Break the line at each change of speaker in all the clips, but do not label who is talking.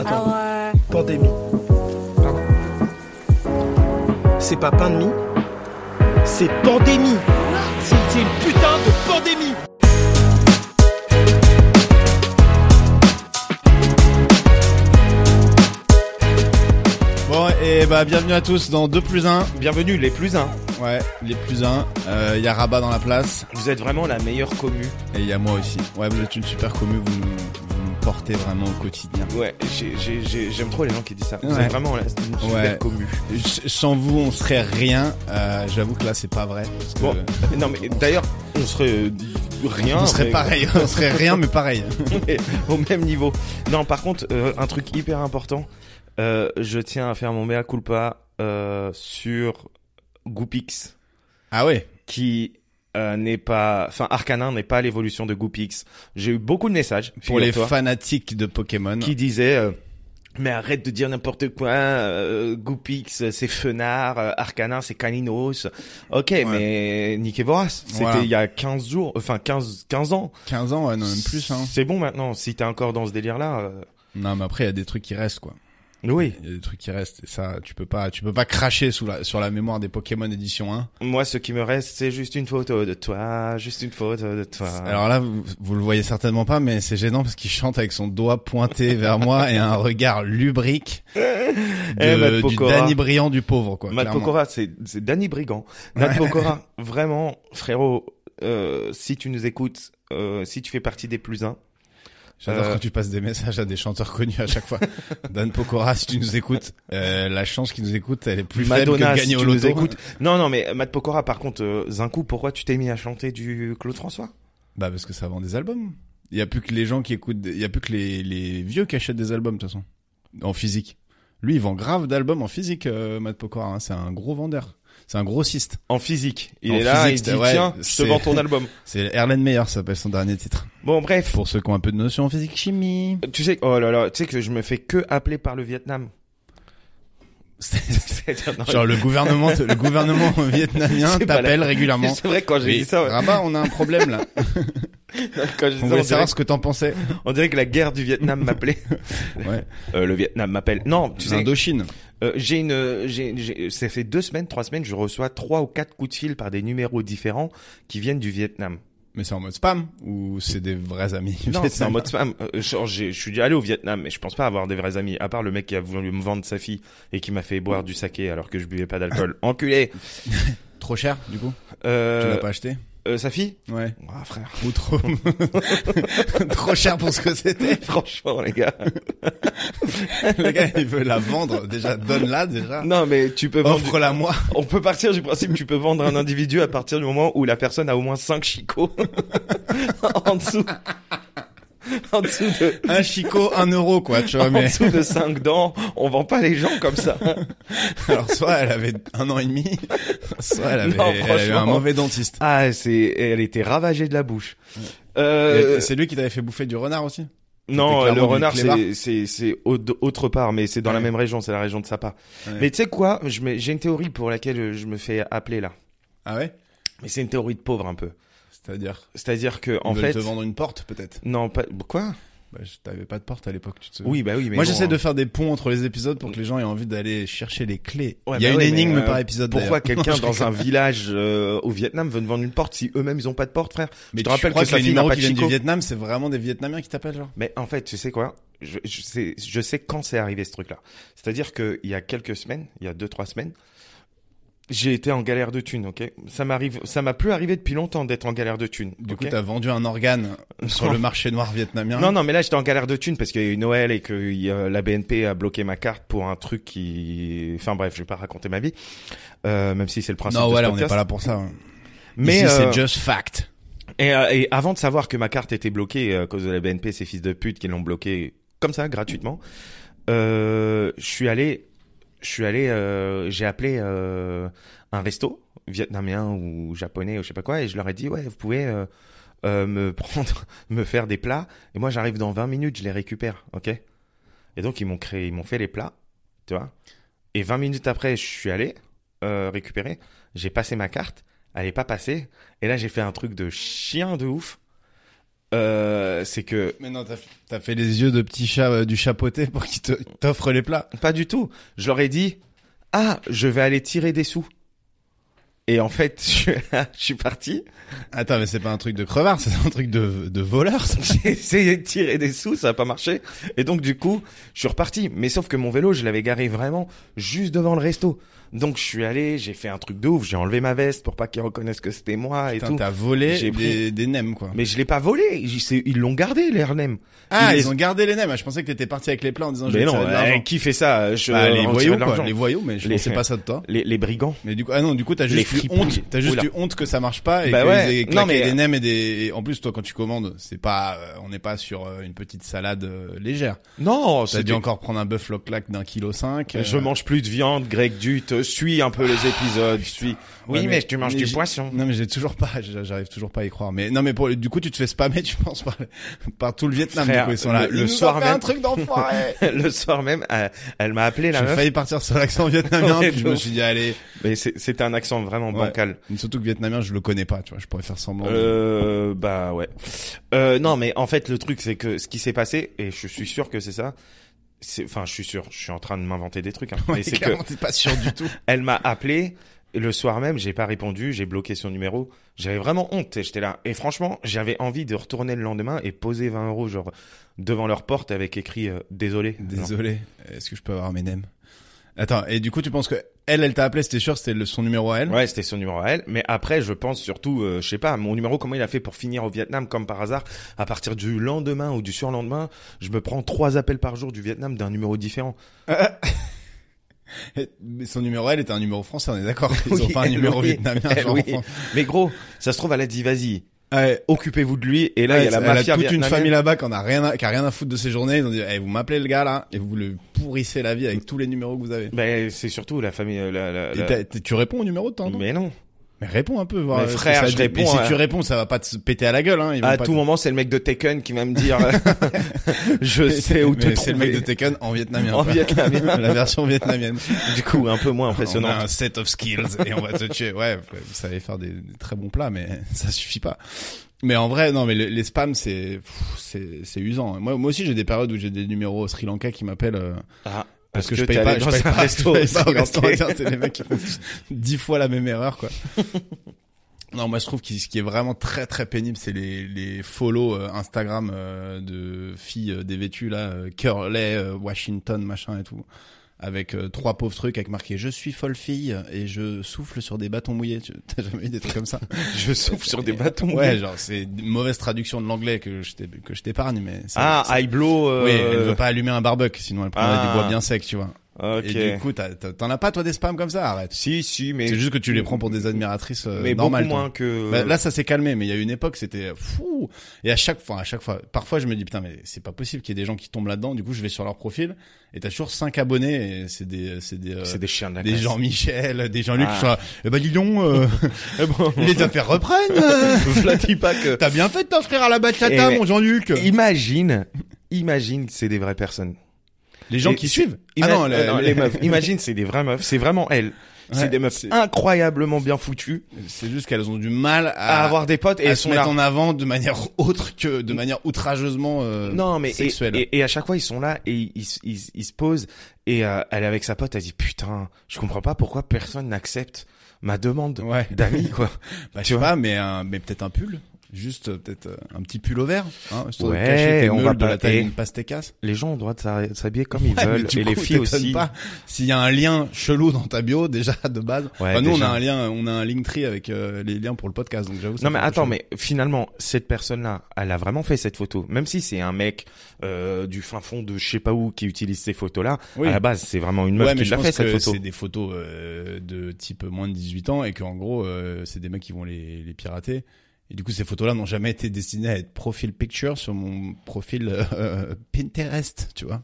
Attends.
Alors,
Pandémie. Pardon. C'est pas pain de mie C'est pandémie C'est c'est une putain de pandémie
Bon, et bah bienvenue à tous dans 2 plus 1.
Bienvenue les plus 1.
Ouais, les plus 1. Il y a Rabat dans la place
Vous êtes vraiment la meilleure commu.
et il y a moi aussi. Ouais, vous êtes une super commu, vous nous, vous nous portez vraiment au quotidien.
Ouais, j'ai- j'ai- j'ai- j'aime trop les gens qui disent ça. Vous
Ouais.
êtes vraiment la, une super
Ouais.
commu.
S- Sans vous, on serait rien. Euh, J'avoue que là, c'est pas vrai. parce que
Bon, non mais d'ailleurs, on serait euh, rien.
on serait
mais-
pareil, on serait rien, mais pareil.
au même niveau. Non, par contre, euh, un truc hyper important, euh, je tiens à faire mon mea culpa euh, sur Goopix,
Ah ouais
qui euh, n'est pas, enfin Arcanin n'est pas l'évolution de Goopix. J'ai eu beaucoup de messages
Pour les
figure-toi,
fanatiques de Pokémon.
qui disaient. euh, mais arrête de dire n'importe quoi, euh, Goopix c'est Fenard, euh, Arcanin c'est Caninos. Ok, mais Nick Vorace, c'était
Voilà.
il y a 15 jours, enfin 15, 15 ans.
15 ans, ouais, non, même plus. Hein.
C'est bon maintenant, si t'es encore dans ce délire-là. euh,
Non, mais après, il y a des trucs qui restent, quoi.
Oui.
Il y a des trucs qui restent. Et ça, tu peux pas, tu peux pas cracher sous la, sur la mémoire des Pokémon édition 1.
Moi, ce qui me reste, c'est juste une photo de toi, juste une photo de toi.
Alors là, vous, vous le voyez certainement pas, mais c'est gênant parce qu'il chante avec son doigt pointé vers moi et un regard lubrique
Eh, Matt
de, du
Pokora.
Danny Brillant du pauvre, quoi.
Matt
clairement.
Pokora, c'est c'est Danny Brigand. Matt Pokora, vraiment, frérot, euh, si tu nous écoutes, euh, si tu fais partie des plus uns,
J'adore
Euh.
quand tu passes des messages à des chanteurs connus à chaque fois. Dan Pokora, si tu nous écoutes, euh, la chance qui nous écoute, elle est plus
Madonna,
faible que
si
gagner
tu
au
nous
loto.
écoutes. Non, non, mais Matt Pokora, par contre, euh, Zinkou, pourquoi tu t'es mis à chanter du Claude François
Bah parce que ça vend des albums. Il y a plus que les gens qui écoutent, des- il y a plus que les, les vieux qui achètent des albums de toute façon, en physique. Lui, il vend grave d'albums en physique, euh, Matt Pokora. hein. C'est un gros vendeur. C'est un grossiste.
En physique. Il
En
est là,
physique,
il dit,
ouais,
tiens, je te
c'est-
vends ton album.
C'est Erlen Meyer, ça s'appelle son dernier titre.
Bon, bref.
Pour ceux qui ont un peu de notion en physique chimie.
Tu sais, oh là là, tu sais que je me fais que appeler par le Vietnam. C'est-à-dire, non,
Genre le gouvernement, le gouvernement vietnamien
C'est pas
t'appelle régulièrement.
C'est vrai, quand j'ai
Oui.
dit ça, ouais.
Rabat, on a un problème là.
quand j'ai dit
On voulait
ça, Ah. on dirait-
savoir ce que t'en pensais.
On dirait que la guerre du Vietnam m'appelait.
Ouais.
Euh, le Vietnam m'appelle. Non, tu sais,
L'Indochine.
euh, j'ai une, euh, j'ai, j'ai- ça fait deux semaines, trois semaines, je reçois trois ou quatre coups de fil par des numéros différents qui viennent du Vietnam.
Mais c'est en mode spam ou c'est des vrais amis
Non, c'est en
vietnamiens
mode spam. Euh, genre, j'ai- je suis allé au Vietnam, mais je pense pas avoir des vrais amis, à part le mec qui a voulu me vendre sa fille et qui m'a fait boire du saké alors que je buvais pas d'alcool. Enculé.
Trop cher du coup. Tu
Euh,
l'as pas acheté
euh, sa fille
Ouais.
Ah frère,
Ou trop. trop cher pour ce que c'était.
franchement les gars.
Le gars, il veut la vendre. Déjà, donne-la déjà.
Non mais tu peux vendre
Offre-la moi.
On peut partir du principe que tu peux vendre un individu à partir du moment où la personne a au moins 5 chicots en dessous. En dessous de
Un chicot, un euro quoi. Tu vois,
en
mais
dessous de 5 dents, on vend pas les gens comme ça.
alors soit elle avait un an et demi, soit elle avait,
Non,
elle avait un
franchement.
mauvais dentiste.
Ah, c'est elle était ravagée de la bouche.
Et
Euh,
c'est lui qui t'avait fait bouffer du renard aussi
non,
clairement
le
du
renard
clébard.
c'est c'est c'est au- autre part mais c'est dans la
Ouais.
même région, c'est la région de Sapa.
Ouais.
Mais tu sais quoi, je me- j'ai une théorie pour laquelle euh, je me fais appeler là.
Ah ouais
Mais c'est une théorie de pauvre un peu.
C'est-à-dire
C'est-à-dire que
En
en fait
te vendre une porte peut-être
non pas quoi
bah, je- T'avais pas de porte à l'époque, tu te souviens
Oui, bah oui mais
Euh, Moi
bon,
j'essaie
hein.
de faire des ponts entre les épisodes pour que les gens aient envie d'aller chercher les clés.
Ouais,
Il y a
bah
une
ouais, mais,
énigme
euh,
par épisode
Pourquoi
d'ailleurs.
quelqu'un
Je
dans
rigole.
un village euh, au Vietnam veut te vendre une porte si eux-mêmes ils ont pas de porte, frère
Mais
Je te
tu
rappelle
crois
que
que,
sa
les
fille n'a
numéros
pas
qui
de
viennent du
Chico
Vietnam, c'est vraiment des Vietnamiens qui t'appellent genre
Mais en fait, tu sais quoi je, je sais, je sais quand c'est arrivé ce truc-là. C'est-à-dire qu'il y a quelques semaines, il y a deux trois semaines, j'ai été en galère de thunes, ok Ça m'arrive, ça m'a plus arrivé depuis longtemps d'être en galère de thunes.
Du
ok
coup t'as vendu un organe sur le marché noir vietnamien.
non, non, mais là j'étais en galère de thunes parce qu'il y a eu Noël et que il y a- la BNP a bloqué ma carte pour un truc qui. Enfin bref, je vais pas raconter ma vie, euh, même si c'est le principe
Non,
de ce
voilà, on n'est
podcast.
pas là pour ça. hein.
Mais
Ici,
euh,
c'est just fact.
Et, euh, et avant de savoir que ma carte était bloquée euh, à cause de la BNP, ces fils de pute qui l'ont bloquée comme ça, gratuitement, euh, je suis allé, je suis allé, euh, j'ai appelé euh, un resto vietnamien ou japonais ou je sais pas quoi, et je leur ai dit ouais, vous pouvez euh, euh, me prendre, me faire des plats, et moi j'arrive dans 20 minutes, je les récupère, ok Et donc ils m'ont créé, ils m'ont fait les plats, tu vois Et 20 minutes après, je suis allé euh, récupérer, j'ai passé ma carte, elle est pas passée. Et là, j'ai fait un truc de chien de ouf. euh, c'est que
Mais non, t'as f- t'as fait les yeux de petit chat euh, du chapoté pour qu'il te- t'offre les plats.
Pas du tout. Je leur ai dit, ah, je vais aller tirer des sous. Et en fait, je, je suis parti.
Attends, mais c'est pas un truc de crevard, c'est un truc de, de voleur. ça.
J'ai essayé de tirer des sous, ça n'a pas marché. Et donc, du coup, je suis reparti. Mais sauf que mon vélo, je l'avais garé vraiment juste devant le resto. Donc, je suis allé, j'ai fait un truc de ouf. J'ai enlevé ma veste pour pas qu'ils reconnaissent que c'était moi et
Putain,
tout.
T'as volé
J'ai pris-
des, des nems, quoi.
Mais je l'ai pas volé. J- c'est- Ils l'ont gardé, les Arnhem.
Ah,
Ils-
ils ont gardé les nems. Ah, Je pensais que t'étais parti avec les plats en disant je
Mais
vais te
non,
tirer de
euh,
l'argent.
qui fait ça je,
Bah, les
on
voyous,
tire de
quoi.
l'argent.
Les voyous, mais je
Les-
pensais pas ça de toi.
Les- les brigands.
Mais du coup, ah non, du coup, t'as
Les
juste eu
fripouilles.
honte. T'as juste
Oula.
eu honte que ça marche pas et
Bah
qu'ils
ouais.
aient
Non,
claqué
mais-
des nems et des. et en plus, toi, quand tu commandes, c'est pas, euh, on n'est pas sur euh, une petite salade euh, légère.
Non,
T'as
c'est
dû encore prendre un bœuf loc-lac d'un kilo cinq. euh,
Je mange plus de viande, Greg Dut, euh, suis un peu les
Ah,
épisodes, suis.
Ouais, j'ai-
poisson.
Non mais j'ai toujours pas, j'- j'arrive toujours pas à y croire. Mais non mais pour, du coup tu te fais spammer, tu penses par, par tout le Vietnam.
Frère,
du coup, ils sont là.
le-
Ils
le
nous ont
soir
fait un
même.
truc d'enfoiré.
le soir même, elle, elle m'a appelé la
J'ai
meuf.
failli partir sur l'accent vietnamien,
Ouais,
puis je
de
me
ouf.
suis dit allez.
Mais c'est- c'était un accent vraiment
Ouais.
bancal.
Surtout que vietnamien, je le connais pas, tu vois. Je pourrais faire semblant.
Euh, bah ouais. Euh, non, mais en fait, le truc, c'est que ce qui s'est passé, et je suis sûr que c'est ça. c'est- Enfin, je suis sûr, je suis en train de m'inventer des trucs. Hein.
Ouais,
mais c'est que
clairement, t'es pas sûr du tout.
elle m'a appelé et le soir même, j'ai pas répondu, j'ai bloqué son numéro. J'avais vraiment honte, et j'étais là. Et franchement, j'avais envie de retourner le lendemain et poser 20 euros genre devant leur porte avec écrit euh, désolé. Non.
Désolé. Est-ce que je peux avoir mes nems Attends. Et du coup, tu penses que elle, elle t'a appelé, c'était sûr, c'était le- son numéro à elle.
Ouais, c'était son numéro à elle. Mais après, je pense surtout, euh, je sais pas, mon numéro, comment il a fait pour finir au Vietnam, comme par hasard, à partir du lendemain ou du surlendemain, je me prends trois appels par jour du Vietnam d'un numéro différent.
Mais son numéro à elle était un numéro français, on est d'accord. Ils ont
Oui,
pas un
elle,
numéro
oui.
vietnamien.
Elle,
genre
Eh oui.
en France.
Mais gros, ça se trouve, elle a dit, vas-y,
Ouais,
occupez-vous de lui. Et là, il y a la
elle
mafia
toute une
vietnamienne.
famille là-bas qui en a rien à, qui a rien à foutre de ses journées. Ils ont dit, eh, vous m'appelez le gars là et vous le pourrissez la vie avec tous les numéros que vous avez.
Ben, c'est surtout la famille, euh, la, la-
Et
la-
t'as- t'as- tu réponds au numéro de temps, non mais...
Mais non.
réponds un peu, voir.
Mais
euh, ce que
frère,
ça
je
dit.
réponds,
Mais si
euh,
tu réponds, ça va pas te péter à la gueule, hein. Ils vont
À
pas
tout
te-
moment, c'est le mec de Tekken qui va me dire, euh, je sais où
Mais
te trouver.
C'est le mec de Tekken en vietnamien.
En
quoi.
vietnamien.
la version vietnamienne.
Du coup, un peu moins
On
impressionnant.
a un set of skills et on va te tuer. Ouais, vous savez faire des, des très bons plats, mais ça suffit pas. Mais en vrai, non, mais le- les spams, c'est, pff, c'est, c'est usant. Moi, moi aussi, j'ai des périodes où j'ai des numéros Sri Lanka qui m'appellent. euh,
Ah,
Parce que,
est-ce
je paye
t'es
pas,
allé
je
dans
paye
un
pas,
resto.
je paye pas au restaurant
Ok.
indien, c'est les mecs qui font dix fois la même erreur, quoi. Non, moi je trouve que ce qui est vraiment très très pénible, c'est les, les follow euh, Instagram euh, de filles euh, dévêtues là, euh, Curley, euh, Washington, machin et tout, avec euh, trois pauvres trucs avec marqué je suis folle fille et je souffle sur des bâtons mouillés. Tu- T'as jamais eu des trucs comme ça
Je souffle sur des bâtons.
Ouais, genre c'est une mauvaise traduction de l'anglais que je t'ai- que je t'épargne, mais c'est-
Ah,
c'est-
high blow.
oui, elle
euh,
veut pas allumer un barbecue, sinon elle prendrait
Ah.
du bois bien sec, tu vois.
Ok.
Et du coup, t'as- t'as- t'en as pas toi des spams comme ça Arrête.
si, si, mais
C'est juste que tu les prends pour des admiratrices euh,
mais beaucoup
normales. toi.
moins que.
Bah, là, ça s'est calmé, mais il y a une époque, c'était fou. Et à chaque fois, à chaque fois, parfois, je me dis putain, mais c'est pas possible qu'il y ait des gens qui tombent là-dedans. Du coup, je vais sur leur profil et t'as toujours cinq abonnés. et C'est des, c'est des, euh,
c'est des chiens de la
des
classe.
Jean-Michel, des Jean-Luc.
Ah.
qui sont là, Eh ben dis donc, euh,
Eh bon,
les affaires reprennent. euh.
flattille pas que.
T'as bien fait de t'inscrire à la
Eh,
bachata,
mais-
mon Jean-Luc.
Imagine, imagine que c'est des vraies personnes.
Les gens
Et-
qui suivent. Ah
Ima-
les-
euh,
les-
les meufs. Imagine, c'est des vraies meufs. C'est vraiment elles.
Ouais,
c'est des meufs
c'est-
incroyablement bien foutues
C'est juste qu'elles ont du mal
à avoir des potes et
Ah. à
elles
se
sont
mettre
là.
en avant de manière autre que de manière outrageusement euh,
Non, mais et-
sexuelle.
Et, et à chaque fois, ils sont là et ils, ils- ils- ils se posent. Et euh, elle est avec sa pote, elle dit Putain, je comprends pas pourquoi personne n'accepte ma demande
Ouais.
d'amis, quoi.
Bah, je
tu
sais
vois.
pas, mais un- mais peut-être un pull, juste euh, peut-être euh, un petit pull au vert, hein, histoire
Ouais,
de cacher tes
on
meules
va
de la
pas-
taille
et-
d'une pastècasse.
Les gens ont le droit de s'ha- s'habiller comme
Ouais,
ils
mais
veulent.
du
Et les
coup,
filles
t'étonnes
aussi.
pas s'il y a un lien chelou dans ta bio déjà de base.
Ouais,
Enfin, nous on a
déjà.
un lien, on a un Linktree avec euh, les liens pour le podcast, donc j'avoue. ça
Non
fait
mais
un peu
attends,
chelou.
mais finalement, cette personne-là, elle a vraiment fait cette photo. Même si c'est un mec euh, du fin fond de je sais pas où qui utilise ces photos-là,
Oui.
à la base, c'est vraiment une meuf
Ouais, mais
qui
je
l'a
pense
fait cette
que
photo.
c'est des photos euh, de type moins de 18 ans et qu'en gros, euh, c'est des mecs qui vont les, les pirater. Et du coup, ces photos-là n'ont jamais été destinées à être profil picture sur mon profil euh, Pinterest, tu vois.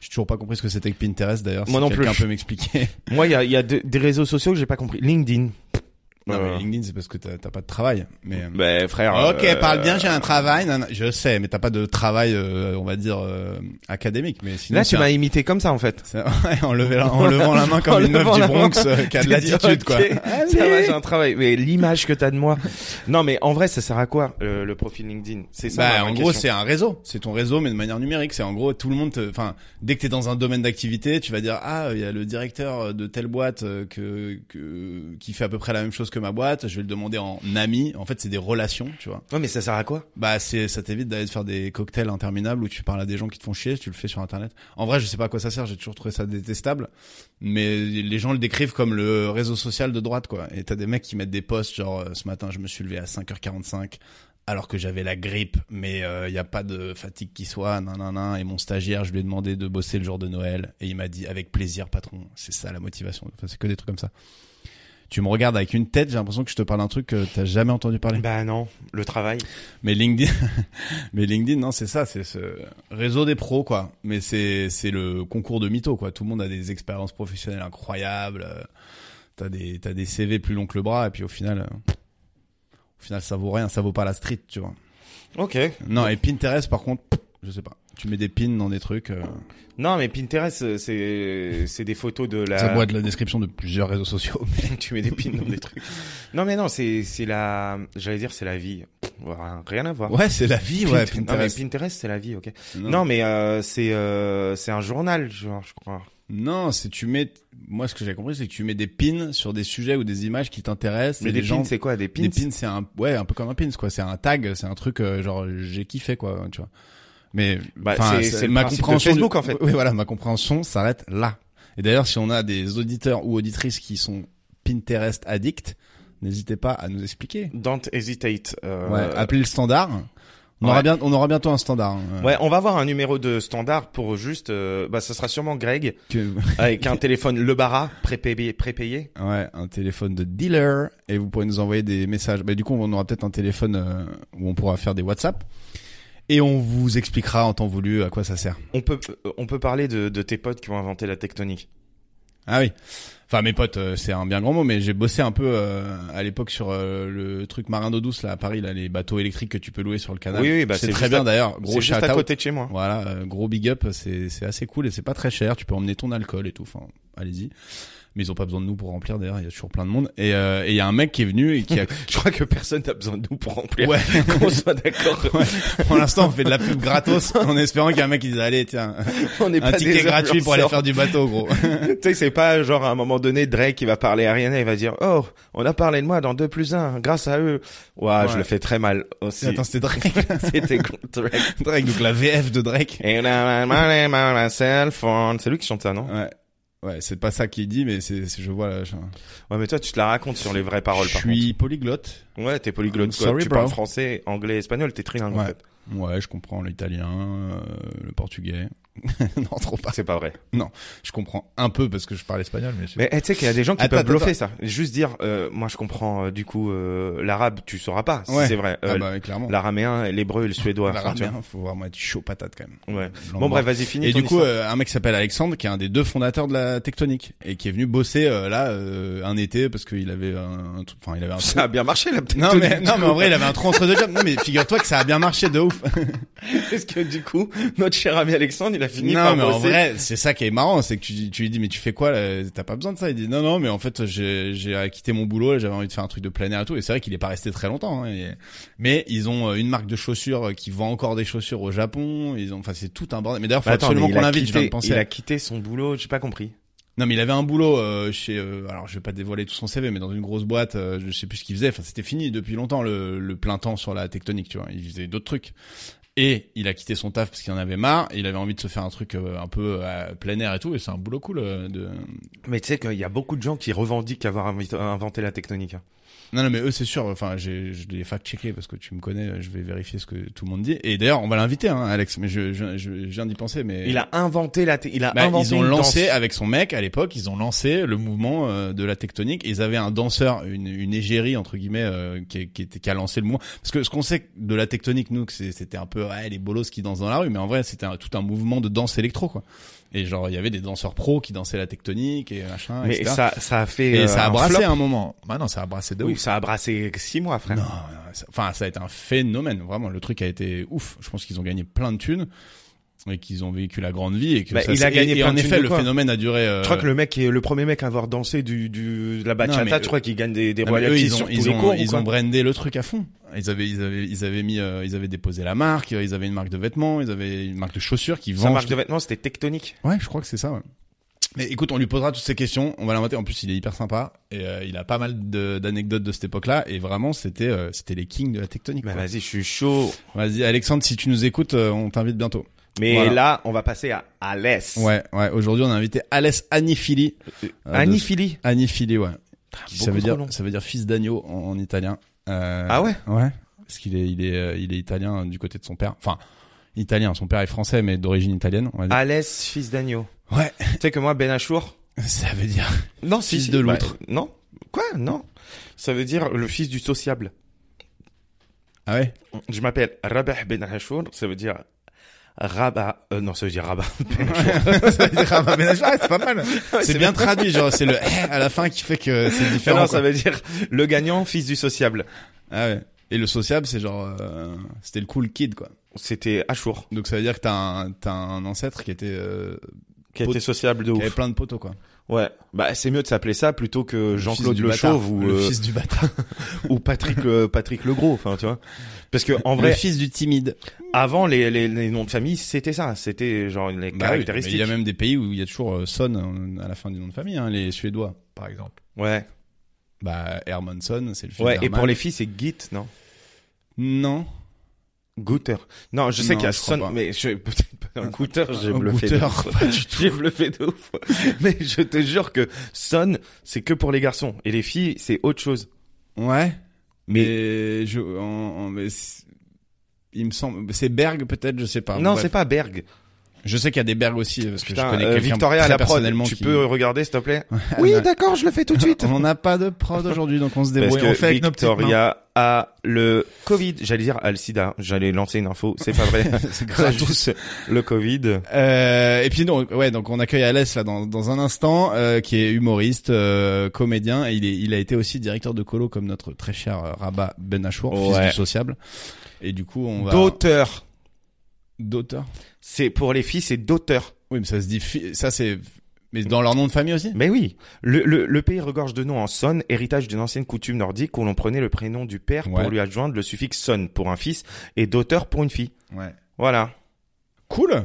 J'ai toujours pas compris ce que c'était que Pinterest d'ailleurs.
Moi
si
non
Quelqu'un
plus.
peut m'expliquer.
Moi, il y a, il y a de- des réseaux sociaux que j'ai pas compris. LinkedIn.
Non,
Ouais.
mais LinkedIn, c'est parce que t'as t'as pas de travail. Mais...
Ben frère.
Ok,
euh,
parle bien, j'ai un travail. nan, nan. Je sais, mais t'as pas de travail, euh, on va dire, euh, académique. Mais sinon,
Là, tu
c'est
m'as imité comme ça en fait.
un- c'est- ouais, en, levant- en levant la main
En
comme une meuf
levant
du
la
Bronx
main.
euh, qui a de
J'ai dit,
l'attitude,
ok,
quoi.
Ça va, j'ai un travail. Mais l'image que t'as de moi. Non, mais en vrai, ça sert à quoi euh, le profil LinkedIn C'est ça. ma
Bah,
vraie
en gros,
question.
c'est un réseau. C'est ton réseau, mais de manière numérique. C'est en gros, tout le monde. te- Enfin, dès que t'es dans un domaine d'activité, tu vas dire ah, il y a le directeur de telle boîte euh, que, que qui fait à peu près la même chose que ma boîte. Je vais le demander en ami. En fait, c'est des relations, tu vois.
Ouais, mais ça sert à quoi
Bah, c'est ça t'évite d'aller te faire des cocktails interminables où tu parles à des gens qui te font chier. Tu le fais sur internet. En vrai, je sais pas à quoi ça sert. J'ai toujours trouvé ça détestable. Mais les gens le décrivent comme le réseau social de droite, quoi. Et t'as des mecs qui mettent des posts genre euh, ce matin, je me suis levé à 5h45 alors que j'avais la grippe, mais il n'y a pas de fatigue qui soit, nan, nan, nan. Et mon stagiaire, je lui ai demandé de bosser le jour de Noël, et il m'a dit avec plaisir, patron. C'est ça la motivation. Enfin, c'est que des trucs comme ça. Tu me regardes avec une tête, j'ai l'impression que je te parle d'un truc que t'as jamais entendu parler.
Bah non, le travail.
Mais LinkedIn, mais LinkedIn, non, c'est ça, c'est ce réseau des pros, quoi. Mais c'est, c'est le concours de mythos, quoi. Tout le monde a des expériences professionnelles incroyables. euh, T'as des, t'as des CV plus longs que le bras, et puis au final, euh, au final, ça vaut rien, ça vaut pas la street, tu vois.
Ok.
Non, et Pinterest, par contre, je sais pas. Tu mets des pins dans des trucs. euh,
Non, mais Pinterest, euh, c'est c'est des photos de la.
Ça boit de la description de plusieurs réseaux sociaux.
tu mets des pins dans des trucs. Non, mais non, c'est c'est la. J'allais dire, c'est la vie. Voilà, Rien à voir.
Ouais, c'est la vie, ouais,
Pint- Non, mais
Pinterest.
Pinterest, c'est la vie, ok.
Non.
Non, mais euh, c'est euh, c'est un journal, genre, je crois.
Non, c'est tu mets. Moi, ce que j'ai compris, c'est que tu mets des pins sur des sujets ou des images qui t'intéressent.
Mais
et
des
les
pins,
gens
c'est quoi Des pins,
Des pins, c'est un, ouais, un peu comme un pins, quoi. C'est un tag, c'est un truc, euh, genre, j'ai kiffé, quoi, tu vois. Mais,
Bah,
enfin,
c'est- c'est le principe de
du-
Facebook, en fait.
Oui, voilà, ma compréhension s'arrête là. Et d'ailleurs, si on a des auditeurs ou auditrices qui sont Pinterest addicts, n'hésitez pas à nous expliquer.
Don't hesitate. euh,
Ouais, appelez le standard. On
ouais.
aura bien, on aura bientôt un standard. hein,
Ouais, on va avoir un numéro de standard pour juste, euh, bah, ça sera sûrement Greg
que-
avec un téléphone Le Bara prépayé, prépayé.
Ouais, un téléphone de dealer et vous pourrez nous envoyer des messages. Bah, du coup, on aura peut-être un téléphone euh, où on pourra faire des WhatsApp et on vous expliquera en temps voulu à quoi ça sert.
On peut, euh, on peut parler de, de tes potes qui ont inventé la tectonique.
Ah oui. Enfin, mes potes, euh, c'est un bien grand mot, mais j'ai bossé un peu euh, à l'époque sur euh, le truc marin d'eau douce là à Paris, là les bateaux électriques que tu peux louer sur le canal.
Oui, oui, bah,
c'est
c'est
très
juste
bien
à-
d'ailleurs. Gros
C'est juste à
shout-out.
côté de chez moi.
Voilà, euh, gros big up, c'est c'est assez cool et c'est pas très cher. Tu peux emmener ton alcool et tout. Enfin, allez-y. Mais ils ont pas besoin de nous pour remplir d'ailleurs. Il y a toujours plein de monde. Et euh, et il y a un mec qui est venu et qui a.
Je crois que personne n'a besoin de nous pour remplir.
Ouais.
Qu'on soit d'accord.
Pour l'instant, on fait de la pub gratos en espérant qu'il y a un mec qui dise allez tiens
On n'est
un
pas
ticket
des
gratuit pour aller
influenceurs.
faire du bateau gros.
tu sais, c'est pas genre à un moment donné, Drake, il va parler à Rihanna, il va dire, oh, on a parlé de moi dans 2 plus 1, grâce à eux. Ouah, je
Ouais.
le fais très mal aussi.
Attends, c'était Drake.
C'était contre Drake.
Drake, donc la VF de Drake.
And I'm on my cell phone. C'est lui qui chante ça, non?
Ouais. Ouais, c'est pas ça qu'il dit, mais c'est, c'est- je vois là. Je,
Ouais, mais toi, tu te la racontes sur les vraies paroles,
je
par
suis polyglotte.
contre. Ouais, t'es polyglotte,
I'm
quoi.
sorry,
tu
bro.
parles français, anglais, espagnol, t'es trilingue, en
Ouais.
fait.
Ouais, je comprends l'italien, euh, le portugais. non, trop pas.
Ah, C'est pas vrai.
Je comprends un peu parce que je parle espagnol, mais c'est-
Mais eh, tu sais qu'il y a des gens qui
Attends,
peuvent bluffer ça. Juste dire, euh, moi je comprends euh, du coup euh, l'arabe, tu sauras pas si
Ouais.
c'est vrai.
ah
Euh,
bah, clairement.
L'araméen, l'hébreu et le suédois. enfin, tu
L'araméen, faut vraiment être chaud patate quand même.
vois. Ouais.
Je
Bon
l'embrasse.
bref, vas-y finis.
Et
ton
du coup,
histoire.
euh, un mec s'appelle Alexandre, qui est un des deux fondateurs de la tectonique, et qui est venu bosser euh, là euh, un été parce qu'il avait un, un truc- enfin il avait un trou.
ça a bien marché la petite.
Non mais non mais en vrai il avait un trou entre deux jobs. Non mais figure-toi que ça a bien marché de ouf.
Est-ce que du coup, notre cher ami Alexandre, il a fini
non,
par
mais en
bosser
vrai, c'est ça qui est marrant, c'est que tu, dis- tu lui dis, mais tu fais quoi là T'as pas besoin de ça Il dit, non, non, mais en fait, j'ai j'ai quitté mon boulot, là, j'avais envie de faire un truc de plein air et tout. Et c'est vrai qu'il est pas resté très longtemps. hein, et- Mais ils ont euh, une marque de chaussures euh, qui vend encore des chaussures au Japon. Ils ont, enfin, c'est tout un bordel. Mais d'ailleurs, faut
Bah, attends,
absolument
mais il
qu'on
a
l'invite. Je
quitté-
viens de penser.
Il a quitté son boulot, j'ai pas compris.
Non, mais il avait un boulot euh, chez. euh, alors, je vais pas dévoiler tout son CV, mais dans une grosse boîte, euh, je sais plus ce qu'il faisait. Enfin, c'était fini depuis longtemps le, le plein temps sur la tectonique, tu vois. Il faisait d'autres trucs. Et il a quitté son taf parce qu'il en avait marre. Et il avait envie de se faire un truc euh, un peu euh, plein air et tout. Et c'est un boulot cool. euh, de...
Mais tu sais qu'il y a beaucoup de gens qui revendiquent avoir invito- inventé la tectonique. hein.
Non, non, mais eux, c'est sûr. Enfin, j'ai- je l'ai fact-checké parce que tu me connais. Je vais vérifier ce que tout le monde dit. Et d'ailleurs, on va l'inviter, hein, Alex. Mais je, je, je- je viens d'y penser. Mais
Il a inventé la. te- Il a
Bah,
inventé
ils ont
une
lancé
danse.
avec son mec à l'époque, ils ont lancé le mouvement euh, de la tectonique. Et ils avaient un danseur, une, une égérie entre guillemets, euh, qui, qui, était- qui a lancé le mouvement. Parce que ce qu'on sait de la tectonique, nous, que c'est- c'était un peu peu ouais, les bolos qui dansent dans la rue, mais en vrai c'était un- tout un mouvement de danse électro quoi. Et genre il y avait des danseurs pros qui dansaient la tectonique et machin.
Mais
etc.
ça, ça a fait.
et
euh,
ça a
un
brassé
flop.
à un moment. Bah non, ça a brassé de
Oui,
ouf.
ça a brassé six mois, frère.
Non, non, ça- enfin ça a été un phénomène vraiment. Le truc a été ouf. Je pense qu'ils ont gagné plein de thunes et qu'ils ont vécu la grande vie et que
Bah,
ça
il
s'est-
a gagné
et- et
plein
en
de thunes
effet
de
le
quoi
phénomène a duré. euh,
Je crois que le mec est le premier mec à avoir dansé du, du de la bachata,
Non, mais
tu crois qu'il gagne des, des
Non, mais euh, eux,
royalties
ils ont,
sur tous
ils
les
ont-
cours. ou
ils
quoi
ont brandé le truc à fond. Ils avaient, ils avaient, ils avaient mis, euh, ils avaient déposé la marque. euh, Ils avaient une marque de vêtements. Ils avaient une marque de chaussures qui
Sa
vend.
marque de vêtements, c'était tectonique.
Ouais, je crois que c'est ça. ouais. Mais écoute, on lui posera toutes ces questions. On va l'inviter. En plus, il est hyper sympa et euh, il a pas mal de- d'anecdotes de, cette époque-là. Et vraiment, c'était, euh, c'était les kings de la tectonique.
Bah
quoi.
vas-y, je suis chaud.
Vas-y, Alexandre, si tu nous écoutes, euh, on t'invite bientôt.
Mais
Voilà.
là, on va passer à Alès.
Ouais, ouais. Aujourd'hui, on a invité Alès Anifili.
Euh,
Euh, de-
Anifili.
Anifili, ouais. Qui-
beaucoup
ça veut
trop
dire,
long.
ça veut dire fils d'agneau en, en italien. Euh,
Ah ouais
Ouais. Parce qu'il est, il est, euh, il est italien euh, du côté de son père. Enfin, italien. Son père est français, mais d'origine italienne, on va dire.
Alès, fils d'agneau.
Ouais.
tu sais que moi, Ben Achour.
Ça veut dire.
Non,
Fils
si, si,
de
bah,
l'autre.
non. Quoi Non. Ça veut dire le fils du sociable.
Ah ouais.
Je m'appelle Rabah Ben Achour. Ça veut dire Rabah. euh, non, ça veut dire Rabah. Ben Achour.
ça veut dire Rabat Ben Achour, ouais, c'est pas mal. c'est
c'est
bien traduit, genre c'est le eh à la fin qui fait que c'est différent.
non, ça
quoi.
veut dire le gagnant, fils du sociable.
Ah ouais. Et le sociable, c'est genre, euh, c'était le cool kid quoi.
C'était Achour,
Donc ça veut dire que t'as un, t'as un ancêtre qui était, euh,
qui
Pot-
était sociable de
qui avait
ouf.
plein de poteaux quoi.
Ouais. Bah, c'est mieux de s'appeler ça plutôt que Jean-Claude
fils du
Le
bâtard.
Chauve ou,
le
euh,
fils du bâtard,
ou Patrick, euh, Patrick Le Gros. Enfin, tu vois. Parce que, en
le
vrai,
fils du timide.
avant, les, les, les noms de famille, c'était ça. C'était genre les
Bah oui, mais
caractéristiques.
il y a même des pays où il y a toujours euh, son euh, à la fin du nom de famille, hein, les Suédois par exemple.
Ouais.
Bah Hermanson, c'est le fils
Ouais. Et
d'Herman.
pour les filles, c'est Git, non?
non,
Gooter. Non, je sais
Non,
qu'il y a
je crois
Son,
pas.
mais je, peut-être pas un Gooter, j'ai
Un
bluffé. de
Gooter,
ouf.
pas du tout.
J'ai bluffé de ouf. Mais je te jure que Son, c'est que pour les garçons. Et les filles, c'est autre chose.
Ouais.
Mais-
Mais je, en- en- mais c'est- il me semble, c'est Berg peut-être, je sais pas.
non,
Bref.
c'est pas Berg.
Je sais qu'il y a des Berg aussi parce
Putain,
que je connais
euh,
quelqu'un
Victoria à
très
la prod,
personnellement
tu
qui-
peux regarder s'il te plaît
Ouais.
d'accord, je le fais tout de suite.
On n'a pas de prod aujourd'hui, donc on se
Parce
débrouille.
que
on fait avec nos petites mains.
Victoria a le Covid, j'allais dire a le sida, j'allais lancer une info, c'est pas vrai.
C'est
On a
grave.
tous le Covid.
Euh, et puis non, ouais, donc on accueille Alès là dans, dans un instant, euh, qui est humoriste, euh, comédien, et il, est, il a été aussi directeur de colo comme notre très cher euh, Rabat Benachour, fils
Ouais.
du sociable. Et du coup, on va
D'auteur.
d'auteur.
C'est pour les filles, c'est d'auteur.
Oui, mais ça se dit, fi- ça c'est, mais dans leur nom de famille aussi.
Mais oui, le, le, le pays regorge de noms en son, héritage d'une ancienne coutume nordique où l'on prenait le prénom du père
Ouais.
pour lui adjoindre le suffixe son pour un fils et d'auteur pour une fille.
Ouais.
Voilà.
Cool.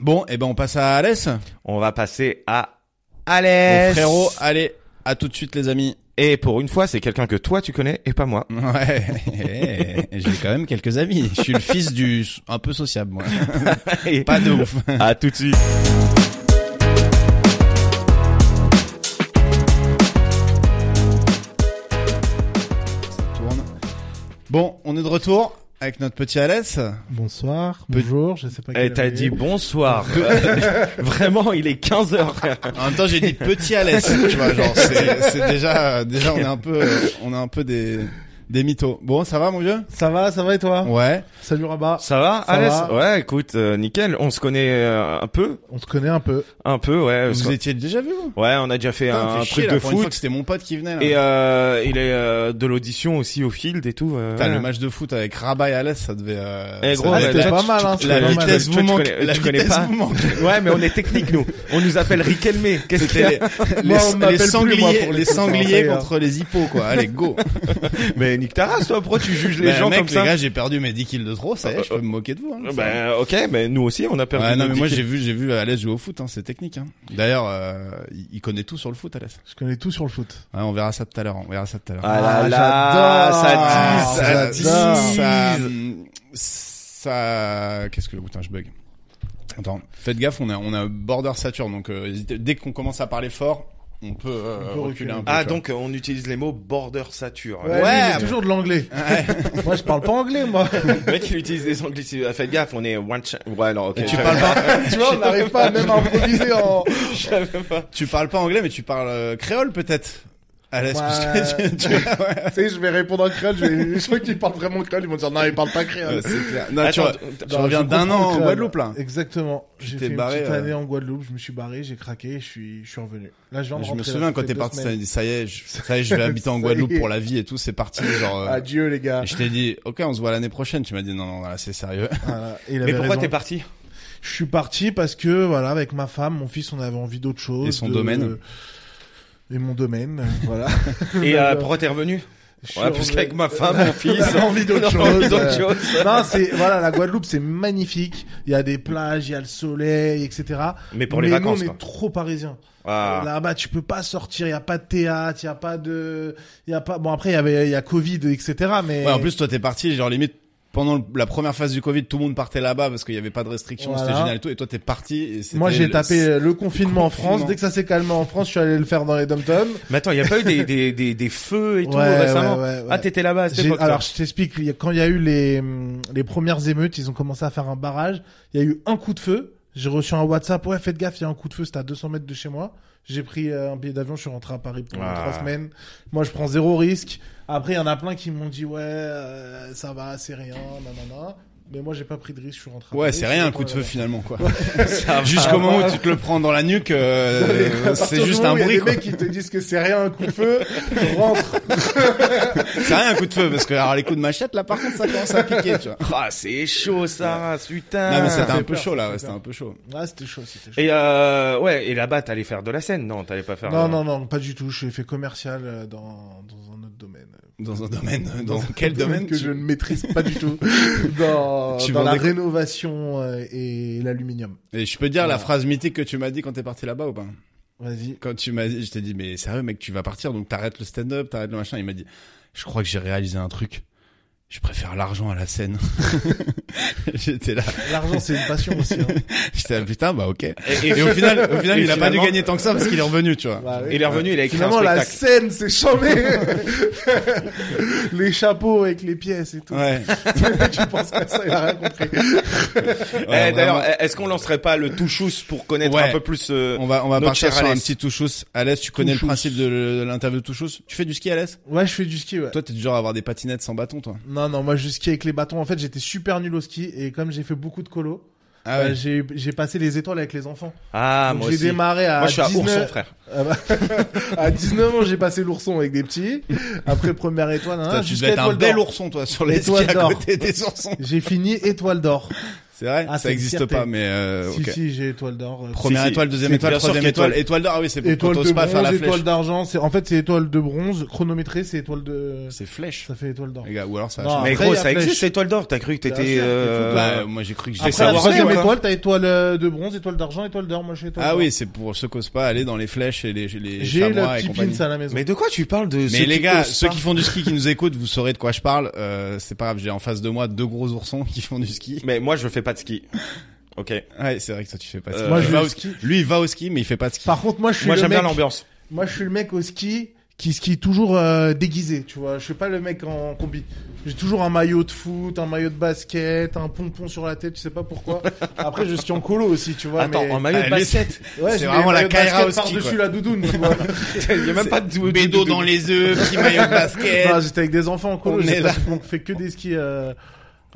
Bon, et ben on passe à Alès.
On va passer à
Mon
Alès.
frérot, allez, à tout de suite les amis.
Et pour une fois, c'est quelqu'un que toi tu connais et pas moi.
Ouais, j'ai quand même quelques amis. Je suis le fils du un peu sociable moi.
Et-
Pas de ouf.
À tout de suite.
Tourne. Bon, on est de retour avec notre petit Alès.
Bonsoir,
Pe- Eh,
bonjour, je sais pas
Et
quelle
t'as
heure il
dit
est.
bonsoir. Vraiment, il est 15 heures.
En même temps, j'ai dit petit Alès, tu vois, genre c'est c'est déjà déjà on est un peu euh, on est un peu des des mythos. Bon, ça va mon vieux
Ça va, ça va et toi
Ouais.
Salut Rabat.
Ça va,
Ça
Alès
va.
Ouais, écoute, euh, nickel. On se connaît euh, un peu,
On se connaît un peu.
un peu, ouais.
Vous
Parce
étiez déjà vu vous
que- Ouais, on a déjà fait
Putain,
un,
fais chier,
truc
là,
de
pour une fois que
foot.
C'était mon pote qui venait là.
Et euh, il est euh, de l'audition aussi au field et tout. euh,
Putain,
ouais.
le match de foot avec Rabat et Alès, ça devait. euh,
Eh,
ça
gros,
devait
mais
être
C'était
là,
pas
tu-
mal, hein.
tu-
c'était
La
pas mal.
vitesse
Toi,
vous
tu
manque.
connais-
la
tu connais
vitesse
pas.
vous manque.
Ouais, mais on est technique nous. On nous appelle Riquelme. Qu'est-ce qu'il y a
C'était les, les,
Moi, on m'appelle
les
plus,
sangliers,
moi, pour
les
les coups,
sangliers
hein, ça y est.
contre les hippos, quoi. Allez, go.
Mais nique ta race, toi. Pourquoi tu juges les
Bah,
gens
mec,
comme ça
Les gars, j'ai perdu mes 10 kills de trop, ça y est, je peux me moquer de vous. Hein, ça va.
Ben ok, mais nous aussi, on a perdu.
Ouais, non,
notre
mais moi,
ticket.
j'ai vu, j'ai vu Alès jouer au foot, hein, c'est technique, hein. D'ailleurs, euh, il il connaît tout sur le foot, Alès.
Je connais tout sur le foot.
Ouais, on verra ça tout à l'heure, on verra ça tout à l'heure. Ah,
Ah là
Ah, j'adore,
là, ça dit, ça
j'adore.
dit.
ça, ça- qu'est-ce que le putain, je bug. Attends, faites gaffe, on a, on a border saturn, donc euh, hésitez- dès qu'on commence à parler fort, on peut, euh,
On peut
reculer
reculer.
un peu.
Ah
tu vois.
donc euh, on utilise les mots border sature.
Ouais,
Ouais,
lui, il
mais-
est toujours de l'anglais. moi, je parle pas anglais, moi.
Le mec il utilise des anglicismes. Ah, Faites gaffe, on est one cha- Ouais non. ok.
Et tu parles pas,
tu vois, on n'arrive pas à même à improviser en.
tu parles pas anglais, mais tu parles euh, créole peut-être. À l'aise,
Ouais.
parce que tu- tu- ouais,
tu sais, je vais répondre en créole, je vais, les gens qui parlent vraiment créole, ils vont dire non, ils parlent pas créole.
c'est clair. Non, tu
Attends,
re- Euh, tu reviens d'un an en Guadeloupe, là.
Exactement. J'ai
t'es
fait une
barré,
petite
euh.
année en Guadeloupe, je me suis barré, j'ai craqué, je suis, je suis revenu. Là, je viens de
Je me
rentrer, là,
souviens
ça
quand
fait
t'es
deux
parti, t'as
semaines.
dit, ça y est, je, ça y est, je vais habiter en
Ça y
Guadeloupe
est. Ah,
pour la vie et tout, c'est parti, genre. euh,
Adieu, les gars.
et je t'ai dit, ok, on se voit l'année prochaine. Tu m'as dit, non, non, voilà, c'est sérieux.
Voilà. Et il
Mais
avait
pourquoi
raison.
t'es parti
Je suis parti parce que, voilà, avec ma femme, mon fils, on avait envie d'autre chose.
Et son
de-
domaine.
Et mon domaine, euh, voilà.
Et euh,
D'accord.
pourquoi t'es revenu
Je suis
Ouais, parce
revenu-
qu'avec ma femme, mon fils,
On a envie d'autre
on a envie
chose,
d'autre
ouais.
chose.
euh, Non, c'est, voilà, la Guadeloupe, c'est magnifique. Il y a des plages, il y a le soleil, etc.
Mais pour les
Mais
vacances,
nous, on
quoi.
est trop parisiens.
Ah.
Là-bas, tu peux pas sortir, il y a pas de théâtre, il y a pas de il y a pas bon après il y avait il y a Covid etc. mais
Ouais, en plus, toi, t'es parti, genre limite, pendant le- la première phase du Covid, tout le monde partait là-bas parce qu'il n'y avait pas de restrictions,
Voilà.
c'était génial et tout. Et toi, t'es parti. Et c'était
moi j'ai
le-
tapé le confinement en France,
confinement.
dès que ça s'est calmé en France, je suis allé le faire dans les dom-toms.
Mais attends, il y a pas eu des, des, des, des feux et tout
Ouais,
récemment
ouais, ouais, ouais.
Ah, t'étais là-bas à cette
J'ai-
époque
Alors je t'explique, il y a- quand il y a eu les hum, les premières émeutes, ils ont commencé à faire un barrage, il y a eu un coup de feu, j'ai reçu un WhatsApp, ouais faites gaffe, il y a un coup de feu, c'était à 200 mètres de chez moi. J'ai pris euh, un billet d'avion, je suis rentré à Paris pendant
Ah.
trois semaines. Moi je prends zéro risque. Après il y en a plein qui m'ont dit ouais euh, ça va, c'est rien, nanana. Mais moi j'ai pas pris de risque, je suis rentré. à
Ouais,
Paris,
c'est
je
rien
suis
un coup de
pas-
feu finalement quoi. Jusqu'au
euh, va.
moment où tu te le prends dans la nuque, euh,
À partir
c'est
du
juste
moment
un
où il y a
bruit
des
quoi.
mecs qui te disent que c'est rien un coup de feu, rentre.
C'est rien un coup de feu parce que alors les coups de machette là par contre ça commence à piquer tu vois.
Ah, c'est chaud ça, putain.
Non mais c'était
Ah, ça
un
fait
peu
peur,
chaud
ça
là,
fait
ouais, c'était
peur.
un peu chaud.
Ah, c'était chaud, c'était chaud.
Et euh, ouais, et là-bas, t'allais faire de la scène Non, t'allais pas faire.
Non, non, non, pas du tout. J'ai fait commercial euh, dans, dans un autre domaine.
Dans un domaine, euh, dans quel domaine
que
tu-
je ne maîtrise pas du tout. Dans,
Tu
dans la
vendais-
rénovation euh, et l'aluminium.
Et je peux dire la
Ouais.
phrase mythique que tu m'as dit quand t'es parti là-bas ou pas
Vas-y.
Quand tu m'as dit, je t'ai dit mais sérieux mec tu vas partir donc t'arrêtes le stand-up, t'arrêtes le machin. Il m'a dit je crois que j'ai réalisé un truc. Je préfère l'argent à la scène. J'étais là,
L'argent, c'est une passion aussi. hein.
j'étais là, putain bah ok.
Et, et-
Et au final, au final
Et
il a pas dû
finalement-
gagner tant que ça parce qu'il est revenu tu vois.
Bah, oui.
il est revenu, il a écrit
Finalement,
un
la scène,
spectacle.
c'est chambé. les chapeaux avec les pièces et tout.
Ouais.
tu penses qu'à ça, il a rien compris.
Eh,
Ouais,
D'ailleurs,
vraiment.
est-ce qu'on lancerait pas le touchous pour connaître
Ouais.
un peu plus euh,
On va, on va
Notre
partir
cher
sur un
Alès.
petit touchous. Alès, tu connais
Touchous.
le principe de le- de l'interview de touchous Tu fais du ski, Alès
Ouais, je fais du ski, ouais.
Toi, t'es du genre à avoir des patinettes sans bâton, toi.
Non, non, moi je skie avec les bâtons. En fait, j'étais super nul au ski et comme j'ai fait beaucoup de colo,
Ah
euh, j'ai j'ai passé les étoiles avec les enfants.
Ah,
Donc,
moi
j'ai
aussi.
démarré à
Moi, je suis à
19...
Ourson, frère.
Ah bah, à 19 ans, j'ai passé l'ourson avec des petits. Après première étoile, hein,
Toi, tu devais être un
étoile
bel
d'or.
ourson, toi, sur les skis
Étoile
à
d'or.
côté des oursons.
J'ai fini étoile d'or.
C'est vrai
Ah, c'est
Ça
une
existe
fierté.
pas, mais euh,
si
ok.
si, j'ai étoile d'or. Euh,
Première
Si, si.
étoile, deuxième
C'est
étoile,
bien sûr
troisième
qu'étoile.
étoile. Étoile d'or, ah oui, c'est pour
Étoile
quand
de
t'oses pas faire
bronze,
la
étoile
flèche.
d'argent. C'est en fait c'est étoile de bronze chronométrée, c'est étoile de.
C'est flèche,
Ça fait étoile d'or.
les gars. Ou alors ça a
Non,
changé.
Mais
Après,
gros,
il y a
ça
flèche.
existe, étoile d'or. T'as cru que
Bien
t'étais.
sûr,
euh,
Bah, moi, j'ai cru que
Après
j'étais
la
savoir.
savoir ça,
troisième
ouais.
étoile, t'as étoile euh, de bronze, étoile d'argent, étoile d'or. Moi je suis étoile
Ah
d'or.
oui, c'est pour ceux qui osent pas aller dans les flèches et les, les
J'ai le
chamois et
petit
compagnie.
pins à la maison.
Mais de quoi tu parles de
Mais les gars, ceux qui font du ski qui nous écoutent, vous saurez de quoi je parle. Euh, c'est pas grave, j'ai en face de moi deux gros oursons qui font du ski.
Mais moi, je fais pas de ski. Ok.
Ouais, c'est vrai que toi tu fais pas de ski.
Euh, Moi,
Il
je
va
vais
au
au
ski. Lui il va au ski mais il fait pas de ski.
Par contre, moi, je suis
Moi,
le
j'aime bien
mec.
l'ambiance.
moi, je suis le mec au ski qui skie toujours euh, déguisé. Tu vois, je suis pas le mec en combi. J'ai toujours un maillot de foot, un maillot de basket, un pompon sur la tête. Je sais pas pourquoi. Après, je skie en colo aussi. Tu vois.
Attends,
mais...
en maillot
Ah,
de
lui,
basket.
Ouais,
c'est
je mets
vraiment
le maillot
la
de
Kyra
basket
au ski,
Par-dessus
quoi.
la doudoune. Tu vois.
Il y a même pas de
Bédo dans les œufs, petit maillot de basket.
Non, j'étais avec des enfants en
On
colo.
est
J'ai
là.
pas fait que des skis euh,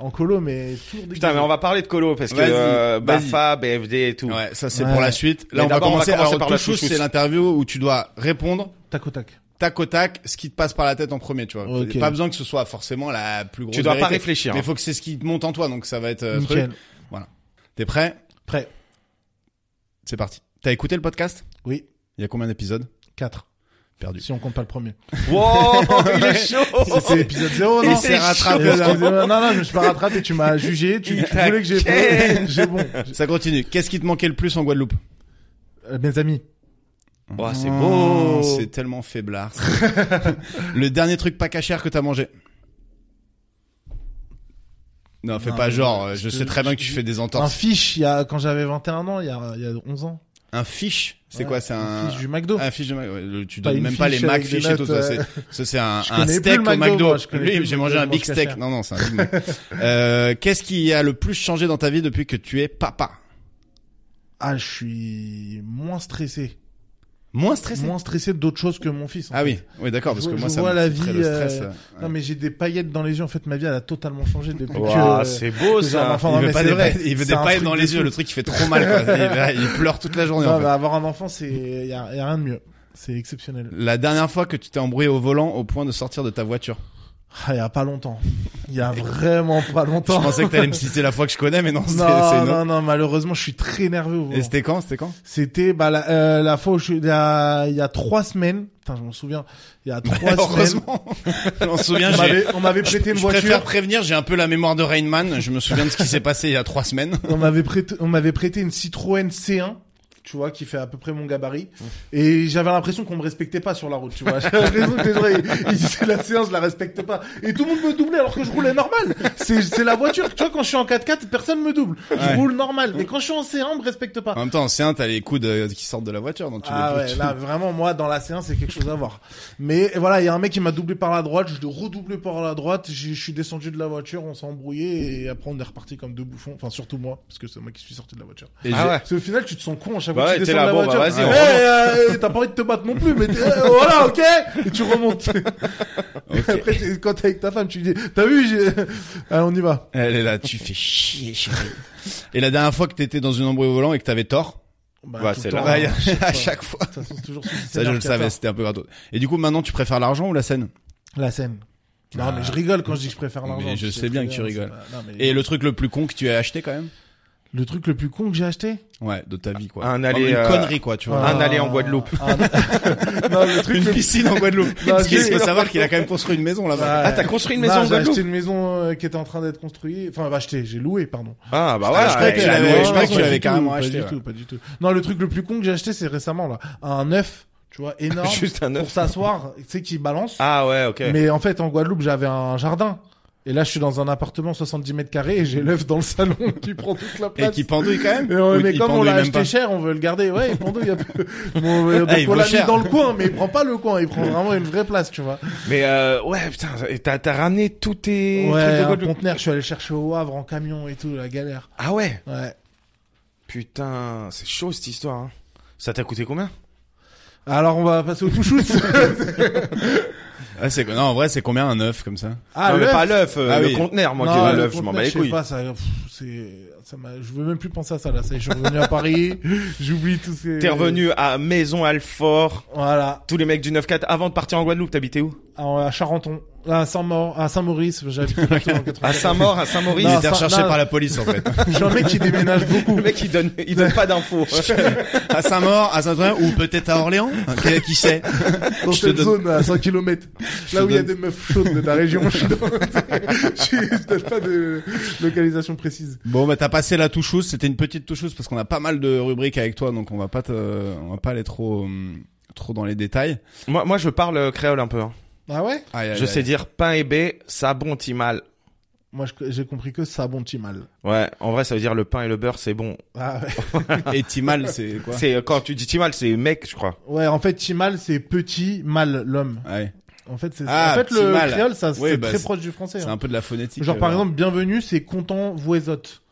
en colo, mais toujours déguisé.
Putain, mais on va parler de colo parce que
Vas-y,
euh,
vas-y.
Bafa, BFD et tout.
Ouais, ça c'est
Ouais.
pour la suite.
Mais
Là on va
d'abord,
commencer, alors,
par la
touche,
touche.
c'est l'interview où tu dois répondre
Tac au tac.
tac au tac ce qui te passe par la tête en premier, tu vois.
Ok.
Pas besoin que ce soit forcément la plus grosse
Tu dois pas
vérité.
réfléchir. hein.
Mais faut que c'est ce qui te monte en toi donc ça va être euh,
Nickel.
truc. T'es prêt
Prêt.
C'est parti. T'as écouté le podcast
Oui.
Il y a combien d'épisodes
4
Perdu.
Si on compte pas le premier.
Wow, il est chaud.
C'est- C'est épisode 0,
Il
non
s'est
C'est
rattrapé.
Non, non, non, je me suis pas rattrapé. Tu m'as jugé. Tu,
Il
tu voulais que j'ai
t'inquiète.
J'ai bon.
Ça continue. Qu'est-ce qui te manquait le plus en Guadeloupe
Euh, mes amis.
Oh, c'est beau.
Oh, C'est tellement faiblard. le dernier truc pas cachère que t'as mangé. Non, fais
Non,
pas
mais
genre. euh,
je
Je
te-
sais très bien
je
que tu
te-
fais des
Un
entorses.
fiche, il y a, quand j'avais 21 ans, il y a, il y a 11 ans.
Un fiche, c'est
Ouais,
quoi C'est
un
un Ah.
fiche du McDo.
un fiche de Mac. ouais, le- tu
Pas
donnes
une
même pas les
fiche avec
McFish
des
et tout.
notes,
ça, c'est-
euh,
Ça c'est un,
Je
un
connais plus
steak
le
au
McDo,
McDo.
moi, je connais
Lui,
plus le
j'ai
McDo,
mangé un
je
big
mange
steak.
cachère.
Non, non, c'est un big Mac. Euh, Qu'est-ce qui a le plus changé dans ta vie depuis que tu es papa
Ah, je suis moins stressé.
Moins stressé.
moins stressé d'autres choses que mon fils. en
Ah
fait.
oui, oui d'accord, parce
Je
que
vois-
moi
je
ça
vois
me
la
foutrait
vie,
le stress.
euh,
ouais.
Non mais j'ai des paillettes dans les yeux. En fait, ma vie elle a totalement changé depuis
Ouah,
que.
c'est beau
que j'ai un
ça.
enfant.
il
Non,
veut
mais
pas
c'est
des
vrai.
paillettes- il veut
C'est
des
un
paillettes
truc
dans
de
les yeux,
fou.
le truc qui fait trop mal. Quoi. Il, il pleure toute la journée.
Non, bah.
en fait.
mais avoir un enfant, c'est y a, y a rien de mieux. C'est exceptionnel.
La dernière fois que tu t'es embrouillé au volant au point de sortir de ta voiture.
Ah, y a pas longtemps. Il y a vraiment pas
Je
longtemps.
pensais que t'allais me citer la fois que je connais, mais non, c'est c'est une
Non,
autre.
non, non, malheureusement, je suis très nerveux. au volant.
Et c'était quand C'était quand
C'était bah, la, euh, la fois où je suis- il y a, il y a trois semaines. Putain, je m'en souviens. Il y a trois semaines.
Heureusement. je m'en souviens,
On
j'ai.
m'avait, on m'avait
Je,
prêté une
je
voiture.
préfère prévenir, j'ai un peu la mémoire de Rainman. Je me souviens de ce qui s'est passé il y a trois semaines.
On m'avait prêté, on m'avait prêté une Citroën C1. Tu vois, qui fait à peu près mon gabarit. Et j'avais l'impression qu'on me respectait pas sur la route, tu vois. J'avais l'impression que les gens, ils- ils disaient la séance, je la respecte pas. Et tout le monde me doublait alors que je roulais normal. C'est, c'est la voiture. Tu vois, quand je suis en 4x4, personne me double. Je
Ouais.
roule normal. Mais quand je suis en C1, on me respecte pas.
En même temps, en C1, t'as les coudes euh, qui sortent de la voiture, donc tu
Ah
les
ouais, là vraiment moi dans la séance c'est quelque chose à voir. Mais et voilà, il y a un mec qui m'a doublé par la droite, je l'ai redoublé par la droite, j'ai- je suis descendu de la voiture, on s'est embrouillé et après on est reparti comme deux bouffons, enfin surtout moi parce que c'est moi qui suis sorti de la voiture.
Et j'ai-
Ah ouais.
Parce qu'au final tu te sens con à chaque
Bah
fois
ouais,
que tu
t'es
descends de la
là, bon, bah,
voiture.
vas-y, on
Eh, eh, eh, t'as pas envie de te battre non plus mais t'es- eh, voilà, OK Et tu remontes.
Ok.
Après t'es- quand t'es avec ta femme, tu lui dis "T'as vu, j'ai- Allez, on y va."
Elle est là, tu fais chier, chérie. Et la dernière fois que t'étais dans une embrouille au volant et que t'avais tort,
Bah,
tout
c'est
le temps,
là.
hein,
Ouais, à
fois.
chaque fois.
De toute façon, c'est toujours celui qui
Ça, je
s'énerve
le
qui a
savais,
tort.
c'était un peu gratos. Et du coup, maintenant, tu préfères l'argent ou la scène
La scène. Non mais je rigole quand je dis que je préfère l'argent.
Bah, Mais je
parce
sais bien
très
que tu
c'est
rigoles.
pas- non, mais-
Et le truc le plus con que tu as acheté quand même
Le truc le plus con que j'ai acheté
Ouais, de ta vie quoi.
Un aller,
une
euh,
connerie quoi, tu vois.
un aller en Guadeloupe.
Ah, non, le truc
Une
le-
piscine en Guadeloupe.
Non,
Parce qu'il
j'ai-
faut savoir qu'il a quand même construit une maison là-bas.
Ouais.
Ah, t'as construit une
Non,
maison en
j'ai acheté
Guadeloupe
une maison euh, qui était en train d'être construite. Enfin, bah, acheté, j'ai loué, pardon.
Ah, bah
je
voilà.
croyais que tu
elle a
l'avais-
loué.
je croyais que tu
non,
l'avais
du tout,
carrément
pas
acheté,
Du
ouais.
tout, pas du tout. Non, le truc le plus con que j'ai acheté, c'est récemment, là. Un œuf, tu vois, énorme.
Juste un œuf.
Pour s'asseoir, tu sais, qui balance.
Ah ouais, ok.
Mais en fait, en Guadeloupe, j'avais un jardin. Et là, je suis dans un appartement 70 mètres carrés et j'ai l'œuf dans le salon qui prend toute la
Et
place.
qui pendouille quand même
Et on-
Ou
mais
il
comme on
pendouille
l'a
même
acheté
pas
cher, on veut le garder. Ouais, il prend deux, il y a peu- Bon, euh,
Ah,
donc
il
on
vaut
l'a mis
cher.
dans le coin, mais il prend pas le coin, il prend vraiment une vraie place, tu vois.
Mais euh, ouais, putain, et t'as t'as ramené tous tes trucs
Ouais,
de
un
Guadeloupe.
conteneur, je suis allé le chercher au Havre en camion et tout, la galère.
Ah ouais.
Ouais.
Putain, c'est chaud cette histoire. hein. Ça t'a coûté combien
Alors on va passer au touchous.
ah, c'est... Non, en vrai, c'est combien un œuf comme ça
ah,
Non, mais
l'œuf.
pas l'œuf, euh,
Ah
le
oui.
conteneur, moi qui
Non,
veux
le
l'œuf, je m'en
conteneur,
bats les
sais
couilles.
pas, ça, pff, c'est, ça m'a, je veux même plus penser à ça là. Ça y est, je suis revenu à Paris, j'oublie tout ce.
T'es revenu à Maison Alfort,
Voilà,
tous les mecs du 9-4. Avant de partir en Guadeloupe, t'habitais où
à à Charenton, à Saint-Maur, à Saint-Maurice, j'habite partout en 94.
À Saint-Maur, à Saint-Maurice.
Il
Non,
était
ça-
recherché
non.
par la police en fait.
Je suis un mec qui déménage beaucoup.
Le mec, il donne, il donne pas d'infos.
à Saint-Maur, à Saint-Ouen ou peut-être à Orléans Qui, qui sait
dans
Je te
cette
donne-
zone à 5 km. Là où il y a des meufs chaudes de ta région, je suis dans... je suis- je donne pas de localisation précise.
Bon, bah t'as passé la touchouse. C'était une petite touchouse parce qu'on a pas mal de rubriques avec toi, donc on va pas te... on va pas aller trop hum, trop dans les détails.
moi, moi, je parle euh, créole un peu. hein.
Ah ouais
Aïe, aïe,
Je
aïe.
sais dire pain et baie, sabon timal.
Moi, je- j'ai compris que ça bonti mal.
Ouais, en vrai, ça veut dire le pain et le beurre, c'est bon.
Ah ouais.
Et Timal, c'est quoi
C'est euh, quand tu dis timal, c'est mec, je crois.
Ouais, en fait, Chimal, c'est petit mal l'homme.
Ouais.
En fait, c'est
Ah,
en fait le
Chimal.
créole, ça
Oui,
c'est
bah,
très
c'est-
proche du français.
C'est
hein.
un peu de la phonétique.
Genre par
euh,
exemple, bienvenue, c'est content voisote.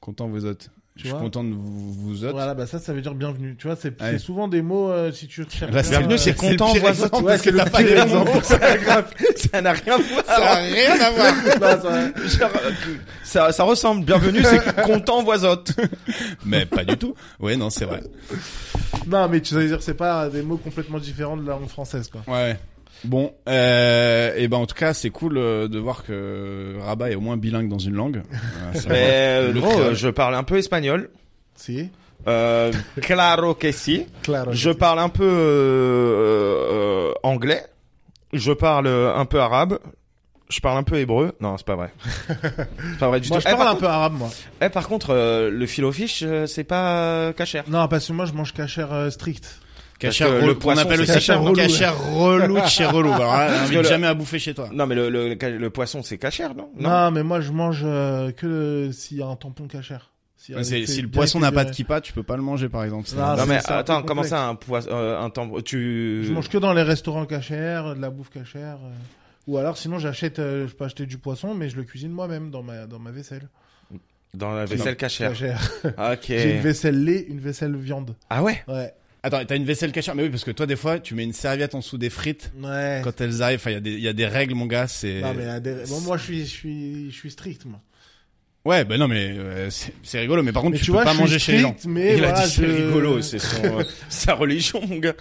Content vous autres.
Tu
Je suis
vois
content de vous, vous autres.
Voilà, bah ça ça veut dire bienvenue. Tu vois, c'est c'est
Ouais.
souvent des mots euh, si tu recherches.
Là, c'est
bien,
revenu,
euh,
c'est
le
content,
pire
voisin,
exemple,
ouais,
parce
c'est
que
le
t'as pas
pire
d'exemple.
exemple.
ça n'a rien à voir.
Ça a rien à voir.
Là, ça-
Genre, euh, ça, ça ressemble. Bienvenue, c'est content voisote.
Mais pas du tout. Ouais, non, c'est vrai.
Non, mais tu veux dire, c'est pas des mots complètement différents de la langue française, quoi.
Ouais, Ouais. Bon, euh, et ben en tout cas, c'est cool euh, de voir que Rabat est au moins bilingue dans une langue. Voilà, c'est
Mais
vrai.
euh,
Le
gros,
créole.
euh, je parle un peu espagnol.
Si.
Euh, claro que si.
Claro.
Je parle un peu euh, euh, anglais. Je parle euh, un peu arabe. Je parle un peu hébreu. Non, c'est pas vrai. C'est pas vrai du
Moi,
tout.
je
Eh,
parle
par
un
contre-
peu arabe, moi.
eh, par contre, euh, le filo fish, euh, c'est pas cachère.
Non, parce que moi, je mange cachère euh, strict.
Cachère
parce que
relou,
le
on
poisson,
appelle
c'est
aussi
cachère relou.
cachère relou de chez relou. Alors là,
Parce que
j'invite
le-
jamais à bouffer chez toi.
Non, mais le, le, le poisson, c'est cachère, non
Non. mais moi, je mange euh, que euh, s'il y a un tampon cachère. S'il y a-
C'est-
c'est
Si le
bien
poisson n'a pas de
épuré.
kippa, tu peux pas le manger par exemple. C'est-
Non,
Non,
c'est-
mais
c'est un peu
attends, comment
complexe.
ça, un poisson, euh, un tambour, tu...
Je mange que dans les restaurants cachères, de la bouffe cachère. euh. Ou alors, sinon, j'achète, euh, je peux acheter du poisson, mais je le cuisine moi-même dans ma, dans ma vaisselle.
Dans la vaisselle cachère.
Cachère.
Ok.
J'ai une vaisselle lait, une vaisselle viande.
Ah ouais
Ouais.
Ah, Attends, t'as une vaisselle cachère Mais oui, parce que toi, des fois, tu mets une serviette en dessous des frites.
Ouais.
Quand elles arrivent, enfin, il y a des- il y, a des règles, mon gars. C'est.
Non, mais à des- bon, moi, je suis, je suis, je suis strict, moi.
Ouais, ben non, mais euh, c'est c'est rigolo. Mais par contre,
Mais
tu,
tu
peux
vois,
pas
je suis
manger chez les gens.
strict, mais
Il
voilà,
a dit c'est
je-
rigolo, c'est son, euh, sa religion, mon gars.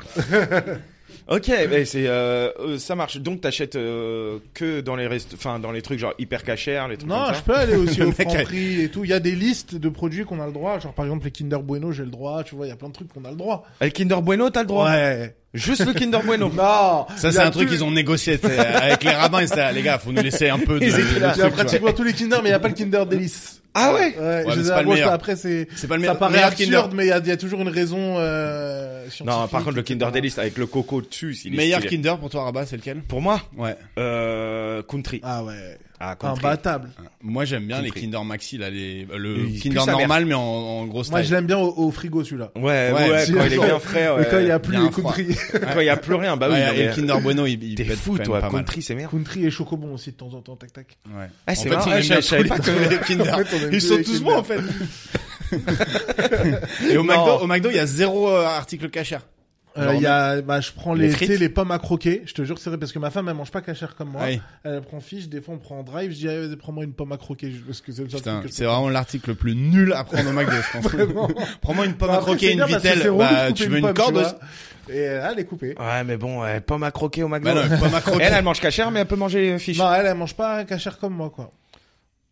ok, ben c'est euh, euh, ça marche. Donc t'achètes euh, que dans les restes, enfin dans les trucs genre hyper cachers, les trucs
Non,
comme
je
ça.
peux aller aussi
Le
au
mec a-
Franprix et tout. Il y a des listes de produits qu'on a le droit. Genre, par exemple, les Kinder Bueno, j'ai le droit. Tu vois, il y a plein de trucs qu'on a le droit.
Ah, Le Kinder Bueno, t'as le droit.
Ouais.
Juste le Kinder Bueno.
Non.
Ça, c'est un truc qu'ils ont négocié t'sais, avec les rabbins. Et ça, les gars, faut nous laisser un peu de.
Ils étaient
de
là.
Il y a
truc, tu vois.
pratiquement tous les Kinder, mais il n'y a pas le Kinder Délice.
Ah ouais.
Ouais,
mais
je
c'est
sais
pas
pas,
le
moi,
meilleur.
après, c'est,
C'est pas
ça
le meilleur,
paraît
meilleur Kinder.
absurde, mais il y a, il y a toujours une raison, euh,
Non,
scientifique,
par contre le Kinder
etc.
Delice avec le coco dessus, il est
Meilleur
stylé.
Kinder pour toi, Rabat, c'est lequel
Pour moi,
Ouais.
euh, country.
Ah ouais.
Ah, country.
Imbattable.
Moi, j'aime bien les
Compris.
Kinder Maxi, là, les, euh, le
Il pue
Kinder
sa mère.
normal, mais en, en grosse
Moi,
taille.
je l'aime bien au, au frigo, celui-là.
Ouais,
Ouais,
ouais,
si-
quand il est bien frais.
Mais quand il y a
Ah ouais.
plus
Il y a un
les country.
Quand il y a plus rien, bah oui.
Ouais,
Ah
non,
et
mais-
le Kinder Bueno, il, il
T'es
pète
fou,
quand même
toi.
pas mal.
Country, c'est merde.
country et chocobon aussi, de temps en temps, tac, tac.
Ouais.
Ah,
en
c'est
fait,
marrant.
on
Ah,
aime
je-
bien
je savais
tous
pas
les-
que-
les Kinder.
En fait, on aime
Ils
tous
sont
les
tous
Kinder.
bons, en fait. Et au
Non.
McDo, au McDo, il y a zéro euh, article cachère.
Euh, Il y a, bah, je prends
Les
les, tu
frites Ah
sais, les pommes à croquer. Je te jure, c'est vrai, parce que ma femme, elle mange pas cachère comme moi.
Ouais.
Elle prend fiche, des fois, on prend en drive. Je dis, allez, vas-y, prends-moi une pomme à croquer, je- parce que c'est le seul
Putain,
truc que je
c'est vraiment l'article le plus nul à prendre au McDo, je pense. Prends-moi une pomme
Bah,
à
après,
croquer,
c'est
une
bien parce que c'est
vitelle.
relou
Bah,
de couper
tu veux une
pomme,
Ah,
tu
corde
vois.
aussi
Et euh, elle est coupée.
Ouais, mais bon, euh, pomme à croquer au McDo.
Bah non, une pomme à
Elle,
croquer.
elle mange cachère, mais elle peut manger euh, fiche.
Non, elle, elle mange pas cachère comme moi, quoi.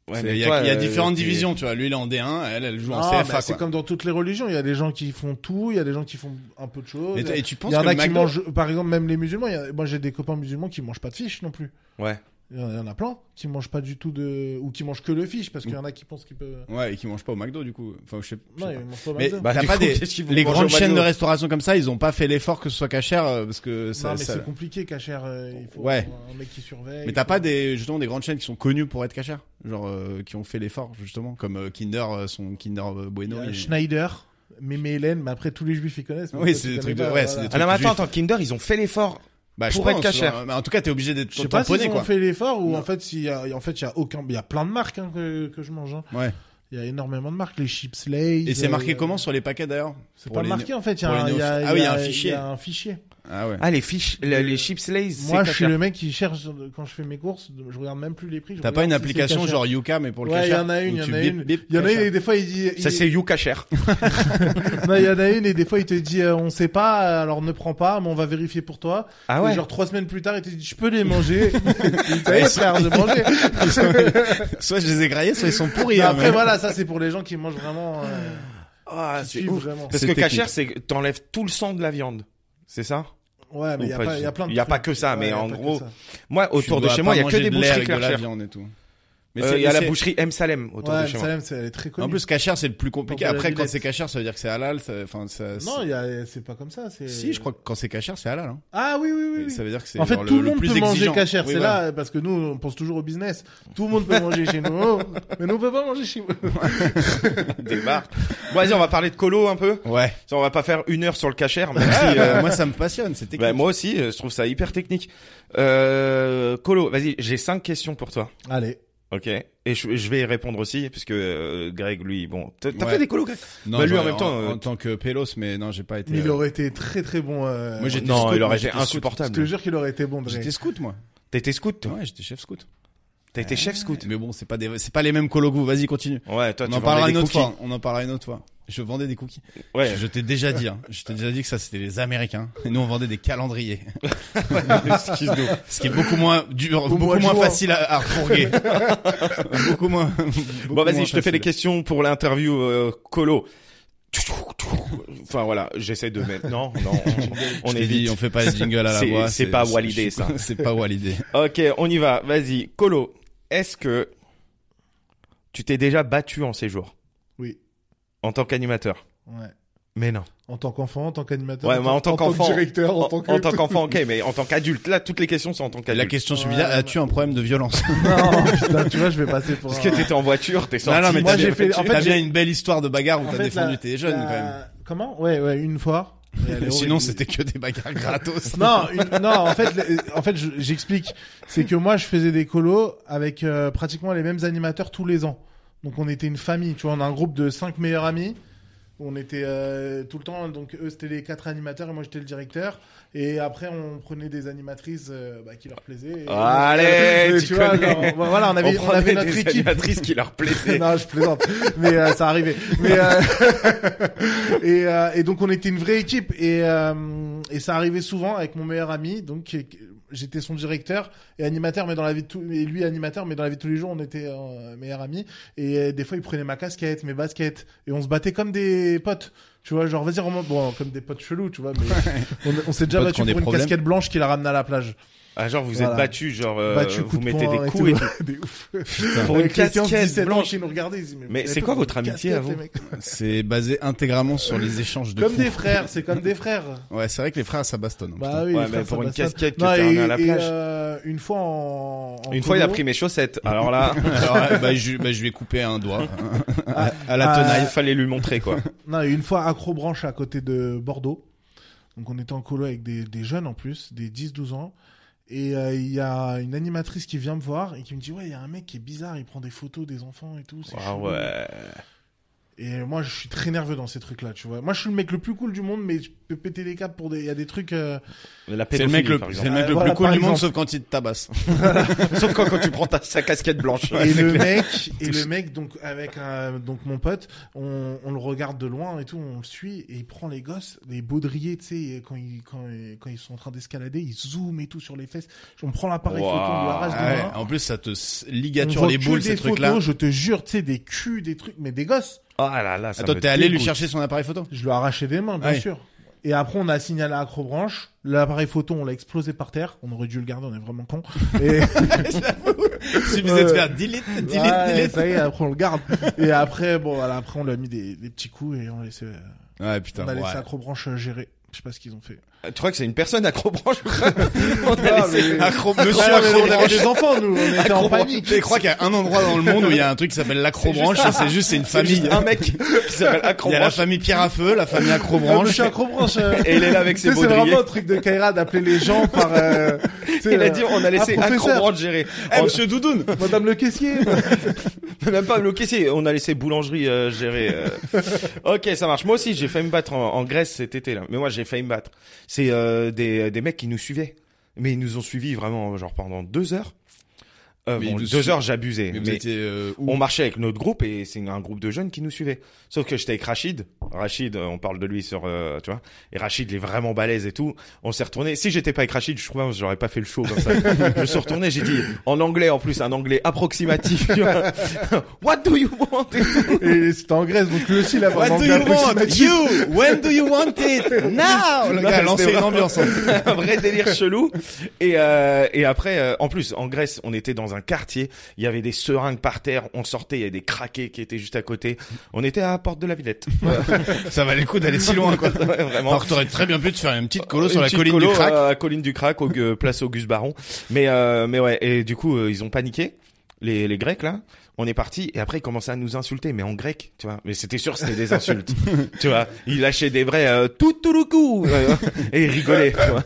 Ouais,
C'est-
mais
Il y a-
toi,
il y a
euh,
différentes
t'es-
divisions, tu vois. Lui, il est en D1, elle, elle joue en
Non,
CFA,
mais Ah, bah, c'est
quoi.
comme dans toutes les religions. Il y a des gens qui font tout, il y a des gens qui font un peu de choses.
Et t- et tu penses
il y en
que
a
le
qui
McDo-
mangent, par exemple, même les musulmans. il y a- moi, j'ai des copains musulmans qui mangent pas de fiche non plus.
Ouais.
Il y en il y en a plein qui mangent pas du tout de, ou qui mangent que le fiche parce qu'il y en a qui pensent qu'ils peuvent.
Ouais, et qui mange pas au McDo, du coup. Enfin, je sais je sais
Non,
pas.
ils mangent pas au
Mais
McDo.
Bah,
t'as
du
pas
coup,
des
qu'est-ce qu'ils vont
les
manger au
grandes
McDo
chaînes de restauration comme ça, ils ont pas fait l'effort que ce soit cachère euh, parce que ça.
non, mais
ça-
c'est compliqué cachère. euh, Il faut
Ouais.
un mec qui surveille.
Mais t'as pas des justement des grandes chaînes qui sont connues pour être cachères, genre euh, qui ont fait l'effort justement, comme euh, Kinder, euh, son Kinder euh,
Il y
Bueno.
a
il-
Schneider, Mémé Hélène, mais après tous les juifs ils connaissent. mais
Oui,
toi, tu
c'est des
connais
trucs de-
pas,
ouais,
voilà.
c'est des
Ah non, mais attends, attends, Kinder, ils ont fait l'effort.
Bah, je
pour être
pense,
cachère.
euh, mais en tout cas, t'es obligé d'être
Je sais pas si
tamponné,
ils ont
quoi.
fait l'effort ou
Non.
en fait s'il y a en fait il y a aucun il y a plein de marques hein, que, que je mange hein.
Ouais.
Il y a énormément de marques les chips Lay's.
Et c'est
euh, euh,
marqué comment sur les paquets d'ailleurs
C'est
Pour
pas
les-
marqué en fait, il y
pour
a,
les
un- il y a-
néophytes. Ah oui, il y a un
il
fichier.
il y a un fichier.
Ah ouais.
Ah, les fiches, les, les chips Lay's, c'est
Moi je suis
cachère.
le mec qui cherche sur- quand je fais mes courses, je regarde même plus les prix. je
T'as pas
regarde
une
si c'est
application
caché.
genre Yuka mais pour le
Ouais, il y
cachère
en a une,
où
il y en
tu
a
bip,
une.
bip,
Il y en a une
cachère.
et des fois il dit
Ça,
il-
c'est you cachère.
Non, il y en a une et des fois il te dit euh, on sait pas alors ne prends pas mais on va vérifier pour toi.
Ah
Et
ouais.
Genre trois semaines plus tard il te dit je peux les manger.
Eh,
Ça y est frère, je mangeais.
Soit je les ai graillés, soit ils sont pourris.
Mais
hein,
après
mais-
voilà, ça c'est pour les gens qui mangent vraiment euh,
Ah,
qui
c'est
suivent
ouf.
vraiment.
Parce
C'est
que
technique.
cachère, c'est que t'enlèves tout le sang de la viande. C'est ça?
Ouais, mais il y a
Ou pas
pas il y a
du-
plein de
y a pas
trucs.
que ça, mais
y a
en
pas que
gros,
ça.
Moi,
Tu
autour de
dois
chez
pas
moi, il y a que
manger
des
de lait
boucheries
avec de la
cachères.
viande et tout. Mais
Euh,
c'est-
Il y a la
c'est-
boucherie M Salem autour
Ouais,
de chez moi.
Salem, c'est- elle est très connue.
En plus, cachère, c'est le plus compliqué.
Pour de la
Après, quand
villette.
c'est cachère, ça veut dire que c'est halal. ça- Enfin, ça.
non, il y a- c'est pas comme ça, c'est
Si, je crois que quand c'est cachère, c'est halal. Hein.
Ah oui oui oui.
Et
oui.
Ça veut dire que c'est
En fait,
genre
tout le,
le
monde
plus
peut manger
exigeant.
cachère.
Oui,
c'est
voilà.
là, parce que nous, on pense toujours au business. Tout le monde peut manger chez nous, mais nous, on peut pas manger chez nous.
Des marques. Bon, vas-y, on va parler de colo un peu.
Ouais.
Ça, On va pas faire une heure sur le cachère, même si,
Ah,
euh,
bah, moi, ça me passionne. C'est technique.
bah, moi aussi, euh, je trouve ça hyper technique. Euh, colo, vas-y, j'ai cinq questions pour toi.
Allez.
Ok. Et je, je vais y répondre aussi, puisque euh, Greg, lui, bon, t'as t'as
Ouais.
fait des colos, Greg
non,
bah, lui, en
j'aurais-
même temps, euh,
en tant que Pélos, mais non, j'ai pas été.
Mais il
euh,
aurait été très très bon. euh,
Moi, j'étais
Non,
scout,
il aurait
moi,
été
j'étais scout.
Je te
insupportable.
jure qu'il aurait été bon, Dre.
J'étais scout, moi.
T'étais scout, toi.
Ouais, j'étais chef scout.
T'as été chef scout.
Mais bon, c'est pas des, c'est pas les mêmes colos que vous. Vas-y, continue.
Ouais, toi,
On
tu
en
vendais
parlera
des
une autre
cookies.
fois. On en parlera une autre fois. Je vendais des cookies.
Ouais.
Je t'ai déjà dit, hein. Je t'ai déjà dit que ça c'était les Américains. Et nous on vendait des calendriers.
Excuse-nous.
Ce qui est beaucoup moins dur, beaucoup
moins
moins
jouant.
facile à, à refourguer. beaucoup moins.
Bon, vas-y, je te fais des questions pour l'interview euh, colo. Enfin voilà, j'essaie de mettre. Non, non, on, on
On est
évite.
dit, on fait pas les jingles à la
C'est-
voix.
c'est pas validé,
c'est-
ça.
C'est pas validé.
Ok, on y va. Vas-y, Colo. Est-ce que tu t'es déjà battu en séjour
Oui.
en tant qu'animateur
Ouais.
Mais non.
En tant qu'enfant, en tant qu'animateur.
Ouais, mais en tant qu'enfant-
que directeur, en tant que.
qu'enfant, ok, mais en tant qu'adulte, là, toutes les questions sont en tant
La
qu'adulte.
question
Ouais,
suivante,
ouais.
as-tu un problème de violence
Non, putain, tu vois, je vais passer pour.
Parce
un-
que t'étais en voiture, t'es sorti.
Non, non, mais
Moi,
t'as-
j'ai fait- en fait,
t'as bien
j'ai-
une belle histoire de bagarre où
En
t'as
fait,
défendu
la-
tes jeunes
la-
quand même.
Comment Ouais, ouais, une fois. Et elle est
Sinon
horrible.
c'était que des bagarres gratos.
Non, une- non, en fait, le- en fait, je- j'explique. C'est que moi, je faisais des colos avec euh, pratiquement les mêmes animateurs tous les ans. Donc, on était une famille, tu vois. On a un groupe de cinq meilleurs amis. On était euh, tout le temps, donc eux c'était les quatre animateurs et moi j'étais le directeur. Et après on prenait des animatrices euh, bah, qui leur plaisaient. Et-
Allez, tu
vois,
connais.
genre, on- voilà, on avait, on
prenait
avait notre
des
équipe.
animatrices qui leur plaisait.
non, je plaisante, mais euh, ça arrivait. Mais, euh, et, euh, et donc on était une vraie équipe et, euh, et ça arrivait souvent avec mon meilleur ami. Donc qui- qui- j'étais son directeur et animateur, mais dans la vie de tous- et lui animateur, mais dans la vie de tous les jours on était euh, meilleur ami. Et euh, des fois il prenait ma casquette, mes baskets et on se battait comme des potes. Tu vois, genre vas-y remonte, bon comme des potes chelous, tu vois, mais on, on s'est déjà
Potes
battu
qui
pour
ont des
une
problèmes.
casquette blanche qu'il a ramenée à la plage.
Ah, genre, vous
Voilà.
êtes battus, genre, euh,
Battu, coup
vous
de
mettez
poing
des
et
coups et
tout.
tout.
Des ouf.
Pour une
Avec les 15,
casquette
17 ans,
blanche.
ils nous regardaient. ils disaient,
Mais
vous
c'est
avez
quoi
pas
votre
une
amitié
casquette,
à vous
les mecs
C'est basé intégralement sur les échanges de
Comme
coups.
des frères, c'est comme des frères.
Ouais, c'est vrai que les frères, ça bastonne. hein, putain.
Bah oui,
Ouais,
les frères,
mais pour
ça
une
passe ça.
casquette que
Non,
t'as
et-
ramenée à la
et,
plage.
euh, une fois en, en
Une fois, il a
colo,
pris mes chaussettes. Alors là,
Alors, ouais, bah, je, bah, je lui ai coupé un doigt à, à la
Ah.
tenaille.
il fallait lui montrer, quoi.
Non, et une fois à Crobranche à côté de Bordeaux. Donc on était en colo avec des, des jeunes en plus, des 10-12 ans. Et euh, il y a une animatrice qui vient me voir et qui me dit ouais il y a un mec qui est bizarre, il prend des photos des enfants et tout. c'est
Ah
chelou.
ouais.
Et moi je suis très nerveux dans ces trucs là, tu vois. Moi je suis le mec le plus cool du monde, mais je peux péter les câbles pour des, il y a des trucs. euh,
La
C'est le mec le,
pédophilie, par
c'est le,
exemple.
mec
Euh,
le
voilà,
plus cool
par
du monde,
exemple.
sauf quand il te tabasse.
Sauf quand, quand tu prends ta, sa casquette blanche.
et le mec, et le mec, donc avec un, donc mon pote, on, on le regarde de loin et tout, on le suit et il prend les gosses, les baudriers, tu sais, quand ils quand, ils- quand ils sont en train d'escalader, ils zooment et tout sur les fesses. On prend l'appareil
Waouh,
photo, on lui arrache
Ah
des
ouais,
mains.
en plus, ça te s-
On
ligature
voit
les
que
boules,
des
ces
photos,
trucs-là.
Je te jure, tu sais, des culs, des trucs, mais des gosses.
Ah là là, ça
Attends,
me
t'es allé lui
dégoûte.
chercher son appareil photo
Je lui ai arraché des mains, bien
Ouais.
sûr. Et après, on a signalé à Acrobranche. L'appareil photo, on l'a explosé par terre. On aurait dû le garder, on est vraiment con. Et...
Il suffisait de
Ouais.
faire delete, delete,
Ouais,
delete.
Ça y est, après on le garde. et après, bon, voilà, après on lui a mis des, des petits coups et on, a laissé-
Ouais,
on
putain,
a laissé
ouais.
Acrobranche euh, gérer. Je sais pas ce qu'ils ont fait.
Tu crois que c'est une personne accrobranche On a
Ah,
laissé-
mais-
accro-
Monsieur
Ah, mais on
Accrobranche.
avait des enfants, nous, on était en
Accrobranche.
panique.
Je crois qu'il y a un endroit dans le monde où il y a un truc qui s'appelle l'accrobranche, et c'est juste, c'est une
C'est
famille.
juste un mec qui s'appelle
Il y a la
accrobranche.
famille Pierre à Feu, la famille
Accrobranche. Je
accrobranche.
suis Accrobranche. euh,
Et il est là avec
tu
ses
sais, c'est
baudriers.
vraiment un truc de Kaira d'appeler les gens par. euh, tu sais,
Il a
euh,
dit, on a laissé
ah, professeur,
accrobranche gérer.
Eh, monsieur Doudoune!
Madame le caissier.
On n'a même pas bloqué, c'est- on a laissé boulangerie euh, gérer. euh. ok, ça marche. Moi aussi, j'ai failli me battre en, en Grèce cet été là. Mais moi, j'ai failli me battre. C'est euh, des, des mecs qui nous suivaient, mais ils nous ont suivis vraiment genre pendant deux heures. Euh,
Mais
bon,
ils vous
deux
suivent-
heures, j'abusais.
Mais vous
mais-
étiez, euh, où
on marchait avec notre groupe et c'est un groupe de jeunes qui nous suivaient. Sauf que j'étais avec Rachid. Rachid, euh, on parle de lui sur, euh, tu vois. Et Rachid, il est vraiment balèze et tout. On s'est retourné. Si j'étais pas avec Rachid, je crois que j'aurais pas fait le show comme ça. je me suis retourné, j'ai dit en anglais en plus, un anglais approximatif. tu vois. What do you want? Et tout.
Et c'était en Grèce, donc lui aussi, il avait un
What do
anglais
you want?
approximatif.
You! When do you want it? Now! Le
Non,
gars a
mais
lancé
c'était
une ambiance. hein.
un vrai délire chelou. Et, euh, et après, euh, en plus, en Grèce, on était dans un quartier. Il y avait des seringues par terre. On sortait, il y avait des craqués qui étaient juste à côté. On était à la porte de la Villette.
Ça valait le coup d'aller si loin, quoi.
Ouais, vraiment.
Alors que t'aurais très bien pu te faire une petite colo sur
Une
la
petite
colline
colo,
du crack.
euh, à la colline du crack, au, euh, place Auguste Baron. Mais euh, mais ouais, et du coup, euh, ils ont paniqué. Les, les Grecs là, on est parti et après ils commençaient à nous insulter, mais en grec, tu vois. Mais c'était sûr, c'était des insultes, tu vois. Ils lâchaient des vrais euh, tout tout le coup euh, et ils rigolaient, tu vois.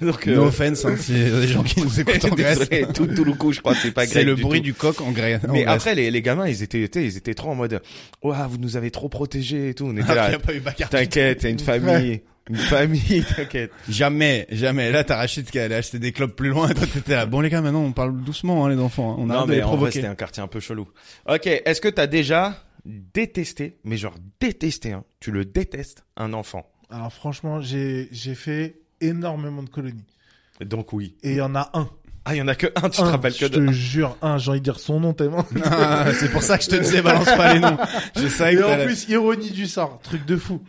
Donc euh,
No offense, hein, s'il y a des gens qui nous écoutent en Grèce.
désolé, tout tout le coup, je crois, que c'est pas grec.
C'est le
du
bruit
tout.
du coq en Grèce. en
Mais
Grèce.
après les, les gamins, ils étaient, étaient- ils étaient trop en mode, ouah, vous nous avez trop protégés et tout. On était
Ah, il y
là,
a pas eu Bacard.
t'inquiète, t'as une famille, une famille, t'inquiète.
Jamais, jamais. Là, t'as Rachid qui allait acheter des clopes plus loin. Et toi, t'étais là. Bon, les gars, maintenant, on parle doucement, hein, les enfants. hein. On a
non,
de
mais
les
en vrai,
provoquer.
c'était un quartier un peu chelou. Ok, est-ce que t'as déjà détesté, mais genre détesté, hein, tu le détestes, un enfant
Alors franchement, j'ai j'ai fait énormément de colonies.
Donc oui.
Et il y en a un.
Ah, il y en a que un, tu te
Un,
rappelles
je
que deux.
te jure, un, j'ai envie de dire son nom tellement.
Ah, c'est pour ça que je te disais, balance pas les noms. Je savais que
Et en
t'allais-
plus, ironie du sort, truc de fou.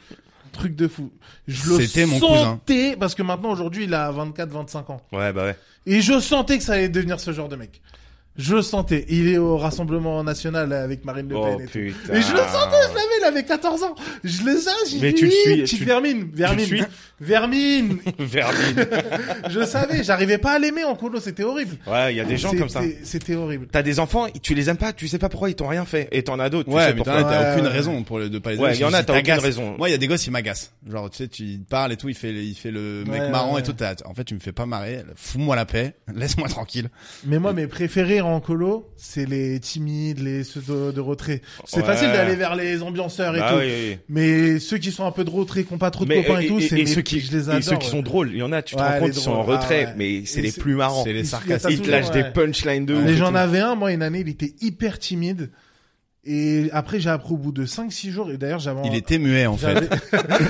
Truc de fou. Je le
C'était mon
sentais, parce que maintenant, aujourd'hui, il a 24, 25 ans.
Ouais, bah ouais.
Et je sentais que ça allait devenir ce genre de mec. Je le sentais. Il est au Rassemblement National avec Marine Le Pen
Oh
et tout.
putain.
Et je le sentais, je l'avais, il avait 14 ans. Je l'ai ça, j'ai
Mais
dit,
tu le
oui,
suis,
petite
tu-
vermine, vermine,
suis
vermine.
Vermine.
je savais, j'arrivais pas à l'aimer en colo, c'était horrible.
Ouais, il y a des gens comme ça.
C'était- C'était horrible.
T'as des enfants, tu les aimes pas, tu sais pas pourquoi ils t'ont rien fait. Et t'en as d'autres, tu
Ouais,
sais
mais t'en
pourquoi.
as, t'as
Ouais,
aucune
ouais.
raison pour le, de pas les
euh, Ouais,
aimer,
il y en
parce
a,
qu'ils
t'as aucune
t'agacent.
raison.
Moi, il y a des gosses, ils m'agacent. Genre, tu sais, tu il parle et tout, il fait, il fait le mec
Ouais,
marrant
ouais,
et tout. t'as- En fait, tu me fais pas marrer. Fous-moi la paix. Laisse-moi tranquille.
Mm.
Mais moi, mes préférés pire en colo, c'est les timides, les ceux de, de retrait. C'est
Ouais.
facile d'aller vers les ambianceurs et
Bah
tout.
oui, oui,
Mais ceux qui sont un peu de retrait, qui n'ont pas trop de
Mais,
copains
euh,
et, tout, c'est
et
les-
ceux qui,
je les
et
adore.
ceux qui
ouais.
sont drôles, il y en a, tu te
Ouais,
rends
les
compte, ils sont en
drôles, ah
retrait,
ouais.
mais c'est
Et
les
c'est-
plus marrants.
c'est les
il y a ça
sarcasmes.
Ils te lâchent
ouais.
des punchlines de
Mais
ouf.
j'en avais un, moi, une année, il était hyper timide. Et après, j'ai appris au bout de 5-6 jours, et d'ailleurs,
Oh.
j'avais un-
Il était muet en fait.
j'avais-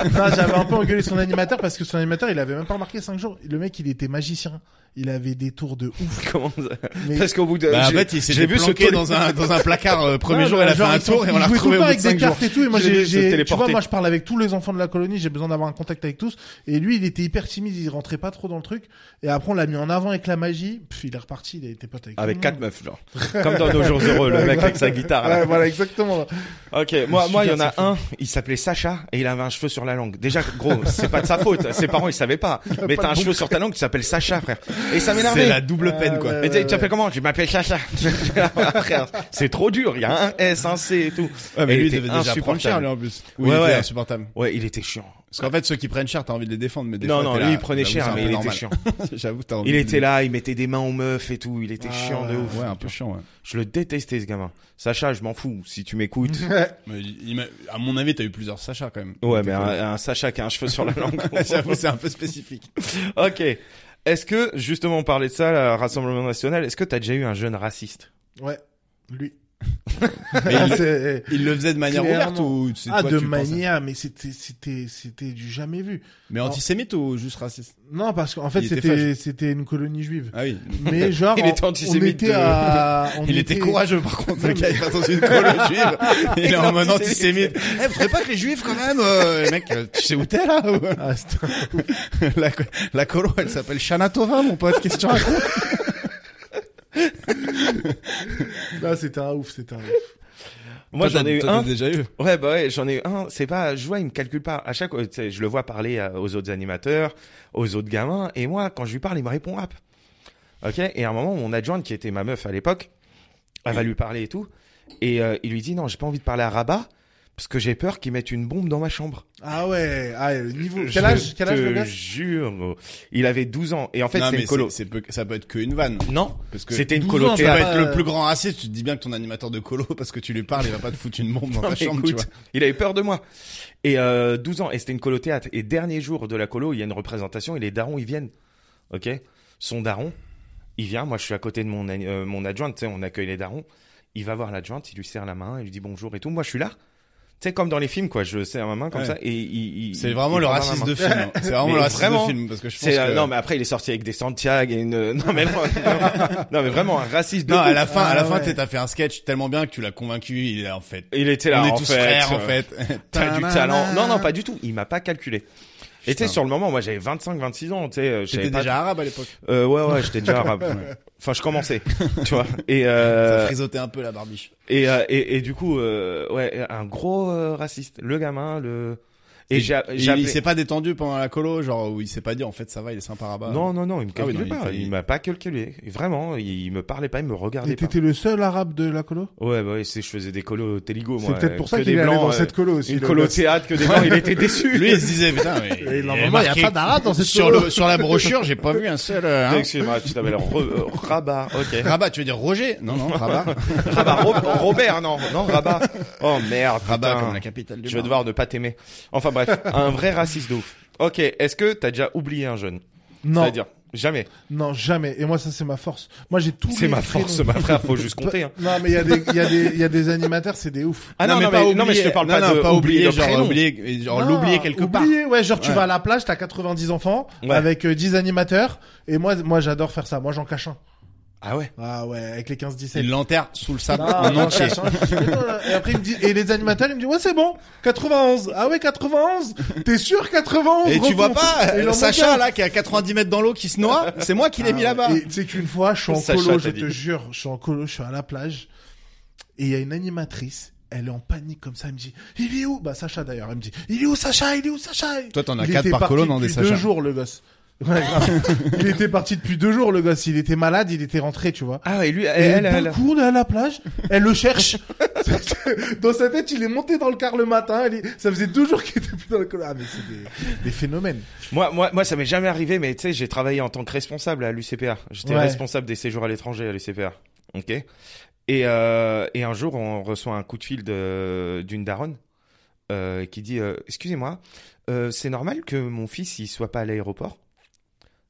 Non, j'avais un peu engueulé son animateur parce que son animateur, il avait même pas remarqué 5 jours. Le mec, il était magicien. Il avait des tours de ouf.
Comment ça
Mais
Parce qu'au bout de.
Bah, en
j'ai-
fait, il
j'ai
s'est
vu ce
planqué
truc-
dans un, dans un placard, euh, premier
Ouais,
jour, elle a fait
genre,
un
ils sont-
tour et on
ils jouaient
l'a
tout
retrouvé
le
au
temps
bout de
avec des
cinq jours.
cartes et tout. Et moi,
Je l'ai
j'ai,
vu se
j'ai- tu vois,
téléporter.
moi, je parle avec tous les enfants de la colonie. J'ai besoin d'avoir un contact avec tous. Et lui, il était hyper timide. Il rentrait pas trop dans le truc. Et après, on l'a mis en avant avec la magie. Puis il est reparti. Il a été pote avec.
Avec
tout le
quatre
monde.
meufs, genre. Comme dans Nos Jours Heureux, le mec avec sa guitare. là.
Ouais, voilà, exactement.
Ok, moi, moi, il y en
Super,
a un, il s'appelait Sacha et il avait un cheveu sur la langue. Déjà, gros, c'est pas de sa faute. Ses parents, ils savaient pas. Mais t'as un cheveu sur ta langue, tu t'appelles Sacha, frère. Et ça m'énervait.
C'est la double peine, quoi.
ouais.
Mais tu sais, tu t'appelles comment Je m'appelle Sacha. frère, c'est trop dur. Il y a un S, un C et tout.
Ouais, mais lui,
Et il
il
était
devait déjà prendre cher,
insupportable.
lui, en plus.
Ouais,
ouais, il
ouais.
était insupportable.
Ouais, il était chiant.
Parce qu'en fait, ceux qui prennent cher, t'as envie de les défendre, mais des
non,
fois,
non,
t'es
lui,
là,
il prenait
j'avoue,
cher,
c'est un
mais
peu
il
normal.
était chiant.
J'avoue, t'as envie
Il
de-
était là, il mettait des mains aux meufs et tout. Il était
Ah,
chiant de ouf.
Ouais, un peu chiant, ouais.
Je le détestais, ce gamin. Sacha, je m'en fous. Si tu m'écoutes.
Mais il m'a- à mon avis, t'as eu plusieurs Sacha, quand même.
Ouais, mais un, un Sacha qui a un cheveu sur la langue.
J'avoue, c'est un peu spécifique.
Ok. Est-ce que, justement, on parlait de ça, le Rassemblement National, est-ce que t'as déjà eu un jeune raciste
Ouais. Lui.
Mais
Ah,
il,
c'est-
il le faisait de manière
Clairement.
ouverte ou c'est
Ah,
toi,
de
tu pensais
manière, mais c'était, c'était, c'était du jamais vu.
Mais antisémite ou juste raciste
Non, parce qu'en fait,
Il était
c'était, c'était une colonie juive.
Ah oui.
Mais genre,
Il était
on-
antisémite
on était
de-
à, on
Il était courageux par contre, le gars, il va dans une colo juive, il est en mode antisémite. Eh, vous trouvez pas que les juifs quand même, euh, mec, euh, tu sais où t'es là ou- euh,
Ah, c'était-
la, co- la colo, elle s'appelle Shanatova, mon pote, qu'est-ce que tu racontes
ah, c'était un ouf, c'était un ouf.
Moi, j'en ai eu
Toi, t'as
un.
déjà eu.
Ouais, bah ouais, j'en ai eu un. C'est pas, je vois, il me calcule pas. À chaque, tu sais, je le vois parler à- aux autres animateurs, aux autres gamins, et moi, quand je lui parle, il me répond rap. Ok. Et à un moment, mon adjointe, qui était ma meuf à l'époque, elle va lui parler et tout, et euh, il lui dit non, j'ai pas envie de parler à Rabat. Parce que j'ai peur qu'il mette une bombe dans ma chambre.
Ah ouais, ah, le niveau.
Je
Quel âge, quel âge
te
le gars
jure, gros. Il avait 12 ans. Et en fait,
Non,
c'est
mais
une colo.
c'est- c'est peu- ça peut être qu'une vanne.
Non,
Parce que
c'était une
12 ans,
colo
ça
tu peux
va
théâtre.
être le plus grand raciste, tu te dis bien que ton animateur de colo, parce que tu lui parles, il va pas te foutre une bombe dans
Non,
ta
mais
chambre, tu
écoute,
vois.
Il avait peur de moi. Et euh, 12 ans, et c'était une colo théâtre. Et dernier jour de la colo, il y a une représentation et les darons, ils viennent. Ok Son daron, il vient. Moi, je suis à côté de mon, euh, mon adjointe, tu sais, on accueille les darons. Il va voir l'adjointe, il lui serre la main, il lui dit bonjour et tout. Moi, je suis là. Tu sais, comme dans les films, quoi. Je serre ma main comme
Ouais.
ça et il. il-
C'est
il-
vraiment
il
le
prend ma
racisme
main.
de film. hein. C'est vraiment
Mais
le racisme de
vraiment,
film, parce que je pense
C'est, euh,
que...
Non, mais après, il est sorti avec des Santiago et une. Non, mais non, non, mais vraiment, un raciste de.
Non, à
ouf.
la fin, à la
Ah
fin,
ouais.
t'es- t'as fait un sketch tellement bien que tu l'as convaincu, il est en fait.
Il était là,
on est
en
tous
fait,
frères, en
euh,
fait.
T'as du
Ta-na-na.
talent. Non, non, pas du tout. Il m'a pas calculé. Et tu
Putain.
sais, sur le moment, moi, j'avais 25, 26 ans, tu sais, euh, je
J'étais
savais pas-
déjà arabe à l'époque.
Euh, ouais, ouais, j'étais déjà arabe. Enfin, je commençais, tu vois. Et,
Ça
euh,
frisottait un peu la barbiche.
et, euh, et, et du coup, euh, ouais, un gros euh, raciste. Le gamin, le... Et j'ai
Et
j'ai
il- il
appelé...
s'est pas détendu pendant la colo, genre où il s'est pas dit en fait ça va, il est sympa rabat.
Non, non, non, il me
Ah oui,
calculait
non, il
pas.
était-
Il m'a pas calculé. Vraiment, il, il me parlait pas, il me regardait
Et
pas.
t'étais le seul arabe de la colo
Ouais, bah ouais, c'est, je faisais des colos téligo, moi.
C'est peut-être pour
euh,
ça
que
qu'il
des
est allé
blancs,
dans
euh,
cette colo aussi.
Une
le
colo
gosse.
théâtre que des blancs, il était déçu.
Lui, il se disait putain mais.
Et
il
normalement, il
marqué-
y a pas d'arabe dans cette
Sur
colo.
le sur la brochure, j'ai pas vu un seul. euh, hein.
Excuse-moi, tu t'appelles Re- euh, Rabat, ok.
Rabat, tu veux dire Roger Non non, Rabat.
Rabat, Ro- Robert, non, non, Rabat. Oh merde,
Rabat
putain.
comme la capitale du.
Je vais
Maroc.
devoir ne pas t'aimer. Enfin bref, un vrai raciste de ouf. Ok, est-ce que t'as déjà oublié un jeune
Non,
C'est-à-dire, jamais.
non, jamais. Et moi, ça, c'est ma force. Moi, j'ai tout.
C'est ma force, ma frère, faut juste compter. Hein.
Non, mais il y a des, il y a des, il y a des animateurs, c'est des ouf.
Ah non, non, mais,
pas
non, mais je te
oublier-
parle
non,
pas
non,
de
pas oublier,
oublier de
genre
prénom.
oublier, genre
Non,
l'oublier quelque part.
oublier, ouais, genre tu
Ouais.
vas à la plage, t'as 90 enfants
Ouais.
avec euh, 10 animateurs et moi moi j'adore faire ça. Moi j'en cache un.
Ah ouais.
Ah ouais, avec les 15 17.
Il l'enterre sous le sable
Non,
en
j'en
entier.
cache un. Et après il me dit et les animateurs ils me disent "Ouais, c'est bon. 91. Ah ouais, 91. T'es sûr 91
Et tu
recompte.
vois
Et
pas
il en
euh,
manque
Sacha
un.
là qui est à 90 mètres dans l'eau qui se noie C'est moi qui l'ai
Ah
mis
ouais.
là-bas.
Et tu sais qu'une fois, je suis en
Sacha,
colo,
t'as
je
dit.
te jure, je suis en colo, je suis à la plage et il y a une animatrice elle est en panique comme ça, elle me dit "Il est où Bah Sacha d'ailleurs, elle me dit "Il est où Sacha Il est où Sacha
Toi, t'en as
Il
quatre
était
par
parti
colonne, hein, des
depuis
Sacha.
deux jours, le gosse. Ouais, grave. il était parti depuis deux jours, le gosse. Il était malade, il était rentré, tu vois.
Ah et lui,
Et
elle, elle,
d'un
elle.
coup, on est à la plage, elle le cherche. dans sa tête, il est monté dans le car le matin. elle est- Ça faisait deux jours qu'il était plus dans le car. Ah, mais c'est des, des phénomènes.
Moi, moi, moi, ça m'est jamais arrivé, mais tu sais, j'ai travaillé en tant que responsable à l'UCPA. J'étais
Ouais.
responsable des séjours à l'étranger à l'UCPA. Ok. Et, euh, et un jour, on reçoit un coup de fil de- d'une daronne euh, qui dit euh, Excusez-moi, euh, c'est normal que mon fils il soit pas à l'aéroport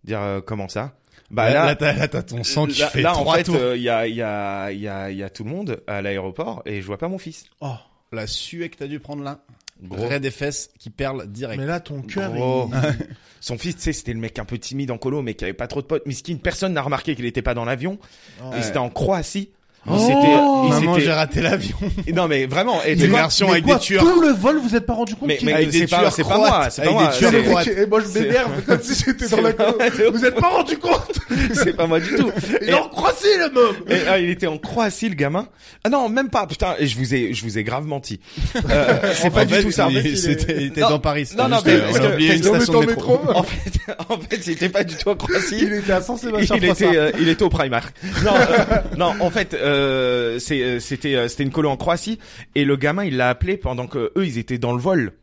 Dire euh, comment ça Bah
là,
là,
là, t'as- là, t'as ton sang qui
là-
fait
là, en
trois
fait,
tours.
euh, il y a, il y a, il y a, il y a tout le monde à l'aéroport et je vois pas mon fils.
Oh, la suée que t'as dû prendre là.
Gros.
Raid des fesses qui perle direct.
Mais là, ton cœur,
Gros.
il-
Son fils, tu sais, c'était le mec un peu timide en colo, mais qui avait pas trop de potes. Miskin, personne n'a remarqué qu'il était pas dans l'avion.
Ah.
Il était en Croatie. Il
Oh.
s'était- il
Maman,
s'était-
j'ai raté l'avion.
Non, mais vraiment. Et
Il
tu
est
vois,
version
Mais
avec
quoi,
des tueurs.
Tout le vol, vous êtes pas rendu compte
Mais-
qu'il
mais-
avec des
c'est pas-
tueurs
c'est pas moi,
croates,
c'est pas
avec
moi,
des tueurs
c'est-
croates.
Et moi, je m'énerve comme si j'étais dans la cour. Vous êtes pas rendu compte
c'est pas moi du tout.
Il
Et-
est en Croatie, le môme
Et, ah, il était en Croatie, le gamin. Ah non, même pas. Putain, et je vous ai, je vous ai grave menti. Euh, c'est pas
En fait,
du tout ça. En
il-
fait, il est-
c'était- il était
Non,
dans Paris.
non,
C'était
non,
juste,
mais
euh,
parce
on a
que-
oublié une
parce que l'on
station
est
de
en
métro.
métro.
en fait, en fait, il était pas du tout en Croatie.
Il était à Saint-Sébastien.
Il
Froissart.
était, euh, il était au Primark. Non, euh, non, en fait, euh, c'est, euh, c'était, euh, c'était une colo en Croatie et le gamin, il l'a appelé pendant que eux, ils étaient dans le vol.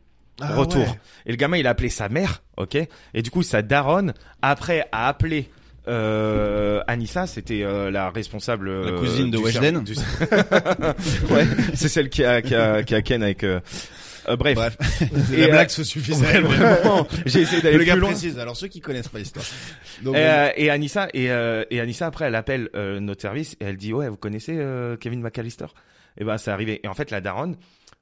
Ah
retour.
ouais.
Et le gamin, il a appelé sa mère, ok. Et du coup, sa daronne après a appelé. Euh, Anissa, c'était euh, la responsable,
La
euh,
cousine de
du
Weshden.
service- du- ouais, c'est celle qui a, qui a, qui a Ken avec. euh, euh, bref,
Bref,
Et,
la
euh,
blague se suffisait.
vraiment, j'ai essayé d'aller
Le
plus
gars
loin.
précise, alors ceux qui connaissent pas l'histoire. Donc,
Et,
euh,
euh, et Anissa et, euh, et Anissa après elle appelle euh, notre service et elle dit ouais vous connaissez euh, Kevin McAllister et ben c'est arrivé et en fait la daronne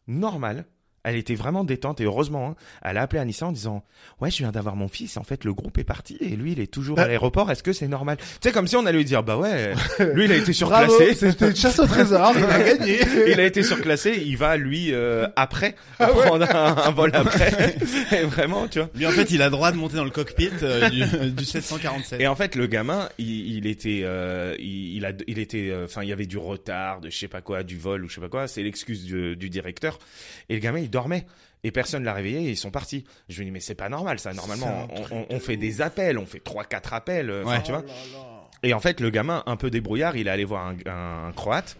normale elle était vraiment détente et heureusement hein, elle a appelé Anissa en disant ouais je viens d'avoir mon fils en fait le groupe est parti et lui il est toujours
Bah
à l'aéroport est-ce que c'est normal tu sais comme si on allait lui dire bah ouais lui il a été
Bravo,
surclassé
c'était une chasse au trésor, il a gagné.
il a été surclassé il va lui euh, après
Ah
prendre un, un vol après et vraiment tu vois
lui, en fait, il a droit de monter dans le cockpit euh, du, du 747.
Et en fait, le gamin, il, il était, euh, il, il a, il était, euh, enfin, il y avait du retard, de je sais pas quoi, du vol ou je sais pas quoi. C'est l'excuse du, du directeur. Et le gamin, il dormait. Et personne l'a réveillé et ils sont partis. Je lui dis mais c'est pas normal ça. Normalement
C'est un
on,
truc
on- on fait des appels, on fait trois quatre appels, euh, enfin,
Ouais.
tu vois. Et en fait le gamin un peu débrouillard, il est allé voir un, un croate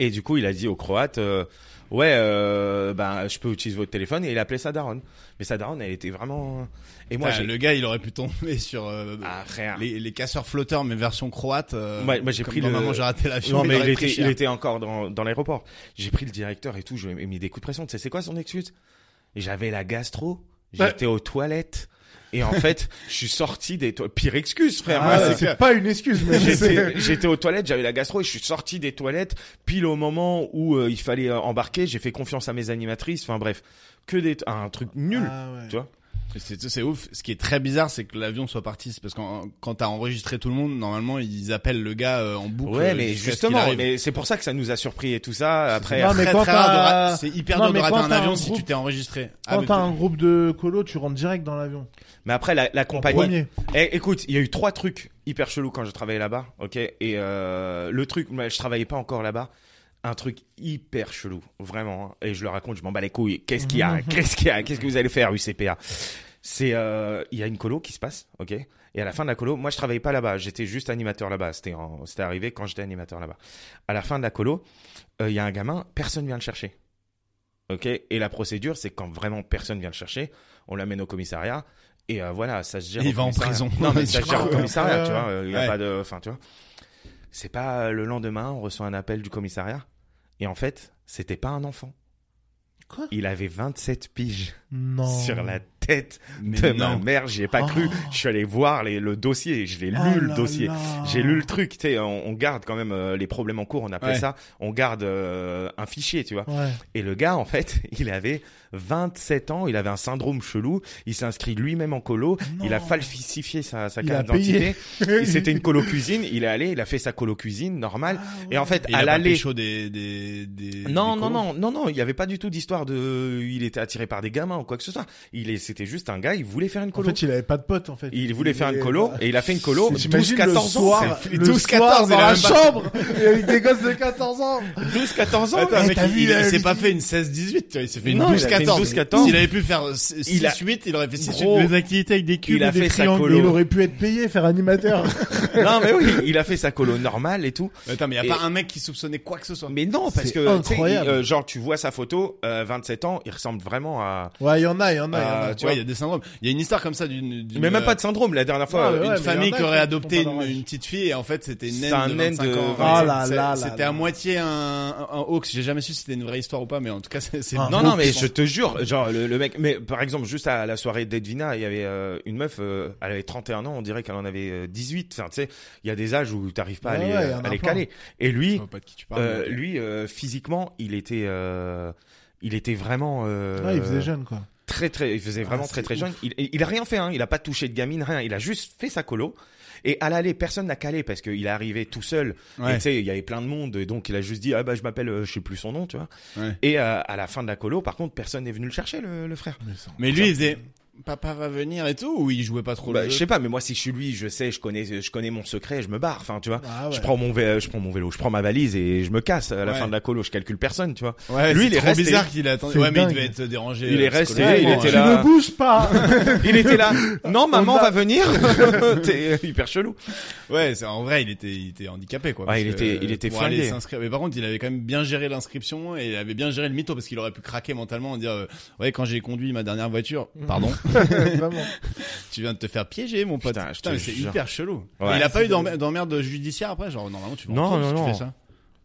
et du coup il a dit au croate euh, ouais euh, ben je peux utiliser votre téléphone et il a appelé sa daronne. Mais sa daronne elle était vraiment et moi
Putain,
j'ai
le gars, il aurait pu tomber sur euh,
Ah, rien.
les, les casseurs flotteurs, mais version croate. euh,
Ouais, moi, j'ai
comme
pris
dans
le-
Maman, j'ai raté l'avion.
Non, mais il
aurait
était,
pris
il
cher.
était encore dans, dans l'aéroport. J'ai pris le directeur et tout, je lui ai mis des coups de pression. Tu sais, c'est quoi son excuse J'avais la gastro,
Bah.
j'étais aux toilettes. Et en fait, je suis sorti des toilettes. Pire excuse, frère.
Ah,
moi, c'est-
c'est pas une excuse, mais c'est-
J'étais j'étais aux toilettes, j'avais la gastro et je suis sorti des toilettes pile au moment où euh, il fallait euh, embarquer. J'ai fait confiance à mes animatrices. Enfin bref, que des un truc nul.
Ah ouais.
Tu vois
C'est c'est ouf. Ce qui est très bizarre, c'est que l'avion soit parti. C'est parce que quand t'as enregistré tout le monde, normalement, ils appellent le gars euh, en boucle.
ouais,
euh,
mais
jusqu'à ce qu'il
justement,
arrive.
mais c'est pour ça que ça nous a surpris et tout ça. Après,
Non,
Très,
mais
très
quand
rare de
t'as-
ra- C'est hyper
Non,
dur de
mais
rater
quand
un
t'as
avion
un
si
groupe-
tu t'es enregistré. Ah,
Quand
mais
t'as
t'es-
un groupe de colo, tu rentres direct dans l'avion.
mais après la, la
En
compagnie,
premier.
Eh, écoute, il y a eu trois trucs hyper chelous quand je travaillais là-bas, ok. Et euh, le truc, mais je travaillais pas encore là-bas. Un truc hyper chelou, vraiment. hein. Et je le raconte, je m'en bats les couilles. Qu'est-ce qu'il y a Qu'est-ce qu'il y a Qu'est-ce que vous allez faire UCPA C'est, euh, il y a une colo qui se passe, ok. Et à la fin de la colo, moi je travaillais pas là-bas, j'étais juste animateur là-bas. C'était, en- c'était arrivé quand j'étais animateur là-bas. À la fin de la colo, euh, il y a un gamin, personne vient le chercher, ok. Et la procédure, c'est quand vraiment personne vient le chercher, on l'amène au commissariat. Et euh, voilà, ça se gère.
Et
au
il va en
commissariat.
prison.
Non, mais ça se
Je
gère au
crois.
commissariat,
Ouais,
tu
ouais.
vois. euh, Il y a
Ouais.
pas de, enfin, tu vois. C'est pas euh, le lendemain, on reçoit un appel du commissariat. Et en fait, c'était pas un enfant.
Quoi
Il avait 27 piges
Non.
sur la tête
Oh. mais
de ma
non.
mère. J'y ai pas
Oh.
cru. Je suis allé voir les- le dossier. Je l'ai lu,
Ah
Oh
le
là
dossier.
là.
J'ai
Ah.
lu le truc, tu sais, on, on garde quand même euh, les problèmes en cours, on appelle
Ouais.
ça, on garde euh, un fichier, tu vois.
Ouais.
Et le gars, en fait, il avait 27 ans, il avait un syndrome chelou, il s'est inscrit lui-même en colo, il a
Non.
falsifié sa, sa
Il
carte
a payé.
d'identité, Il- c'était une colo cuisine, il est allé, il a fait sa colo cuisine, normal.
Ah
Et en fait,
Et il
à
a pas
l'aller...
pécho des, des, des-
Non,
des
non,
colons.
non, non, non, il n'y avait pas du tout d'histoire de... Il était attiré par des gamins ou quoi que ce soit. Il est... C'était juste un gars, il voulait faire une
En
colo.
fait, il avait pas de potes, en fait.
il voulait faire
est- bah,
une colo et il a fait une colo
C'est- J'imagine
12-14
le
ans.
soir,
c'est-
le
12, 14,
soir dans
il a
la
même pas-
chambre, et avec des gosses de 14 ans.
12-14 ans
Attends,
ouais.
mec,
t'as
il,
vu,
il-
il a-
il s'est pas fait une 16-18, tu vois, il s'est fait une
Non, il a fait une
12-14.
12-14.
S'il avait pu faire
Il a-
6-8, il aurait fait 6-8.
Gros.
Des activités avec des
cubes Il a et des fait sa triangles.
Et
colo.
il aurait pu être payé, faire animateur.
non mais oui, il a fait sa colo normale et tout.
Attends, mais y a
Et-
pas un mec qui soupçonnait quoi que ce soit.
Mais non parce
C'est
que tu sais,
incroyable.
il- euh, genre tu vois sa photo, euh, 27 ans, il ressemble vraiment à
Ouais, il y en a, Ah, il y en a, il y en
à-
a.
Ah, tu
ouais, il y
vois.
a des syndromes. Il y a une histoire comme ça d'une. d'une,
Mais même
euh,
pas de syndrome. La dernière fois,
Ouais,
euh,
une
mais
famille
y en a
qui aurait
qui
adopté
font pas
une,
leur âge.
une petite fille et en fait c'était une
C'est
naine
un
de
naine
25
de- Oh
ans.
Ah
C'est-
là
c'est-
là là
C'était
là.
à moitié un, un, un hoax. J'ai jamais su si c'était une vraie histoire ou pas, mais en tout cas c'est. c'est
Ah.
Non,
beau,
non, mais
pense.
je te jure, genre le, le mec. Mais par exemple, juste à la soirée d'Edvina, il y avait euh, une meuf, euh, elle avait 31 ans, on dirait qu'elle en avait euh, 18. Enfin, tu sais, il y a des âges où t'arrives pas à
Ouais,
les,
ouais, il y en a
à les
plein.
caler. Et
Je
lui,
vois pas de qui tu parles.
euh,
mais-
lui, euh, physiquement, il était, euh, il était vraiment. euh,
Ouais, il faisait jeune, quoi.
très très il faisait vraiment
Ah,
très
c'est
très
ouf.
jeune il, il a rien fait hein. il a pas touché de gamine rien il a juste fait sa colo et à l'aller personne l'a calé parce qu'il est arrivé tout seul et
Ouais.
tu sais il y avait plein de monde et donc il a juste dit ah bah je m'appelle euh, je sais plus son nom tu vois
Ouais.
et euh, à la fin de la colo par contre personne n'est venu le chercher le, le frère
Mais ça-
Mais lui il faisait. Papa va venir et tout ou il jouait pas trop
Bah,
le
je
jeu.
sais pas mais moi si je suis lui je sais je connais je connais mon secret je me barre enfin tu vois
Ah ouais.
je prends mon vélo je prends mon vélo je prends ma valise et je me casse à la
Ouais.
fin de la colo je calcule personne tu vois
Ouais,
Lui,
c'est
il est
trop
resté.
bizarre qu'il attendait.
C'est
Ouais, mais il
dingue.
devait être dérangé.
Il
euh,
est resté,
psychologiquement,
il était
ouais.
Tu
là.
ne bouges pas
il était là non maman
On a-
va venir t'es hyper chelou
Ouais, c'est en vrai, il était, il était handicapé quoi.
Ouais, il
parce
était-
que
il était
pour aller
flingué.
s'inscrire. Mais par contre, il avait quand même bien géré l'inscription et il avait bien géré le mytho parce qu'il aurait pu craquer mentalement en dire, euh, ouais, quand j'ai conduit ma dernière voiture,
Mm.
pardon,
Vraiment.
tu viens de te faire piéger, mon pote.
Putain, je te
mais c'est
jure.
hyper chelou.
Ouais.
Et il a pas eu d'emmerde d'emmerde judiciaire après, genre normalement tu vas
Non,
en tôle
non,
si tu
non.
fais ça.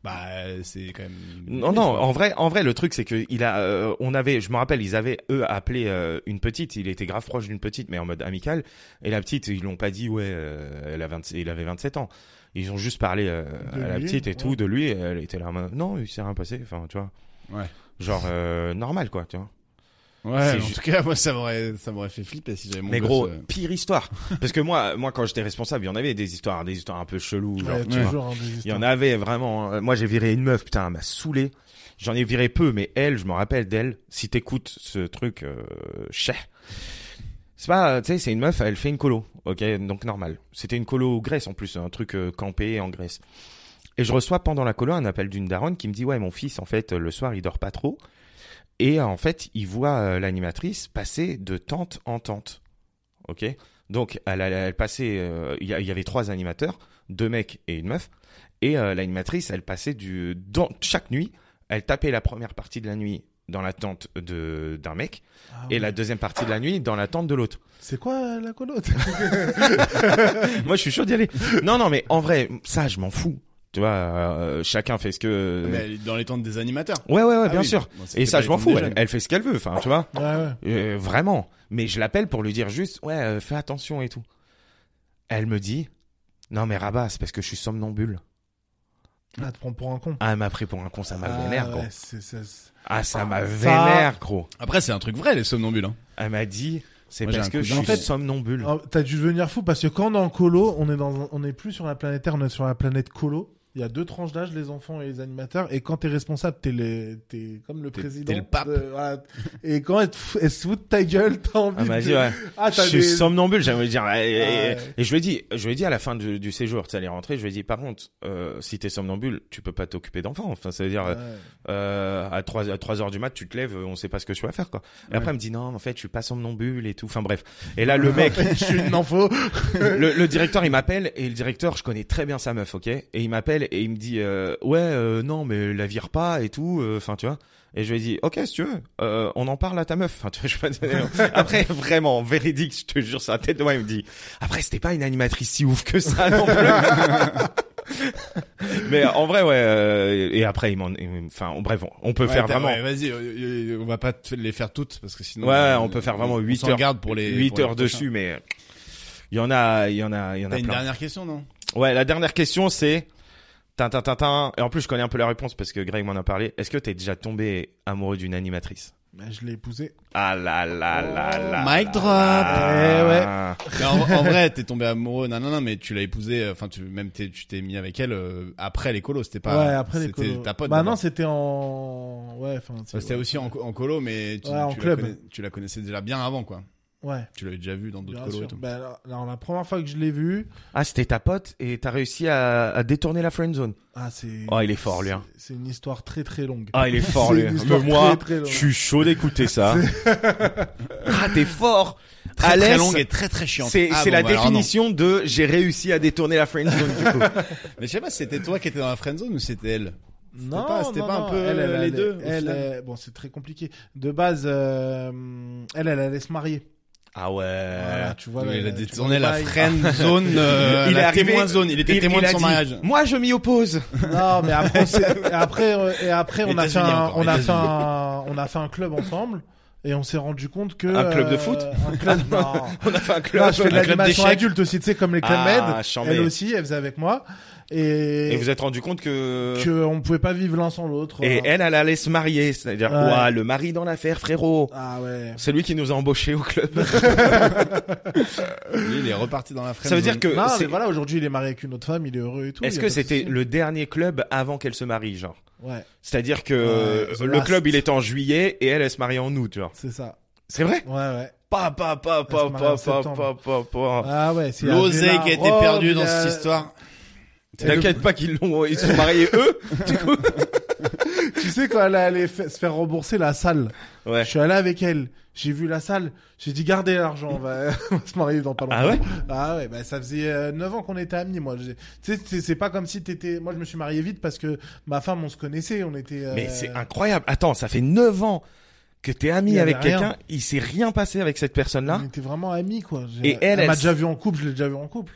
Bah, euh, c'est quand même.
Non, non, en vrai, en vrai, le truc, c'est que il a, euh, on avait, je me rappelle, ils avaient, eux, appelé euh, une petite, il était grave proche d'une petite, mais en mode amical, et la petite, ils l'ont pas dit, ouais, euh, elle a 20 il avait 27 ans. Ils ont juste parlé euh,
De
à la
lui,
petite et
ouais.
tout, de lui, et elle était là, en mode, non, il s'est rien passé, enfin, tu vois.
Ouais.
Genre, euh, normal, quoi, tu vois.
Ouais,
C'est
en
ju-
tout cas, moi ça m'aurait, ça m'aurait fait flipper si j'avais mon.
Mais
gosse,
gros,
euh,
pire histoire. Parce que moi, moi, quand j'étais responsable, il y en avait des histoires, des histoires un peu cheloues, genre,
Ouais,
tu vois.
toujours, hein, des
Il y
histoires.
en avait vraiment. euh, Moi, j'ai viré une meuf, putain, elle m'a saoulé. J'en ai viré peu, mais elle, je me rappelle d'elle. Si t'écoutes ce truc, euh, chais. C'est pas, euh, tu sais, c'est une meuf, elle fait une colo, ok, donc normal. C'était une colo Grèce en plus, un truc euh, campé en Grèce. Et je reçois pendant la colo un appel d'une daronne qui me dit ouais, mon fils, en fait, euh, le soir, il dort pas trop. Et euh, en fait, il voit euh, l'animatrice passer de tente en tente, ok. Donc, elle, elle, elle passait, euh, il y a- il y avait trois animateurs, deux mecs et une meuf. Et euh, l'animatrice, elle passait du dans chaque nuit, elle tapait la première partie de la nuit dans la tente de d'un mec
Ah
et
ouais.
la deuxième partie de la nuit dans la tente de l'autre.
C'est quoi euh, la colotte
Moi, je suis chaud d'y aller. Non, non, mais en vrai, ça, je m'en fous. Tu vois, euh, chacun fait ce que.
Ah, mais dans les tentes des animateurs.
euh, Ouais, ouais, ouais,
Ah
bien
oui.
sûr.
Bon, c'était
Et ça,
pas
je
les
m'en
tentes
fous.
des
Elle,
jeunes.
elle fait ce qu'elle veut. Enfin, tu vois.
Ouais, ouais.
Euh, vraiment. Mais je l'appelle pour lui dire juste, ouais, euh, fais attention et tout. Elle me dit, non mais Rabat, c'est parce que je suis somnambule.
Ah, te prends pour un con.
Ah, elle m'a pris pour un con, ça m'a
Ah,
vénère, gros.
ouais, c'est- c'est- c'est-
Ah, ça m'a
Ça-
vénère, gros.
Après, c'est un truc vrai les somnambules. Hein.
Elle m'a dit, c'est
Moi, j'ai
parce
un
que
coup
je
de
suis
chance.
somnambule.
Ah, T'as dû devenir fou parce que quand on est en colo, on est dans, un- on est plus sur la planète Terre, on est sur la planète colo. Il y a deux tranches d'âge, les enfants et les animateurs. Et quand t'es responsable, t'es les, t'es comme le
T'es-
président.
t'es le pape.
de- voilà. Et quand elle te fout- elle se fout de ta gueule, t'as envie
Elle m'a
de-
dit, ouais,
Ah,
bah, je
t'as
suis
des... Ah,
somnambule, j'aimerais dire. eh, eh, eh.
ouais.
Et je lui ai dit, je lui ai dit à la fin du, du séjour, tu sais, elle est rentrée, je lui ai dit, par contre, euh, si t'es somnambule, tu peux pas t'occuper d'enfants. Enfin, ça veut dire,
Ouais.
euh, à 3, à 3 heures du mat, tu te lèves, on sait pas ce que tu vas faire, quoi. Et après, elle me dit, non, en fait, je suis pas somnambule et tout. Enfin, bref. Et là, le mec,
je suis une info.
le, le directeur, il m'appelle et le directeur, je connais très bien sa meuf, ok Et il m'appelle et il me dit euh, ouais, euh, non, mais la vire pas et tout. euh, Enfin, tu vois. Et je lui ai dit ok, si tu veux, euh, on en parle à ta meuf. Enfin, tu vois, je sais pas- Après, vraiment, véridique, je te jure, sur la tête de moi, il me dit. Après, c'était pas une animatrice si ouf que ça non plus. mais en vrai, ouais. euh, et après, il m'en. Enfin, bref, on, on peut
Ouais,
faire
t'as-
vraiment.
ouais, vas-y, euh, euh, on va pas te- les faire toutes parce que sinon.
Ouais, ouais,
euh,
on peut faire vraiment
on
8
s'en
heures-
garde pour les
8
pour les
heures
prochains.
dessus, mais. Il y en a, il y en a, il y en a
T'as une
plein.
dernière question, non
Ouais, la dernière question, c'est... Tin, tin, tin, tin. Et en plus, je connais un peu la réponse parce que Greg m'en a parlé. Est-ce que t'es déjà tombé amoureux d'une animatrice
Ben, je l'ai épousé.
Ah là là là
Oh,
là.
mic
là
drop.
là.
Eh
Mais en, en vrai, t'es tombé amoureux. Non, non, non, mais tu l'as épousée. euh, Enfin, tu même t'es- tu t'es mis avec elle euh, après les colos. C'était pas.
ouais, après les
c'était
colos.
Ta pote.
bah
d'abord.
non, c'était en, ouais, enfin, tu-
Enfin, C'était
ouais.
aussi en, en colo, mais tu,
Ouais, en
tu
club.
La connais- tu la connaissais déjà bien avant, quoi.
Ouais.
Tu l'avais déjà vue dans d'autres
Bien
colos et
sûr.
tout.
Ben, alors, alors, la première fois que je l'ai vu,
Ah, c'était ta pote et t'as réussi à, à détourner la friend zone.
ah, c'est.
Oh, il est fort, lui, hein.
c'est- C'est une histoire très très longue.
Ah, il est fort,
C'est
lui.
une
Mais
histoire
moi,
très, très longue.
je suis chaud d'écouter ça. ah, t'es fort.
Très,
Alès,
très longue et très très chiante.
C'est
Ah,
c'est
bon,
la
bah, alors non.
définition de j'ai réussi à détourner la friend zone. Du coup.
Mais je sais pas, c'était toi qui étais dans la friend zone ou c'était elle
Non,
pas- c'était
non,
pas un
non,
peu,
elle, elle
euh, les
allait-
deux, au
elle,
final
euh, bon, c'est très compliqué. De base, euh, elle, elle allait se marier.
Ah ouais.
Voilà, tu vois.
il
là,
a
tu
détourné
vois,
la
le bail.
friend zone, euh,
Il
la
est arrivé-
témoin zone. Il était
Il-
témoin
il
de
a
son
dit,
mariage.
Moi, je m'y oppose.
Non, mais après, c'est- et après, euh, et après, on a
États-Unis
fait un,
encore,
on a
États-Unis.
fait un, on a fait un club ensemble et on s'est rendu compte que
Un club de
euh,
foot
un club. non.
On a fait un club.
Là, je fais de
Un club
l'animation
d'échecs.
adulte aussi, tu sais, comme les clubs
Ah,
Med.
chambé.
Elle aussi, elle faisait avec moi.
Et
Et,
vous êtes rendu compte que.
que on pouvait pas vivre l'un sans l'autre.
Et
voilà.
elle, elle allait se marier. C'est-à-dire,
Ouais.
ouah, le mari dans l'affaire, frérot.
Ah ouais.
C'est lui qui nous a embauchés au club.
Lui, il est reparti dans la friend
Ça veut dire que.
Non,
Euh, c'est-
mais voilà, aujourd'hui, il est marié avec une autre femme, il est heureux et tout.
Est-ce
y a
que
pas de
c'était
souci.
le dernier club avant qu'elle se marie, genre
Ouais,
C'est-à-dire que
Ouais,
euh,
The
le
Last.
club, il est en juillet et elle, elle se marie en août, genre.
c'est ça.
C'est vrai
Ouais, ouais.
Pa, pa, pa,
Elle
pa,
se marie en
pa, pa, pa,
septembre.
pa, pa.
Ah ouais, c'est Oh,
L'oseille
Avena,
qui a été
Rome,
perdue dans
il y a-
cette histoire.
T'inquiète pas qu'ils l'ont, ils se sont mariés eux, du coup.
Tu sais, quand elle allait fa- se faire rembourser la salle,
Ouais.
je suis allé avec elle, j'ai vu la salle, j'ai dit gardez l'argent, on va, on va se marier dans pas longtemps.
Ah ouais
Ah ouais, bah ça faisait 9 ans qu'on était amis, moi. J'ai- Tu sais, c'est- c'est pas comme si t'étais... Moi, je me suis marié vite parce que ma femme, on se connaissait, on était... euh,
Mais c'est incroyable. Attends, ça fait 9 ans que t'es
Il
ami
y
avec
avait rien. Mm.
quelqu'un, il s'est rien passé avec cette personne-là.
On était vraiment amis, quoi. J'ai-
Et elle,
m'a
elle-
déjà vu en couple, je l'ai déjà vu en couple.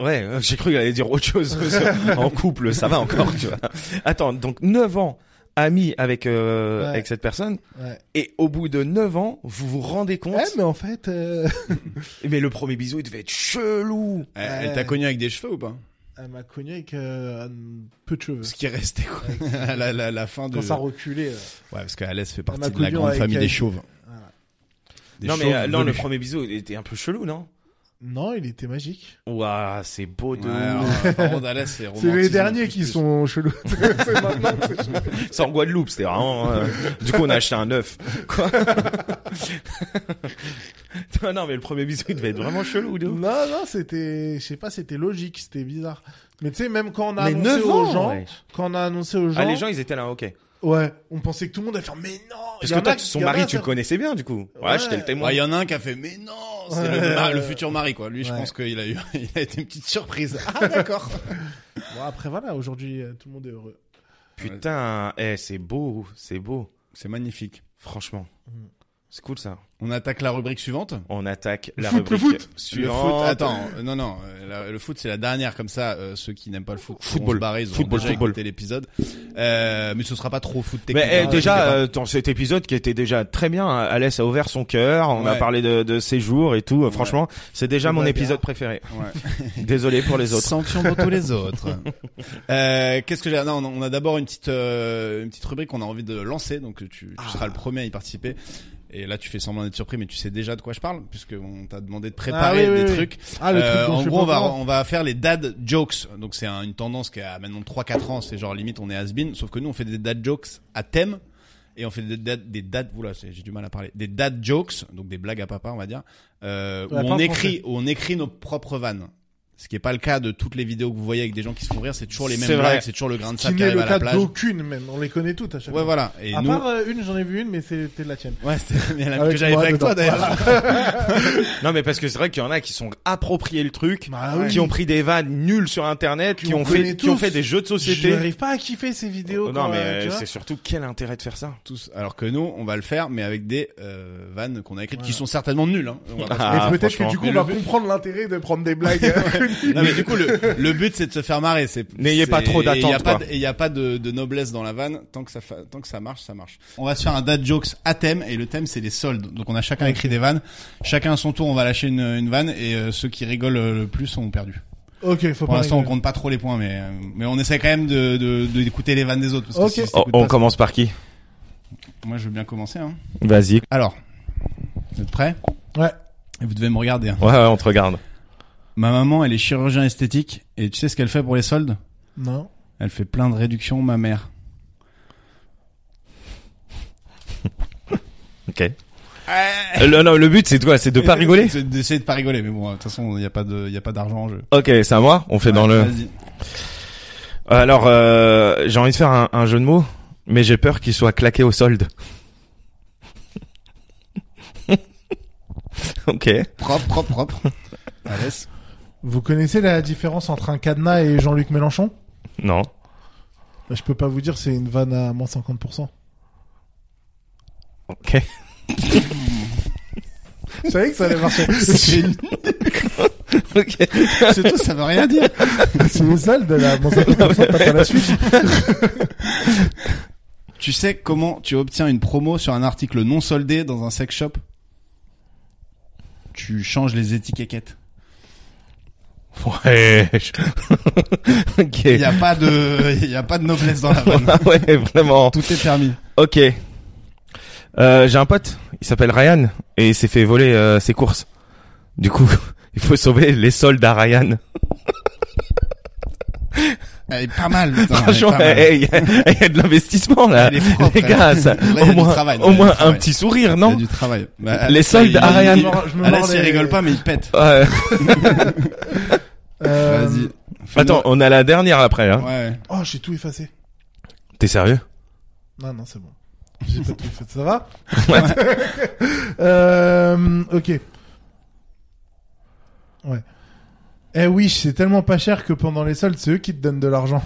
Ouais, euh, j'ai cru qu'il allait dire autre chose. en couple, ça va encore, tu vois. Attends, donc 9 ans ami avec euh,
Ouais.
avec cette personne
Ouais.
et au bout de 9 ans, vous vous rendez compte
Ouais, mais en fait... euh,
mais... le premier bisou, il devait être chelou.
Elle, elle
Ouais.
t'a connu avec des cheveux ou pas
Elle m'a connu avec euh, un peu de cheveux.
Ce qui restait quoi. la, la, la fin de.
Quand ça reculait. euh.
Ouais, parce qu'Alès fait
m'a
partie de
connu
la grande
avec
famille des
elle.
chauves.
Voilà.
Des
non mais
chauves
euh, non, le
velus.
premier bisou, il était un peu chelou, non
Non, il était magique.
Ouah, c'est beau de
Ouais,
ouf.
alors, par contre, Alès, c'est
C'est les
romantisme
derniers
plus,
qui
plus.
sont chelous. C'est maintenant que c'est chelou.
C'est en Guadeloupe, c'était vraiment. euh, Du coup, on a acheté un œuf. Quoi Non, non, mais le premier bisou, il devait être vraiment chelou, de ouf.
Non, non, c'était, je sais pas, c'était logique, c'était bizarre. Mais tu sais, même quand on a
Mais
annoncé
9
aux
ans,
gens,
ouais.
quand on a annoncé aux gens,
Ah, les gens, ils étaient là, ok.
ouais, on pensait que tout le monde allait faire, mais non!
Parce
y en
que
a
toi,
qui-
son
y en a
mari,
à
tu le
faire-
connaissais bien, du coup. Ouais,
Ouais.
j'étais le
Ouais, Il
témoin.
y en a un qui a fait mais non, c'est
Ouais.
le, ma- le futur mari quoi. Lui, je
Ouais.
pense qu'il a eu, il a été une petite surprise. Ah d'accord.
Bon, après, voilà, aujourd'hui, euh, tout le monde est heureux.
Putain, eh, c'est beau, c'est beau.
c'est magnifique.
Franchement.
Mm.
C'est cool, ça.
On attaque la rubrique suivante.
On attaque la
foot, le
rubrique
foot.
Le
suivante.
foot, attends, euh, non non, euh, la- le foot c'est la dernière comme ça. euh, ceux qui n'aiment pas le foot,
Football.
vont se barrer, ils auront
Football,
déjà
football.
écouté l'épisode. Euh, mais ce sera pas trop foot technique.
Mais eh,
hein,
déjà,
t'inquiète
euh, dans cet épisode qui était déjà très bien, hein, Alès a ouvert son cœur, on a
Ouais.
parlé de, de ses jours et tout. euh, Franchement, c'est déjà
Le
mon
bagarre.
épisode préféré.
pas. Ouais.
Désolé pour les autres.
Sans pion dans tous les autres. Euh, Qu'est-ce que j'ai Non, on a d'abord une petite euh, une petite rubrique qu'on a envie de lancer, donc tu, tu seras le premier à y participer. Et là, tu fais semblant d'être surpris, mais tu sais déjà de quoi je parle, puisque on t'a demandé de préparer
Ah, oui,
des
oui, oui.
trucs.
Ah, le
Euh,
truc dont
en
je sais
gros, on
pas
va,
comment.
on va faire les dad jokes. Donc, c'est un- une tendance qui a maintenant 3-4 ans. C'est genre limite, on est has-been. Sauf que nous, on fait des dad jokes à thème. Et on fait des dad, des dad, oula, c'est- j'ai du mal à parler. Des dad jokes, donc des blagues à papa, on va dire, euh, où
Ouais, pas en
on écrit,
français.
où on écrit nos propres vannes. Ce qui est pas le cas de toutes les vidéos que vous voyez avec des gens qui se font rire, c'est toujours les mêmes
C'est vrai.
blagues, c'est toujours le grain de
Qui
sable qui
n'est
arrive
le
à la
cas
plage.
d'aucune, même. On les connaît toutes à chaque
Ouais,
fois.
voilà. Et
à
nous,
part Ah euh, une, j'en ai vu une, mais c'était la tienne.
ouais, c'était mais la même
Avec
que j'avais fait
moi
avec toi
dedans.
d'ailleurs.
Non mais parce que c'est vrai qu'il y en a qui sont appropriés le truc,
Bah oui.
qui ont pris des vannes nulles sur internet, qui,
Qu'on
ont fait
connaît
qui ont
tous.
fait des jeux de
Je
société.
n'arrive pas à kiffer ces vidéos.
Non
quand,
mais
euh, tu
euh,
vois.
c'est surtout quel intérêt de faire ça
Tous. Alors que nous, on va le faire, mais avec des, euh, vannes qu'on a écrites, qui
Voilà.
sont certainement nulles, hein. On va pas se
Ah,
Mais peut-être
franchement.
que du coup,
Mais
on
le
va comprendre l'intérêt de prendre des blagues.
Non, mais du coup, le, le but, c'est de se faire marrer. c'est-
N'ayez
c'est-
pas trop d'attente,
et il y a pas
quoi.
de- Et il n'y a pas de, de noblesse dans la vanne. Tant que, ça fa- tant que ça marche, ça marche. On va se faire un dad jokes à thème. Et le thème, c'est les soldes. Donc, on a chacun écrit des vannes. Chacun à son tour, on va lâcher une, une vanne. Et euh, ceux qui rigolent euh, le plus ont perdu.
ok, faut
Pour
pas.
l'instant, on
rigoler.
compte pas trop les points. Mais, euh, mais on essaie quand même d'écouter de, de, d'écouter les vannes des autres. Parce que
Ok.
si t'écoutes
Oh, On
pas,
commence par qui
Moi, je veux bien commencer. Hein.
Vas-y.
Alors, vous êtes prêts
Ouais.
Et Vous devez me regarder. hein.
Ouais, ouais, on te regarde.
Ma maman, elle est chirurgien esthétique. Et tu sais ce qu'elle fait pour les soldes
Non.
Elle fait plein de réductions, ma mère.
OK. le, non, le but c'est de quoi C'est de pas rigoler
C'est D'essayer de pas rigoler, mais bon, de toute façon, il n'y a pas de, il y a pas d'argent en jeu.
OK, c'est à moi, on fait dans le
Vas-y.
Alors euh, j'ai envie de faire un, un jeu de mots, mais j'ai peur qu'il soit claqué au solde. OK.
Propre, propre, propre. Alès.
Vous connaissez la différence entre un cadenas et Jean-Luc Mélenchon
Non.
Bah, Je peux pas vous dire, c'est une vanne à moins 50%.
Ok.
Je savais que ça allait marcher.
C'est une- C'est tout, ça veut rien dire.
C'est une salle de la moins 50%, t'as pas la suite.
Tu sais comment tu obtiens une promo sur un article non soldé dans un sex shop Tu changes les étiquettes.
Ouais. ok.
Il n'y a pas de, il y a pas de noblesse dans la vanne.
Ah ouais, vraiment.
Tout est permis.
Ok. Euh, J'ai un pote, il s'appelle Ryan, et il s'est fait voler euh, ses courses. Du coup, il faut sauver les soldes à Ryan.
Elle est pas mal. Putain, elle est
Franchement,
pas mal.
il y, a- eh, y a de l'investissement là.
Elle est propre,
les
elle.
gars, ça-
Là, il y a
au
du
moins,
travail, là,
au
il y a
moins
du
un
travail.
petit sourire,
Il y a
non
du travail. Bah,
Les
ça,
soldes
il-
à
il-
Ryan.
il-
Je me- Ah, je me
Alas,
mords
il
les-
rigole pas, mais il pète.
Ouais.
Euh,
Vas-y. Fais-nous-
Attends, on a la dernière après. Hein.
Ouais.
Oh, j'ai tout effacé.
T'es sérieux
Non, non, c'est bon. J'ai pas tout effacé. Ça va euh, Ok. Ouais. Eh oui, c'est tellement pas cher que pendant les soldes, c'est eux qui te donnent de l'argent.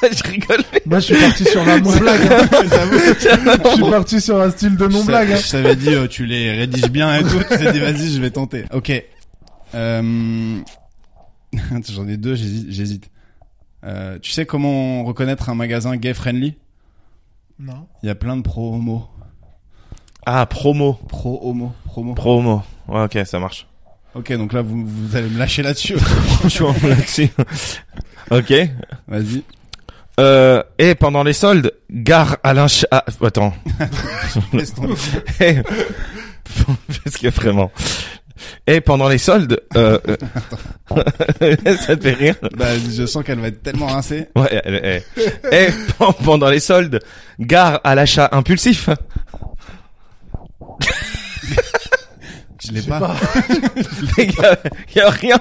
Je rigole.
Moi, je suis parti sur la non-blague. hein. Je suis parti sur un style de
Je sa-
non-blague. hein.
Je savais dit, euh, tu les rédiges bien et tout. Tu t'es dit, vas-y, je vais tenter. Ok. Euh... J'en ai deux, j'hési- j'hésite. Euh, tu sais comment reconnaître un magasin gay friendly
Non.
Il y a plein de pro homo,
Ah, promo.
pro homo, promo.
Promo. Ouais, ok, ça marche.
Ok, donc là vous, vous allez me lâcher là-dessus.
Franchement, là-dessus. ok.
Vas-y.
Euh, et pendant les soldes, gare à lynch... Ah, attends.
Laisse tomber.
Eh, Parce que vraiment. Et pendant les soldes, euh, euh, ça te fait rire.
Bah, je sens qu'elle va être tellement rincée.
Ouais, eh, eh. Et pen- pendant les soldes, gare à l'achat impulsif.
Je l'ai
sais
pas.
Les gars, y a rien,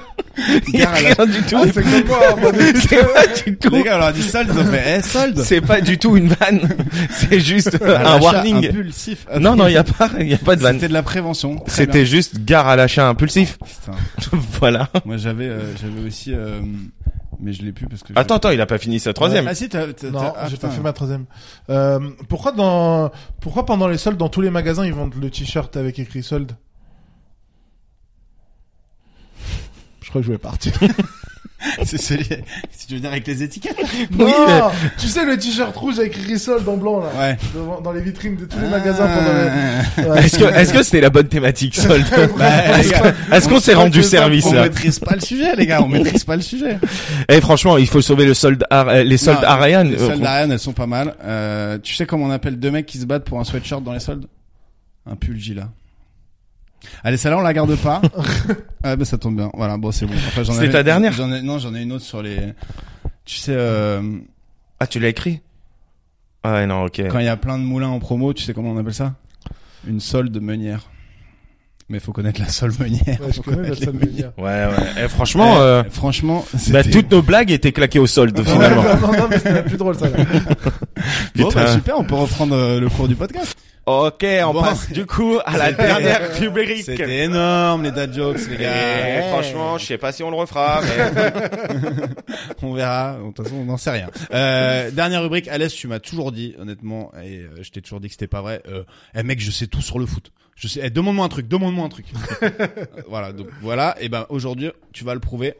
y a
Gare à l'achat-
rien du tout.
Ah, c'est comme moi. hein, moi.
C'est pas du
Les
tout.
gars, on leur dit solde, on fait eh, solde.
C'est pas du tout une vanne. C'est juste
À l'achat
un warning.
Impulsif.
Non, non, y a pas, y a pas de vanne.
C'était de la prévention. Très
C'était juste gare à l'achat impulsif.
bien. Putain.
voilà.
Moi j'avais, euh, j'avais aussi, euh, mais je l'ai plus parce que.
Attends, attends, il a pas fini sa troisième.
Ah si, t'as, t'as-
Non,
t'as- ah,
j'ai
putain.
pas fait ma troisième. Euh, pourquoi dans, pourquoi pendant les soldes, dans tous les magasins, ils vendent le t-shirt avec écrit solde Je crois que je vais partir.
C'est celui- Si tu veux dire avec les étiquettes.
Non
mais-
Ah, tu sais le t-shirt rouge avec écrit solde en blanc là,
Ouais.
devant- dans les vitrines de tous les magasins pendant. Les... Ouais.
Est-ce que est-ce que c'était la bonne thématique solde
Bah, les gars,
Est-ce qu'on s'est rendu
on-
service
On
là
maîtrise pas le sujet, les gars. On maîtrise pas le sujet.
Eh franchement, il faut sauver le solde Ar- euh, les soldes
Non,
Ariane.
Les soldes d'Ariane, elles sont pas mal. Euh, tu sais comment on appelle deux mecs qui se battent pour un sweatshirt dans les soldes Un pull là. Allez, celle-là, on la garde pas. ah, bah, ça tombe bien. Voilà, bon, c'est bon. Enfin, j'en
C'est
avais-
ta dernière
j'en ai- Non, j'en ai une autre sur les... Tu sais, euh,
Ah, tu l'as écrit Ah ouais, non, ok.
quand il y a plein de moulins en promo, tu sais comment on appelle ça Une solde meunière. Mais faut connaître la solde meunière.
Ouais, je
Faut
connais la
connaître les
salle de
meunières.
lire.
Ouais, ouais. Eh,
Ouais,
franchement, euh,
franchement,
bah,
c'était-
toutes nos blagues étaient claquées au solde finalement.
Ouais, non, non, mais c'était la plus drôle ça. Là.
Bon, bah,
Putain.
super, on peut reprendre euh, le cours du podcast.
ok, on
Bon.
passe du coup à la
C'était-
dernière rubrique.
C'était énorme, les dad jokes, les
Eh,
gars.
franchement, je sais pas si on le refera. Mais...
On verra. De toute façon, on n'en sait rien. Euh, dernière rubrique. Alès, tu m'as toujours dit, honnêtement, et euh, je t'ai toujours dit que c'était pas vrai. Euh, eh, mec, je sais tout sur le foot. Je sais. eh, demande-moi un truc. Demande-moi un truc. voilà. Donc voilà. Et ben aujourd'hui, tu vas le prouver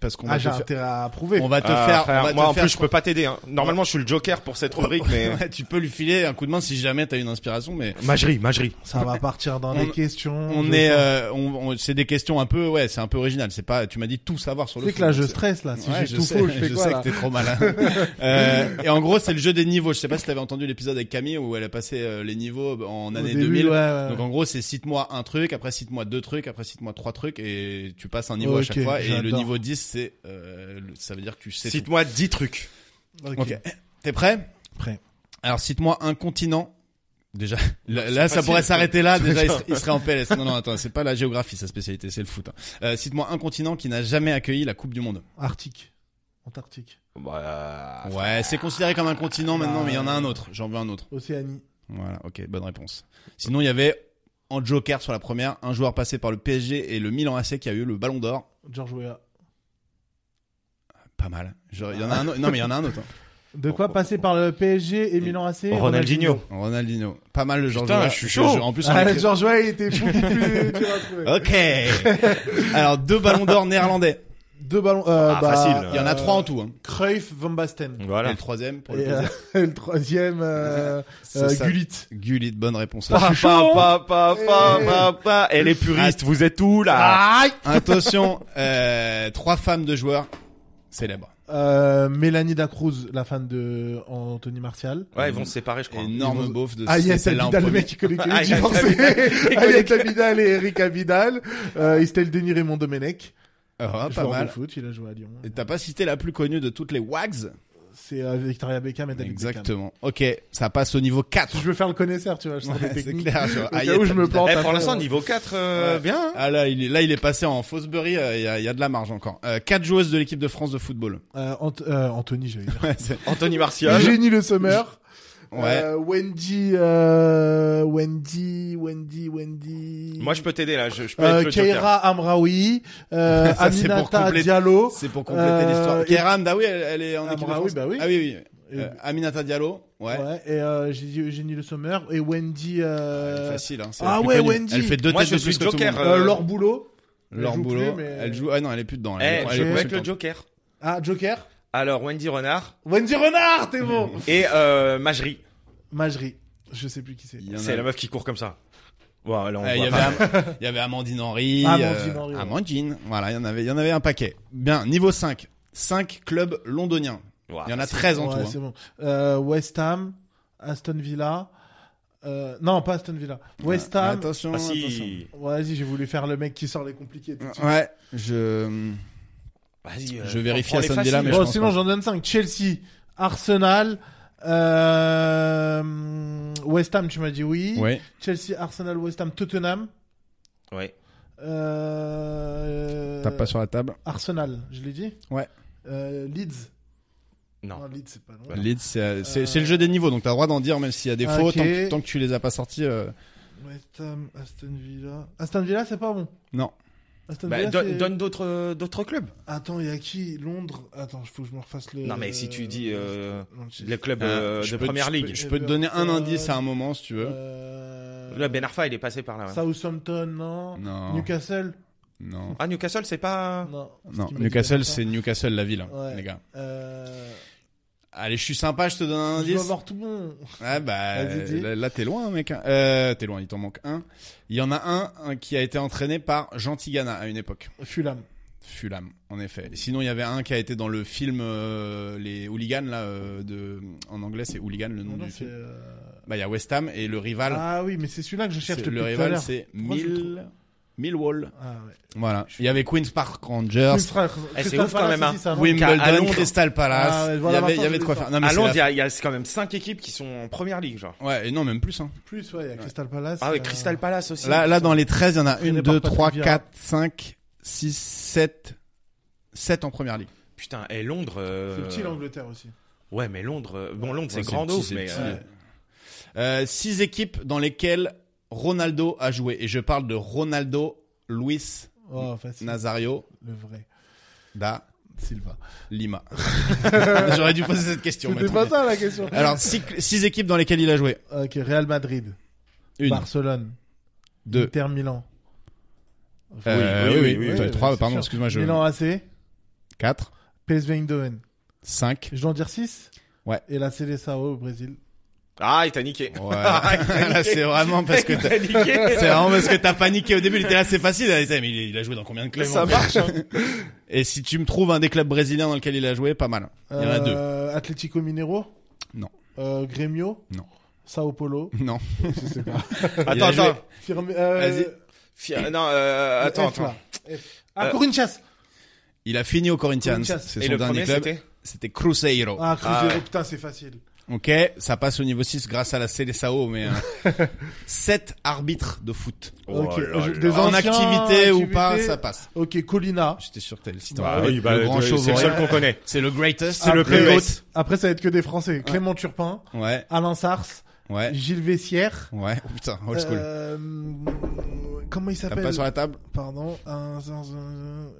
parce qu'on
Ah,
va
j'ai
te faire.
intérêt à prouver.
On va te
Ah,
faire.
frère,
on va te
moi, en
faire-
plus, je peux pas t'aider. hein. Normalement, je suis le Joker pour cette rubrique, mais
Ouais, tu peux lui filer un coup de main si jamais t'as une inspiration, mais
magerie, magerie.
Ça va partir dans les
On-
questions.
on
je
est,
sens.
euh, on, on- c'est des questions un peu, ouais, c'est un peu original. C'est pas, tu m'as dit tout savoir sur
Tu sais
le.
que
foot.
là je
C'est-
stresse là. Si
Ouais,
j'ai tout faux, je fais quoi
sais
là
que t'es trop malin. Euh, et en gros, c'est le jeu des niveaux. Je sais pas si t'avais entendu l'épisode avec Camille où elle a passé euh, les niveaux en
Au
année
début,
2000.
ouais, ouais.
Donc en gros, c'est cite-moi un truc, après cite-moi deux trucs, après cite-moi trois trucs, et tu passes un niveau
Ok,
à chaque fois. Et le
j'adore.
niveau 10, c'est, euh, le- ça veut dire que tu sais.
Cite-moi 10 trucs.
tout. Ok. T'es prêt
Prêt.
Alors cite-moi un continent. Déjà, là, là, ça
facile,
pourrait
ça.
s'arrêter là. Déjà, il serait, il serait en PLS. Non, non, attends, c'est pas la géographie, sa spécialité, c'est le foot. hein. Euh, cite-moi un continent qui n'a jamais accueilli la Coupe du Monde.
Arctique. Antarctique.
Bah,
Ouais, c'est considéré comme un continent
Ah,
maintenant,
Bah,
mais il y en a un autre. J'en veux un autre.
Océanie.
Voilà, ok, bonne réponse. Sinon, il y avait en joker sur la première, un joueur passé par le PSG et le Milan AC qui a eu le ballon d'or.
George Weah.
Pas mal. Genre, il y en a un autre. Non, mais il y en a un autre. hein.
De quoi passer par le PSG et Milan AC
Ronaldinho.
Ronaldinho. Pas mal le genre
Putain,
de-
je suis
je-
chaud.
je- En plus, on
Ah,
est-
Georges Weah, il était beaucoup plus dur à trouver.
Ok. Alors, deux ballons d'or néerlandais.
Deux ballons. euh,
Ah,
bah,
facile.
Il y en a trois en tout. Hein.
Cruyff, Van Basten.
Et
Voilà.
le troisième, Mmh, pour le
Et, euh,
plaisir.
le troisième, euh, Ah,
C'est
euh,
ça.
Gullit.
Gullit, bonne réponse.
Pa, pa, pa, pa, pa,
Eh.
pa, pa. Eh, les puristes, vous êtes où
Ah.
là
Aïe
Attention, euh, trois femmes de joueurs célèbres.
Euh, Mélanie Dacruz, la fan de Anthony Martial.
Ouais, ils vont se séparer, je crois.
Énorme beauf de
Oh, Ah, yes,
celle-là en
Abidal, le
premier. Ah,
mec qui connaît que les Ah,
Ayaz
divorcés.
Abidal.
Ayaz Abidal et Eric Abidal. Euh, Estelle Denis Raymond Domenech.
Ah, pas
joueur de
mal.
foot, il a joué à Lyon.
Et T'as pas cité la plus connue de toutes les Wags
C'est euh, Victoria Beckham et David Beckham.
Exactement. Ok, ça passe au niveau 4.
Si je veux faire le connaisseur, tu vois, je sens des
Ouais, c'est
techniques.
clair. genre,
Au cas
Ayet
où je me
Abidal.
plante.
Eh,
après,
pour l'instant,
ouais.
niveau 4, euh,
Ouais.
bien. hein.
Ah là, il est, là, il est passé en Fosbury, euh, il y, a, il y a de la marge encore. Euh, quatre joueuses de l'équipe de France de football.
Euh, Ant- euh, Anthony, j'allais dire.
Ouais, c'est-
Anthony Martial.
Jenny Le Sommer.
ouais.
Euh, Wendy, euh, Wendy, Wendy, Wendy.
Moi, je peux t'aider là. Je, je peux être
euh,
le joker.
Keira Amraoui, euh,
Ça, c'est pour
Aminata
compléter-
Diallo.
C'est pour compléter
Euh,
l'histoire.
et-
Kéra Hamdaoui, elle, elle est en
Ah,
équipe de
bah
France.
oui, bah oui.
Ah oui, oui.
Et-
Euh, Aminata Diallo, ouais.
ouais. Et euh, j'ai dit Eugénie Le Sommer et Wendy.
Elle est
Euh,
facile. Hein, c'est
ah
la plus
ouais,
connue.
Wendy.
Elle fait deux
Moi,
têtes
je
de
suis
plus que tout le
Joker,
monde.
euh,
euh,
Laure Boulot. Elle
Laure
joue plus,
Boulot,
mais-
elle joue. Ah non, elle est plus dedans.
Eh,
Elle, est- elle
je
est
joue avec le
consultante.
Joker.
Ah Joker.
Alors, Wendy Renard
Wendy Renard, t'es bon.
et euh, Majri.
Majri. Je sais plus qui c'est.
Il y en a-
C'est la meuf qui court comme ça. Ouais, là, on
Euh, Il y,
voit
avait
pas.
Am- il y avait Amandine Henry,
Amandine
euh,
Henry, ouais.
Amandine, voilà, il y en avait, il y en avait un paquet. Bien, niveau 5. 5 clubs londoniens.
Ouah,
Il y en a 13 en
Ouais,
tout.
c'est
hein.
bon. Euh, West Ham, Aston Villa. Euh, non, pas Aston Villa. West
Ah,
Ham.
Attention,
Ah,
attention.
si.
Ouais, Vas-y, j'ai voulu faire le mec qui sort les compliqués. tout de suite.
Ouais, je
Vas-y, euh,
Je vérifie
prends les
à Sunday là,
faciles.
mais je
Bon,
pense
sinon
pas.
j'en donne 5. Chelsea, Arsenal, euh, West Ham, tu m'as dit oui.
Ouais.
Chelsea, Arsenal, West Ham, Tottenham.
Ouais.
Euh,
Tape pas sur la table.
Arsenal, je l'ai dit.
Ouais.
Euh, Leeds.
Non.
Leeds, c'est pas loin.
Leeds, c'est c'est- c'est le jeu des niveaux, donc t'as le droit d'en dire même s'il y a des
euh, ah, Ok.
faux, tant, que, tant que tu les as pas sortis. euh,
West Ham, Aston Villa. Aston Villa, c'est pas bon.
Non.
Aston
Bah,
Villa,
donne
c'est-
donne d'autres euh, d'autres clubs.
Ah,
Attends, il y a qui Londres Attends, il faut que je me refasse le.
Non, mais si tu dis, euh,
Manchester.
Les clubs
Euh,
euh,
je
de
peux-
première
je peux-
ligue.
Je peux te donner un indice à un moment si tu veux.
Euh,
Là, Ben Arfa, il est passé par là. ouais.
Southampton, non.
Non.
Newcastle
Non.
Ah, Newcastle, c'est pas.
Non.
Non,
Parce qu'il m'a dit
Newcastle,
Ben
c'est Newcastle la ville, hein,
Ouais.
les gars.
Arfa. Euh...
Allez, je suis sympa, je te donne un
Je dois
indice.
avoir tout bon.
Ah bah
Vas-y, dis.
là, là, t'es loin mec. hein. Euh, t'es loin, il t'en manque un. Il y en a un, un qui a été entraîné par Jean Tigana à une époque.
Fulham.
Fulham, en effet. Sinon il y avait un qui a été dans le film euh, les hooligans là euh, de en anglais c'est hooligan le nom
Non, non,
du
c'est,
film.
euh,
Bah il y a West Ham et le rival.
Ah oui, mais c'est celui-là que je cherche
c'est-
depuis
le
tout à
rival
l'heure.
c'est
Pourquoi je le trouve
Mill Millwall.
Ah ouais.
Voilà. Il y avait Queens Park Rangers,
Oui, frère,
Eh, c'est
Crystal
ouf quand
Palace
même, hein.
aussi, ça, non
Oui, Qu'à- à
Wimbledon,
Londres.
Crystal Palace.
Ah ouais,
il y
voilà,
avait, il y
maintenant,
avait de quoi
je vais
faire. Non mais
À
c'est
Londres, il y
la-
a- il y, a quand même 5 équipes qui sont en première ligue, genre.
Ouais, et non même plus hein.
Plus, ouais, il y a Crystal Palace. euh,
Ah
il
oui,
y a-
Crystal Palace aussi.
Là, là, dans les 13, il y en a
Entraîné
une,
par
2,
Patrick
3,
Vieira.
4, 5, 6, 7. 7 en première ligue.
Putain, et Londres. euh,
C'est petit l'Angleterre aussi.
Ouais, mais Londres. euh, Bon, Londres,
Ouais,
c'est grand
petit,
dos,
c'est
mais.
petit.
euh,
Euh, six équipes dans lesquelles Ronaldo a joué. Et je parle de Ronaldo Luis
Oh, facile.
Nazario
Le vrai.
da
Silva.
Lima. J'aurais dû poser cette question.
C'était
mais
pas
tant
ça la question.
pis. Alors, six, six équipes dans lesquelles il a joué.
Ok, Real Madrid,
Une,
Barcelone,
deux.
Inter Milan.
Euh,
Oui,
oui,
oui,
oui,
oui,
t'as-
ouais,
trois,
c'est
pardon,
sûr.
excuse-moi, je.
Milan AC,
Quatre,
PSV Eindhoven.
cinq.
Je dois en dire 6
Ouais.
Et la Célessao au Brésil.
Ah, il t'a niqué.
Ouais. Là, c'est vraiment parce que
Il
t'as-
t'a niqué.
C'est vraiment parce que t'as paniqué au début, il était là, c'est facile. Elle disait, Mais il a joué dans combien de clubs en fait
marche. hein.
Et si tu me trouves un des clubs brésiliens dans lequel il a joué, pas mal. Il y en a deux.
Euh, Atlético Mineiro
Non.
Euh, Grêmio
Non.
Sao Paulo
Non.
Je sais pas.
Il a
Attends,
joué-
attends.
Firme- euh,
Vas-y.
Fi- euh, Non, euh, attends,
F, là.
attends.
F. Ah,
Euh,
Corinthians
Il a fini au Corinthians.
Corinthians.
C'est
Et
son
le
dernier
premier,
club.
c'était
C'était Cruzeiro.
Ah, Cruzeiro,
Ah, ouais.
putain, c'est facile.
Ok, ça passe au niveau 6 grâce à la Célessao, mais 7 arbitres de foot.
Oh
Ok,
là
je-
là.
des
en
anciens,
activité ou
activité.
pas, ça passe.
Ok, Colina.
J'étais sûr que t'allais le citer.
Bah
Le-
oui, bah,
le grand
c'est
chauve.
le seul qu'on connaît.
C'est le greatest.
C'est le
Après-
plus
haut. Après, ça va être que des Français. Clément Turpin,
Ouais,
Alain Sars,
ouais,
Gilles Vessière.
ouais. Oh, putain, old school.
euh, comment il
T'as
s'appelle
pas sur la table
Pardon. un- un- un-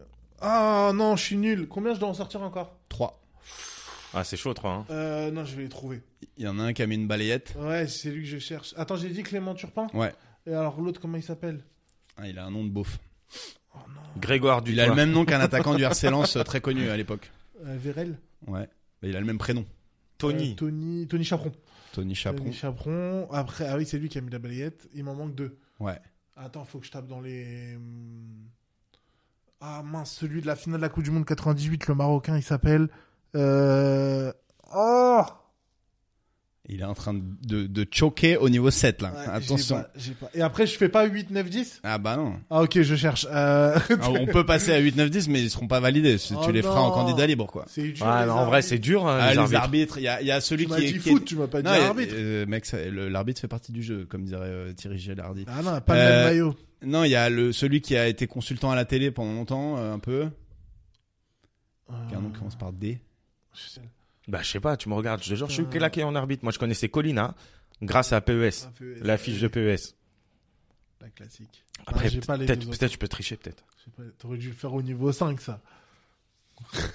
Ah non, je suis nul. Combien je dois en sortir encore
3.
Ah, c'est chaud, 3. Hein.
Euh, non, je vais les trouver.
Il y en a un qui a mis une balayette.
Ouais, c'est lui que je cherche. Attends, j'ai dit Clément Turpin
Ouais.
Et alors l'autre, comment il s'appelle Oh
Ah, il a un nom de beauf.
Grégoire
Il
Dutoit.
a le même nom qu'un attaquant du RC Lens euh, très connu à l'époque.
Euh, Vérel
Ouais. Mais il a le même prénom.
Tony.
Euh, Tony, Tony Chaperon.
Tony Chaperon.
Tony Chaperon. Après, ah oui, c'est lui qui a mis la balayette. Il m'en manque deux.
Ouais.
Attends, faut que je tape dans les. hum. Ah mince, celui de la finale de la Coupe du Monde 98, le Marocain, il s'appelle. Euh... Oh
Il est en train de, de, de choquer au niveau 7 là.
Ouais, j'ai
Attention.
pas- j'ai pas- Et après, je fais pas 8, 9, 10
Ah bah non.
Ah ok, je cherche. Euh...
Ah, on peut passer à 8, 9, 10, mais ils seront pas validés. Si
Oh
tu les feras en
non.
candidat libre quoi.
c'est dur.
Ouais,
les
mais en
arbitres.
vrai, c'est dur, hein,
Ah,
les
les
arbitres.
arbitres, il y a, il y a celui
Tu m'as
qui est.
dit
qui est-
foot, tu m'as pas dit
Non, il y a-
arbitre.
euh, mec, ça- le- l'arbitre fait partie du jeu, comme dirait euh, Thierry Gelardi.
Ah non, pas le même
Euh,
maillot.
Non, il y a le, celui qui a été consultant à la télé pendant longtemps, euh, un peu.
Ah.
Qui a un nom qui commence par D.
Euh, Je sais
Bah, je sais pas, tu me regardes. Je te jure, je suis
Putain.
claqué en arbitre. Moi, je connaissais Colina grâce à PES.
pas, PES.
La fiche de PES.
La classique.
Après,
j'ai Ah, pas les
peut-être,
deux autres.
peut-être, je peux tricher, peut-être.
J'ai pas- T'aurais dû le faire au niveau 5, ça.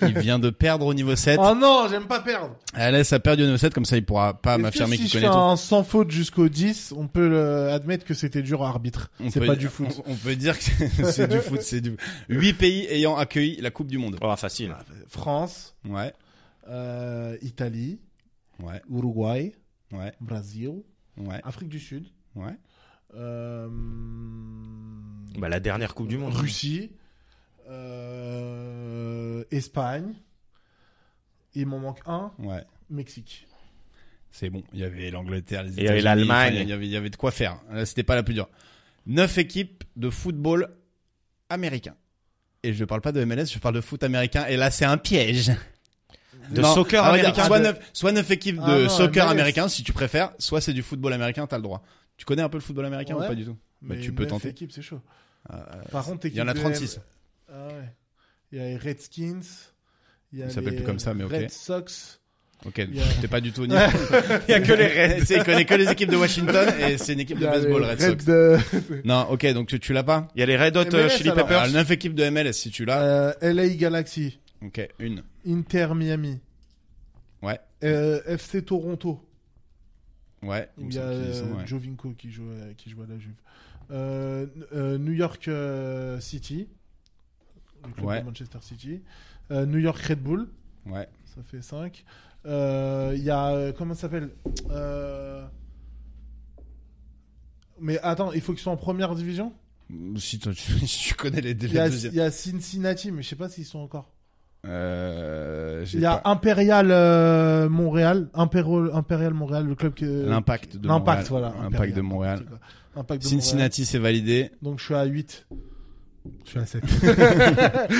Il vient de perdre au niveau 7.
Oh non, j'aime pas perdre.
Elle laisse à perdre au niveau 7, comme ça il pourra pas
Est-ce
m'affirmer
que
qu'il
si je
connaît
fais
tout.
un sans faute jusqu'au 10, on peut le- admettre que c'était dur à arbitre.
On
C'est
peut
pas
dire-
du foot.
On, on peut dire que c'est c'est du foot, c'est du. Huit pays ayant accueilli la Coupe du Monde.
Oh, facile.
France,
Ouais,
euh, Italie,
ouais,
Uruguay,
ouais,
Brésil,
ouais,
Afrique du Sud,
ouais.
euh,
Bah, la dernière Coupe du Monde.
Russie,
hein.
euh, Espagne. Il m'en manque un,
Ouais,
Mexique.
c'est bon. Il y avait l'Angleterre, les
Il y avait
États-Unis,
l'Allemagne.
enfin, Il y avait, il y avait de quoi faire. Là, c'était pas la plus dure. Neuf équipes de football américain. Et je parle pas de MLS, je parle de foot américain. Et là, c'est un piège.
De
Non, Ah,
soccer
on va dire
américain.
Soit neuf, soit neuf équipes
Ah
de
non,
soccer
MLS.
américain, si tu préfères. Soit c'est du football américain, t'as le droit. Tu connais un peu le football américain
Ouais.
ou pas du tout Bah,
Mais
tu peux
neuf
tenter. Euh,
équipes, c'est chaud. Par contre,
Il y en a
équipe de-
36.
Ah ouais. Il y a les Redskins. Il y a
Ils s'appellent
les
plus comme ça, mais ok.
Red Sox.
Ok,
y a-
t'es pas du tout au niveau. Il y a que les Reds. Il connaît que les équipes de Washington et c'est une équipe de baseball, Red Sox. Non, ok, donc tu, tu l'as pas
Il y a les Red Hot
MLS,
euh, Chili
alors.
Peppers.
Alors, 9 équipes de MLS si tu l'as.
Euh, LA Galaxy.
Ok, une.
Inter Miami.
Ouais,
Euh, FC Toronto.
ouais. me
Il y a
semble qu'ils sont,
euh,
ouais.
Jovinko qui joue, à- qui joue à la Juve. Euh, euh, New York euh, City. Le club
Ouais.
de Manchester City. Euh, New York Red Bull.
Ouais.
Ça fait 5. Il y a. euh, Comment ça s'appelle Euh, Mais attends, il faut qu'ils soient en première division
Si toi, tu, si tu connais les, les
Il y, a,
deuxièmes.
il y a Cincinnati, mais je sais pas s'ils sont encore.
Euh, j'ai
Il y a
pas.
Impérial euh, Montréal, Impérial, Impérial Montréal, le club que
l'impact de
euh, l'impact, voilà,
Montréal. L'impact
Impérial,
de Montréal.
n'importe quoi. Impact de Montréal.
Cincinnati, c'est validé.
Donc je suis à 8. Je suis à 7.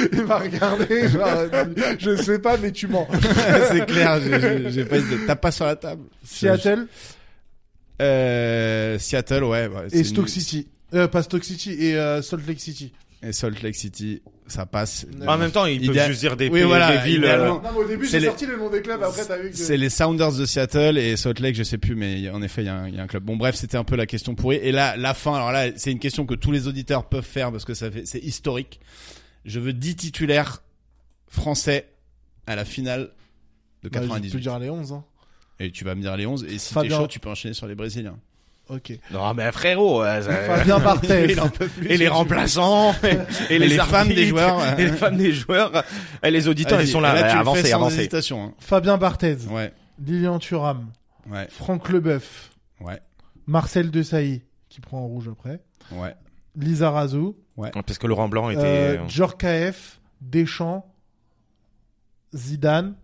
il m'a regardé, genre, je sais pas, mais tu mens.
c'est clair, j'ai- j'ai- j'ai pas hésité. T'as pas sur la table.
Seattle
Euh, Seattle, ouais. ouais, c'est
et
une-
Stoke City. Euh, pas Stoke City et euh, Salt Lake City.
Et Salt Lake City, ça passe.
En même temps, ils peuvent
Idéal-
juste dire des
Oui,
pays,
voilà,
des villes.
idéalement.
euh,
Non, mais au début,
Ah,
j'ai
C'est les-
sorti le nom des clubs, après t'as vu que.
C'est les Sounders de Seattle et Salt Lake, je sais plus, mais il y a- en effet, il y, a un- il y a un club. Bon, bref, c'était un peu la question pourrie. Et là, la fin, alors là, c'est une question que tous les auditeurs peuvent faire parce que ça fait, c'est historique. Je veux 10 titulaires français à la finale de
Bah, je peux
98.
dire les 11. Hein.
et tu vas me dire les 11. Et si t'es
Fabien.
chaud, tu peux enchaîner sur les Brésiliens.
Ok.
Non, mais frérot. euh, ça-
Fabien Barthez.
Il en peut plus.
Et les remplaçants, et, et les,
les
arbitres,
femmes des joueurs.
et les femmes des joueurs, et les auditeurs,
Allez-y.
ils sont là, bah,
Et tu le fais
avancez,
sans
avancez.
hésitation, hein.
Fabien Barthez.
Ouais,
Lilian Thuram.
ouais,
Franck Leboeuf.
ouais,
Marcel Desailly, qui prend en rouge après.
ouais.
Lisa Razou.
Parce que Laurent Blanc était,
Euh, Georges KF. Deschamps. Zidane.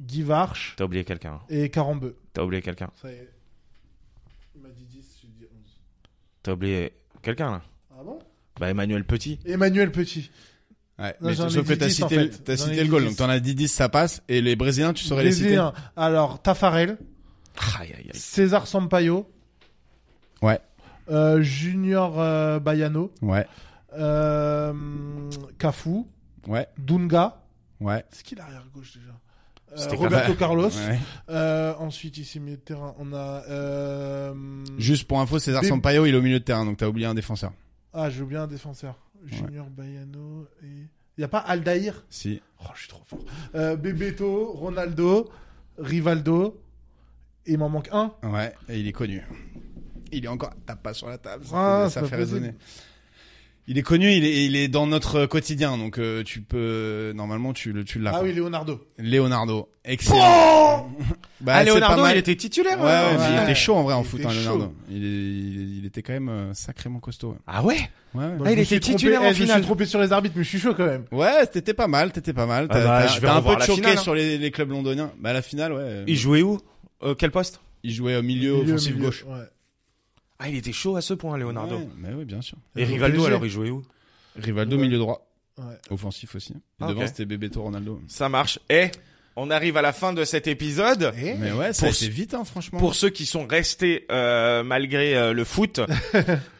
Guy Varche.
t'as oublié quelqu'un, hein.
Et Carambeu.
t'as oublié quelqu'un,
Ça y est. Il m'a dit 10, j'ai dit 11.
t'as oublié quelqu'un, là.
Ah bon
Bah, Emmanuel Petit.
Emmanuel Petit.
Ouais,
Non,
mais
j'en ai
sauf que
dit
t'as
10, en
cité, le-
fait.
t'as
J'en ai
cité
dit
le goal,
10.
donc t'en as dit 10, ça passe, et les Brésiliens, tu saurais les citer.
Brésilien. Alors, Tafarel.
Aïe, aïe, aïe.
César Sampaio.
Ouais.
Euh, Junior euh, Baiano.
Ouais,
Euh, Cafu.
ouais,
Dunga.
ouais.
C'est qui l'arrière gauche déjà Euh,
C'était
Roberto
Carlos.
Carlos.
Ouais.
Euh, ensuite, ici, milieu de terrain, on a. euh,
Juste pour info, César
Bim.
Sampaio, il est au milieu de terrain, donc t'as oublié un défenseur.
Ah, j'ai oublié un défenseur. Junior Baiano et. Il n'y a pas Aldaïr
Si.
Oh, je suis trop fort. Euh, Bebeto, Ronaldo, Rivaldo. Et il m'en manque un.
Ouais, et il est connu. Il est encore. Tape pas sur la table, ça,
Ah,
fait,
c'est
ça
pas
fait
possible.
résonner. Il est connu, il est, il est dans notre quotidien, donc euh, tu peux. Normalement, tu, le- tu l'as.
Ah
quoi.
oui, Leonardo.
Leonardo. Excellent. bah,
ah,
c'est
Leonardo,
pas mal.
il était titulaire.
Ouais, ouais, mais
hein. ouais.
il était chaud en vrai en
Il
foot,
était
hein, Leonardo.
chaud.
Il, est- il, est- il était quand même euh, sacrément costaud. ouais.
Ah ouais
Ouais, ouais.
Bon,
Ah,
je
il
me
était
suis trompé-
titulaire en
eh, Je me
finale.
suis trompé sur les arbitres, mais je suis chaud quand même.
Ouais, t'étais pas mal, t'étais pas mal. T'as
Ah bah,
t'as-
je vais
t'as un
revoir
peu
la
choqué
finale, hein.
sur les, les clubs londoniens. Bah la finale, ouais.
Il jouait où Euh, Quel poste
Il jouait au milieu,
Milieu,
offensif
milieu,
gauche.
ouais.
Ah, il était chaud à ce point, Leonardo.
Ouais, mais oui, bien sûr.
Et
Ils ont
Rivaldo,
PSG.
alors, il jouait où
Rivaldo
Ouais.
milieu droit,
Ouais.
offensif aussi. Et
Ah,
devant
ok.
c'était Bebeto Ronaldo.
Ça marche. Et on arrive à la fin de cet épisode.
Mais ouais, ça a
Pour-
été vite, hein, franchement.
Pour ceux qui sont restés euh, malgré euh, le foot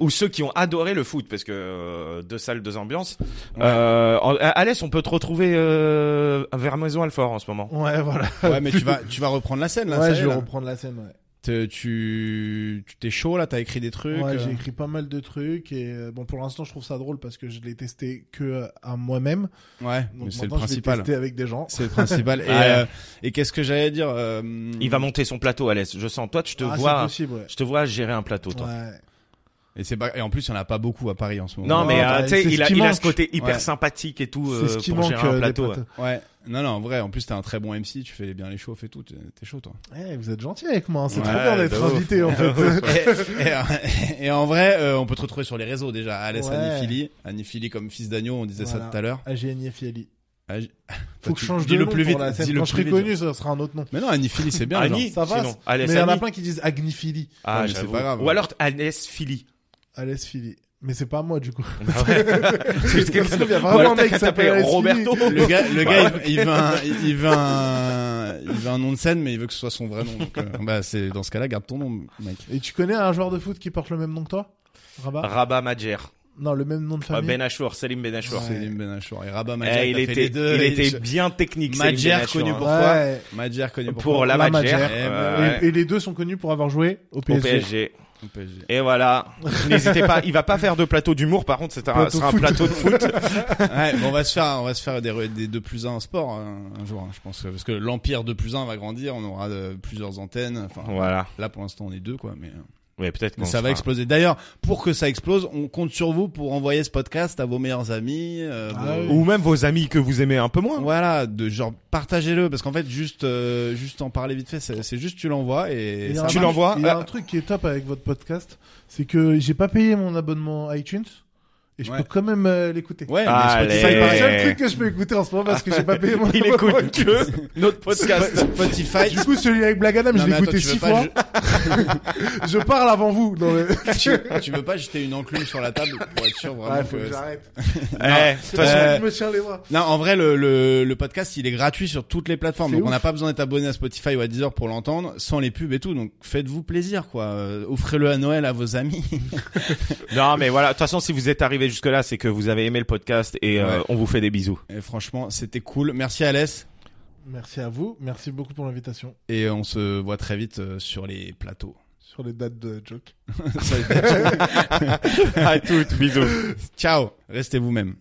ou ceux qui ont adoré le foot, parce que euh, deux salles, deux ambiances. Euh, en- à Alès, on peut te retrouver euh, vers Maison Alfort en ce moment.
Ouais, voilà.
Ouais, mais tu vas, tu vas reprendre la scène là. ça
ouais,
y est,
je vais
là.
reprendre la scène. Ouais,
Te- tu, tu t'es chaud là, t'as écrit des trucs.
Ouais,
euh,
j'ai écrit pas mal de trucs et euh, bon, pour l'instant, je trouve ça drôle parce que je l'ai testé que euh, à moi-même.
ouais, mais
Donc maintenant, je
c'est le
vais
principal.
tester avec des gens.
C'est le principal. et
Ouais.
euh, et qu'est-ce que j'allais dire euh,
Il va monter son plateau, Alès. Je sens. Toi, tu te
Mm. Ah, C'est
vois,
possible, ouais.
je te vois gérer un plateau. Toi.
Ouais.
Et c'est pas- et en plus il y en a pas beaucoup à Paris en ce moment.
Non,
Non,
mais
bah,
euh, tu sais,
c'est ce
il, a,
qui
il a
manque.
ce côté hyper
Ouais.
sympathique et tout
C'est ce
euh,
qui
pour
manque.
gérer un
euh, des
plateau.
potes.
Ouais. Non, non, en vrai, en plus t'es un très bon MC, tu fais bien les chauffes et tout, t'es t'es chaud toi.
Eh, vous êtes gentil avec moi. hein. C'est
Ouais,
trop bien
de
d'être
bah ouf.
invité en fait. eh,
et, et- et en vrai, euh, on peut te retrouver sur les réseaux déjà. Alès
Ouais.
Anifili, Anifili comme fils d'agneau, on disait ça
Voilà.
tout à l'heure.
AGN Fiali.
Ah, j-
Faut que je
tu-
change
dis
de
le
nom
plus
pour
vite,
la scène.
dis le
Quand je
plus
serai
vite.
connu, ça sera un autre nom.
Mais non, Anifili, c'est bien.
Annie,
Ça va,
sinon. Alès,
mais il y en a
Annie.
plein qui disent Agnifili,
Ah,
Ouais, mais c'est
j'avoue.
pas grave.
Ou alors Alès Philly.
Alès Fili. Mais c'est pas moi du coup.
Ah ouais. C'est
Il y a
quelqu'un de-
vraiment
Ou alors
un
t'as
mec
qu'à
qui s'appelle
taper
Alès Philly.
Roberto.
genre. Le gars, le
Bah
gars, il, il veut un, il il veut un, il veut un nom de scène, mais il veut que ce soit son vrai nom. Donc, euh, bah, c'est dans ce cas-là, garde ton nom, mec.
Et tu connais un joueur de foot qui porte le même nom que toi Rabat
Rabat Madjer.
Non, le même nom de
Euh,
famille.
Ah. Ben Achour, Selim Ben Achour.
Ouais.
Selim Ben Achour et Rabat
Eh,
Madjer.
il
t'as fait les
était,
deux,
il
et-
était bien technique. Selim
Madjer,
Ben Achour,
connu
hein.
pour- Eh ben, Pourquoi
Ouais.
Madjer connu
pour,
pour,
la,
La
Madjer,
Madjer.
euh,
Ouais.
Et, et les deux sont connus pour avoir joué au
au
PSG.
PSG.
au PSG.
Et voilà. N'hésitez pas. Il va pas faire de plateau d'humour. Par contre, c'est un,
Plateau
sera un
foot.
plateau de foot.
Ouais, bon, on va se faire, on va se faire des, re- des 2 plus 1 en sport hein, un, jour, hein, je pense, parce que l'empire 2 plus 1 va grandir, on aura euh, plusieurs antennes. Enfin,
voilà.
là pour l'instant on est deux, quoi, mais, euh,
Mais peut-être
mais
qu'on
ça va
sera-
exploser. D'ailleurs, pour que ça explose, on compte sur vous pour envoyer ce podcast à vos meilleurs amis. euh,
Ah
vos-
oui.
Ou même vos amis que vous aimez un peu moins.
Voilà, de genre partagez-le parce qu'en fait juste euh, juste en parler vite fait, c'est c'est juste tu l'envoies et,
Il y a
ça
un
marche.
Tu l'envoies,
truc- Il y a
euh,
un truc qui est top avec votre podcast, c'est que j'ai pas payé mon abonnement iTunes et je
Ouais.
peux quand même euh, l'écouter.
Ouais,
Allez.
mais
C'est
Spotify,
le
par exemple,
seul truc que je peux écouter en ce moment parce que j'ai pas payé mon
Il
abonnement.
écoute que notre podcast.
Spotify,
Du coup, celui avec Blagadam,
Non,
je l'ai
mais attends,
écouté
tu veux
six
pas
fois. Je parle avant vous. Non, mais...
tu, tu veux pas jeter une enclume sur la table pour être sûr vraiment
Ouais, faut que
que
j'arrête.
Eh, de toute façon,
Euh,
Je me tiens les bras.
Non, en vrai, le, le, le podcast, il est gratuit sur toutes les plateformes.
C'est
Donc, on
ouf.
n'a pas besoin d'être abonné à Spotify ou à Deezer pour l'entendre, sans les pubs et tout. Donc, faites-vous plaisir, quoi. Euh, Offrez-le à Noël à vos amis.
Non, mais voilà. De toute façon, si vous êtes arrivé jusque là, c'est que vous avez aimé le podcast et euh,
Ouais.
on vous fait des bisous.
Et franchement, c'était cool. Merci, Alès.
Merci à vous. Merci beaucoup pour l'invitation
Et on se voit très vite euh, sur les plateaux.
sur les dates de joke.
Sur les plateaux.
à toutes, bisous.
Ciao. Restez vous-même.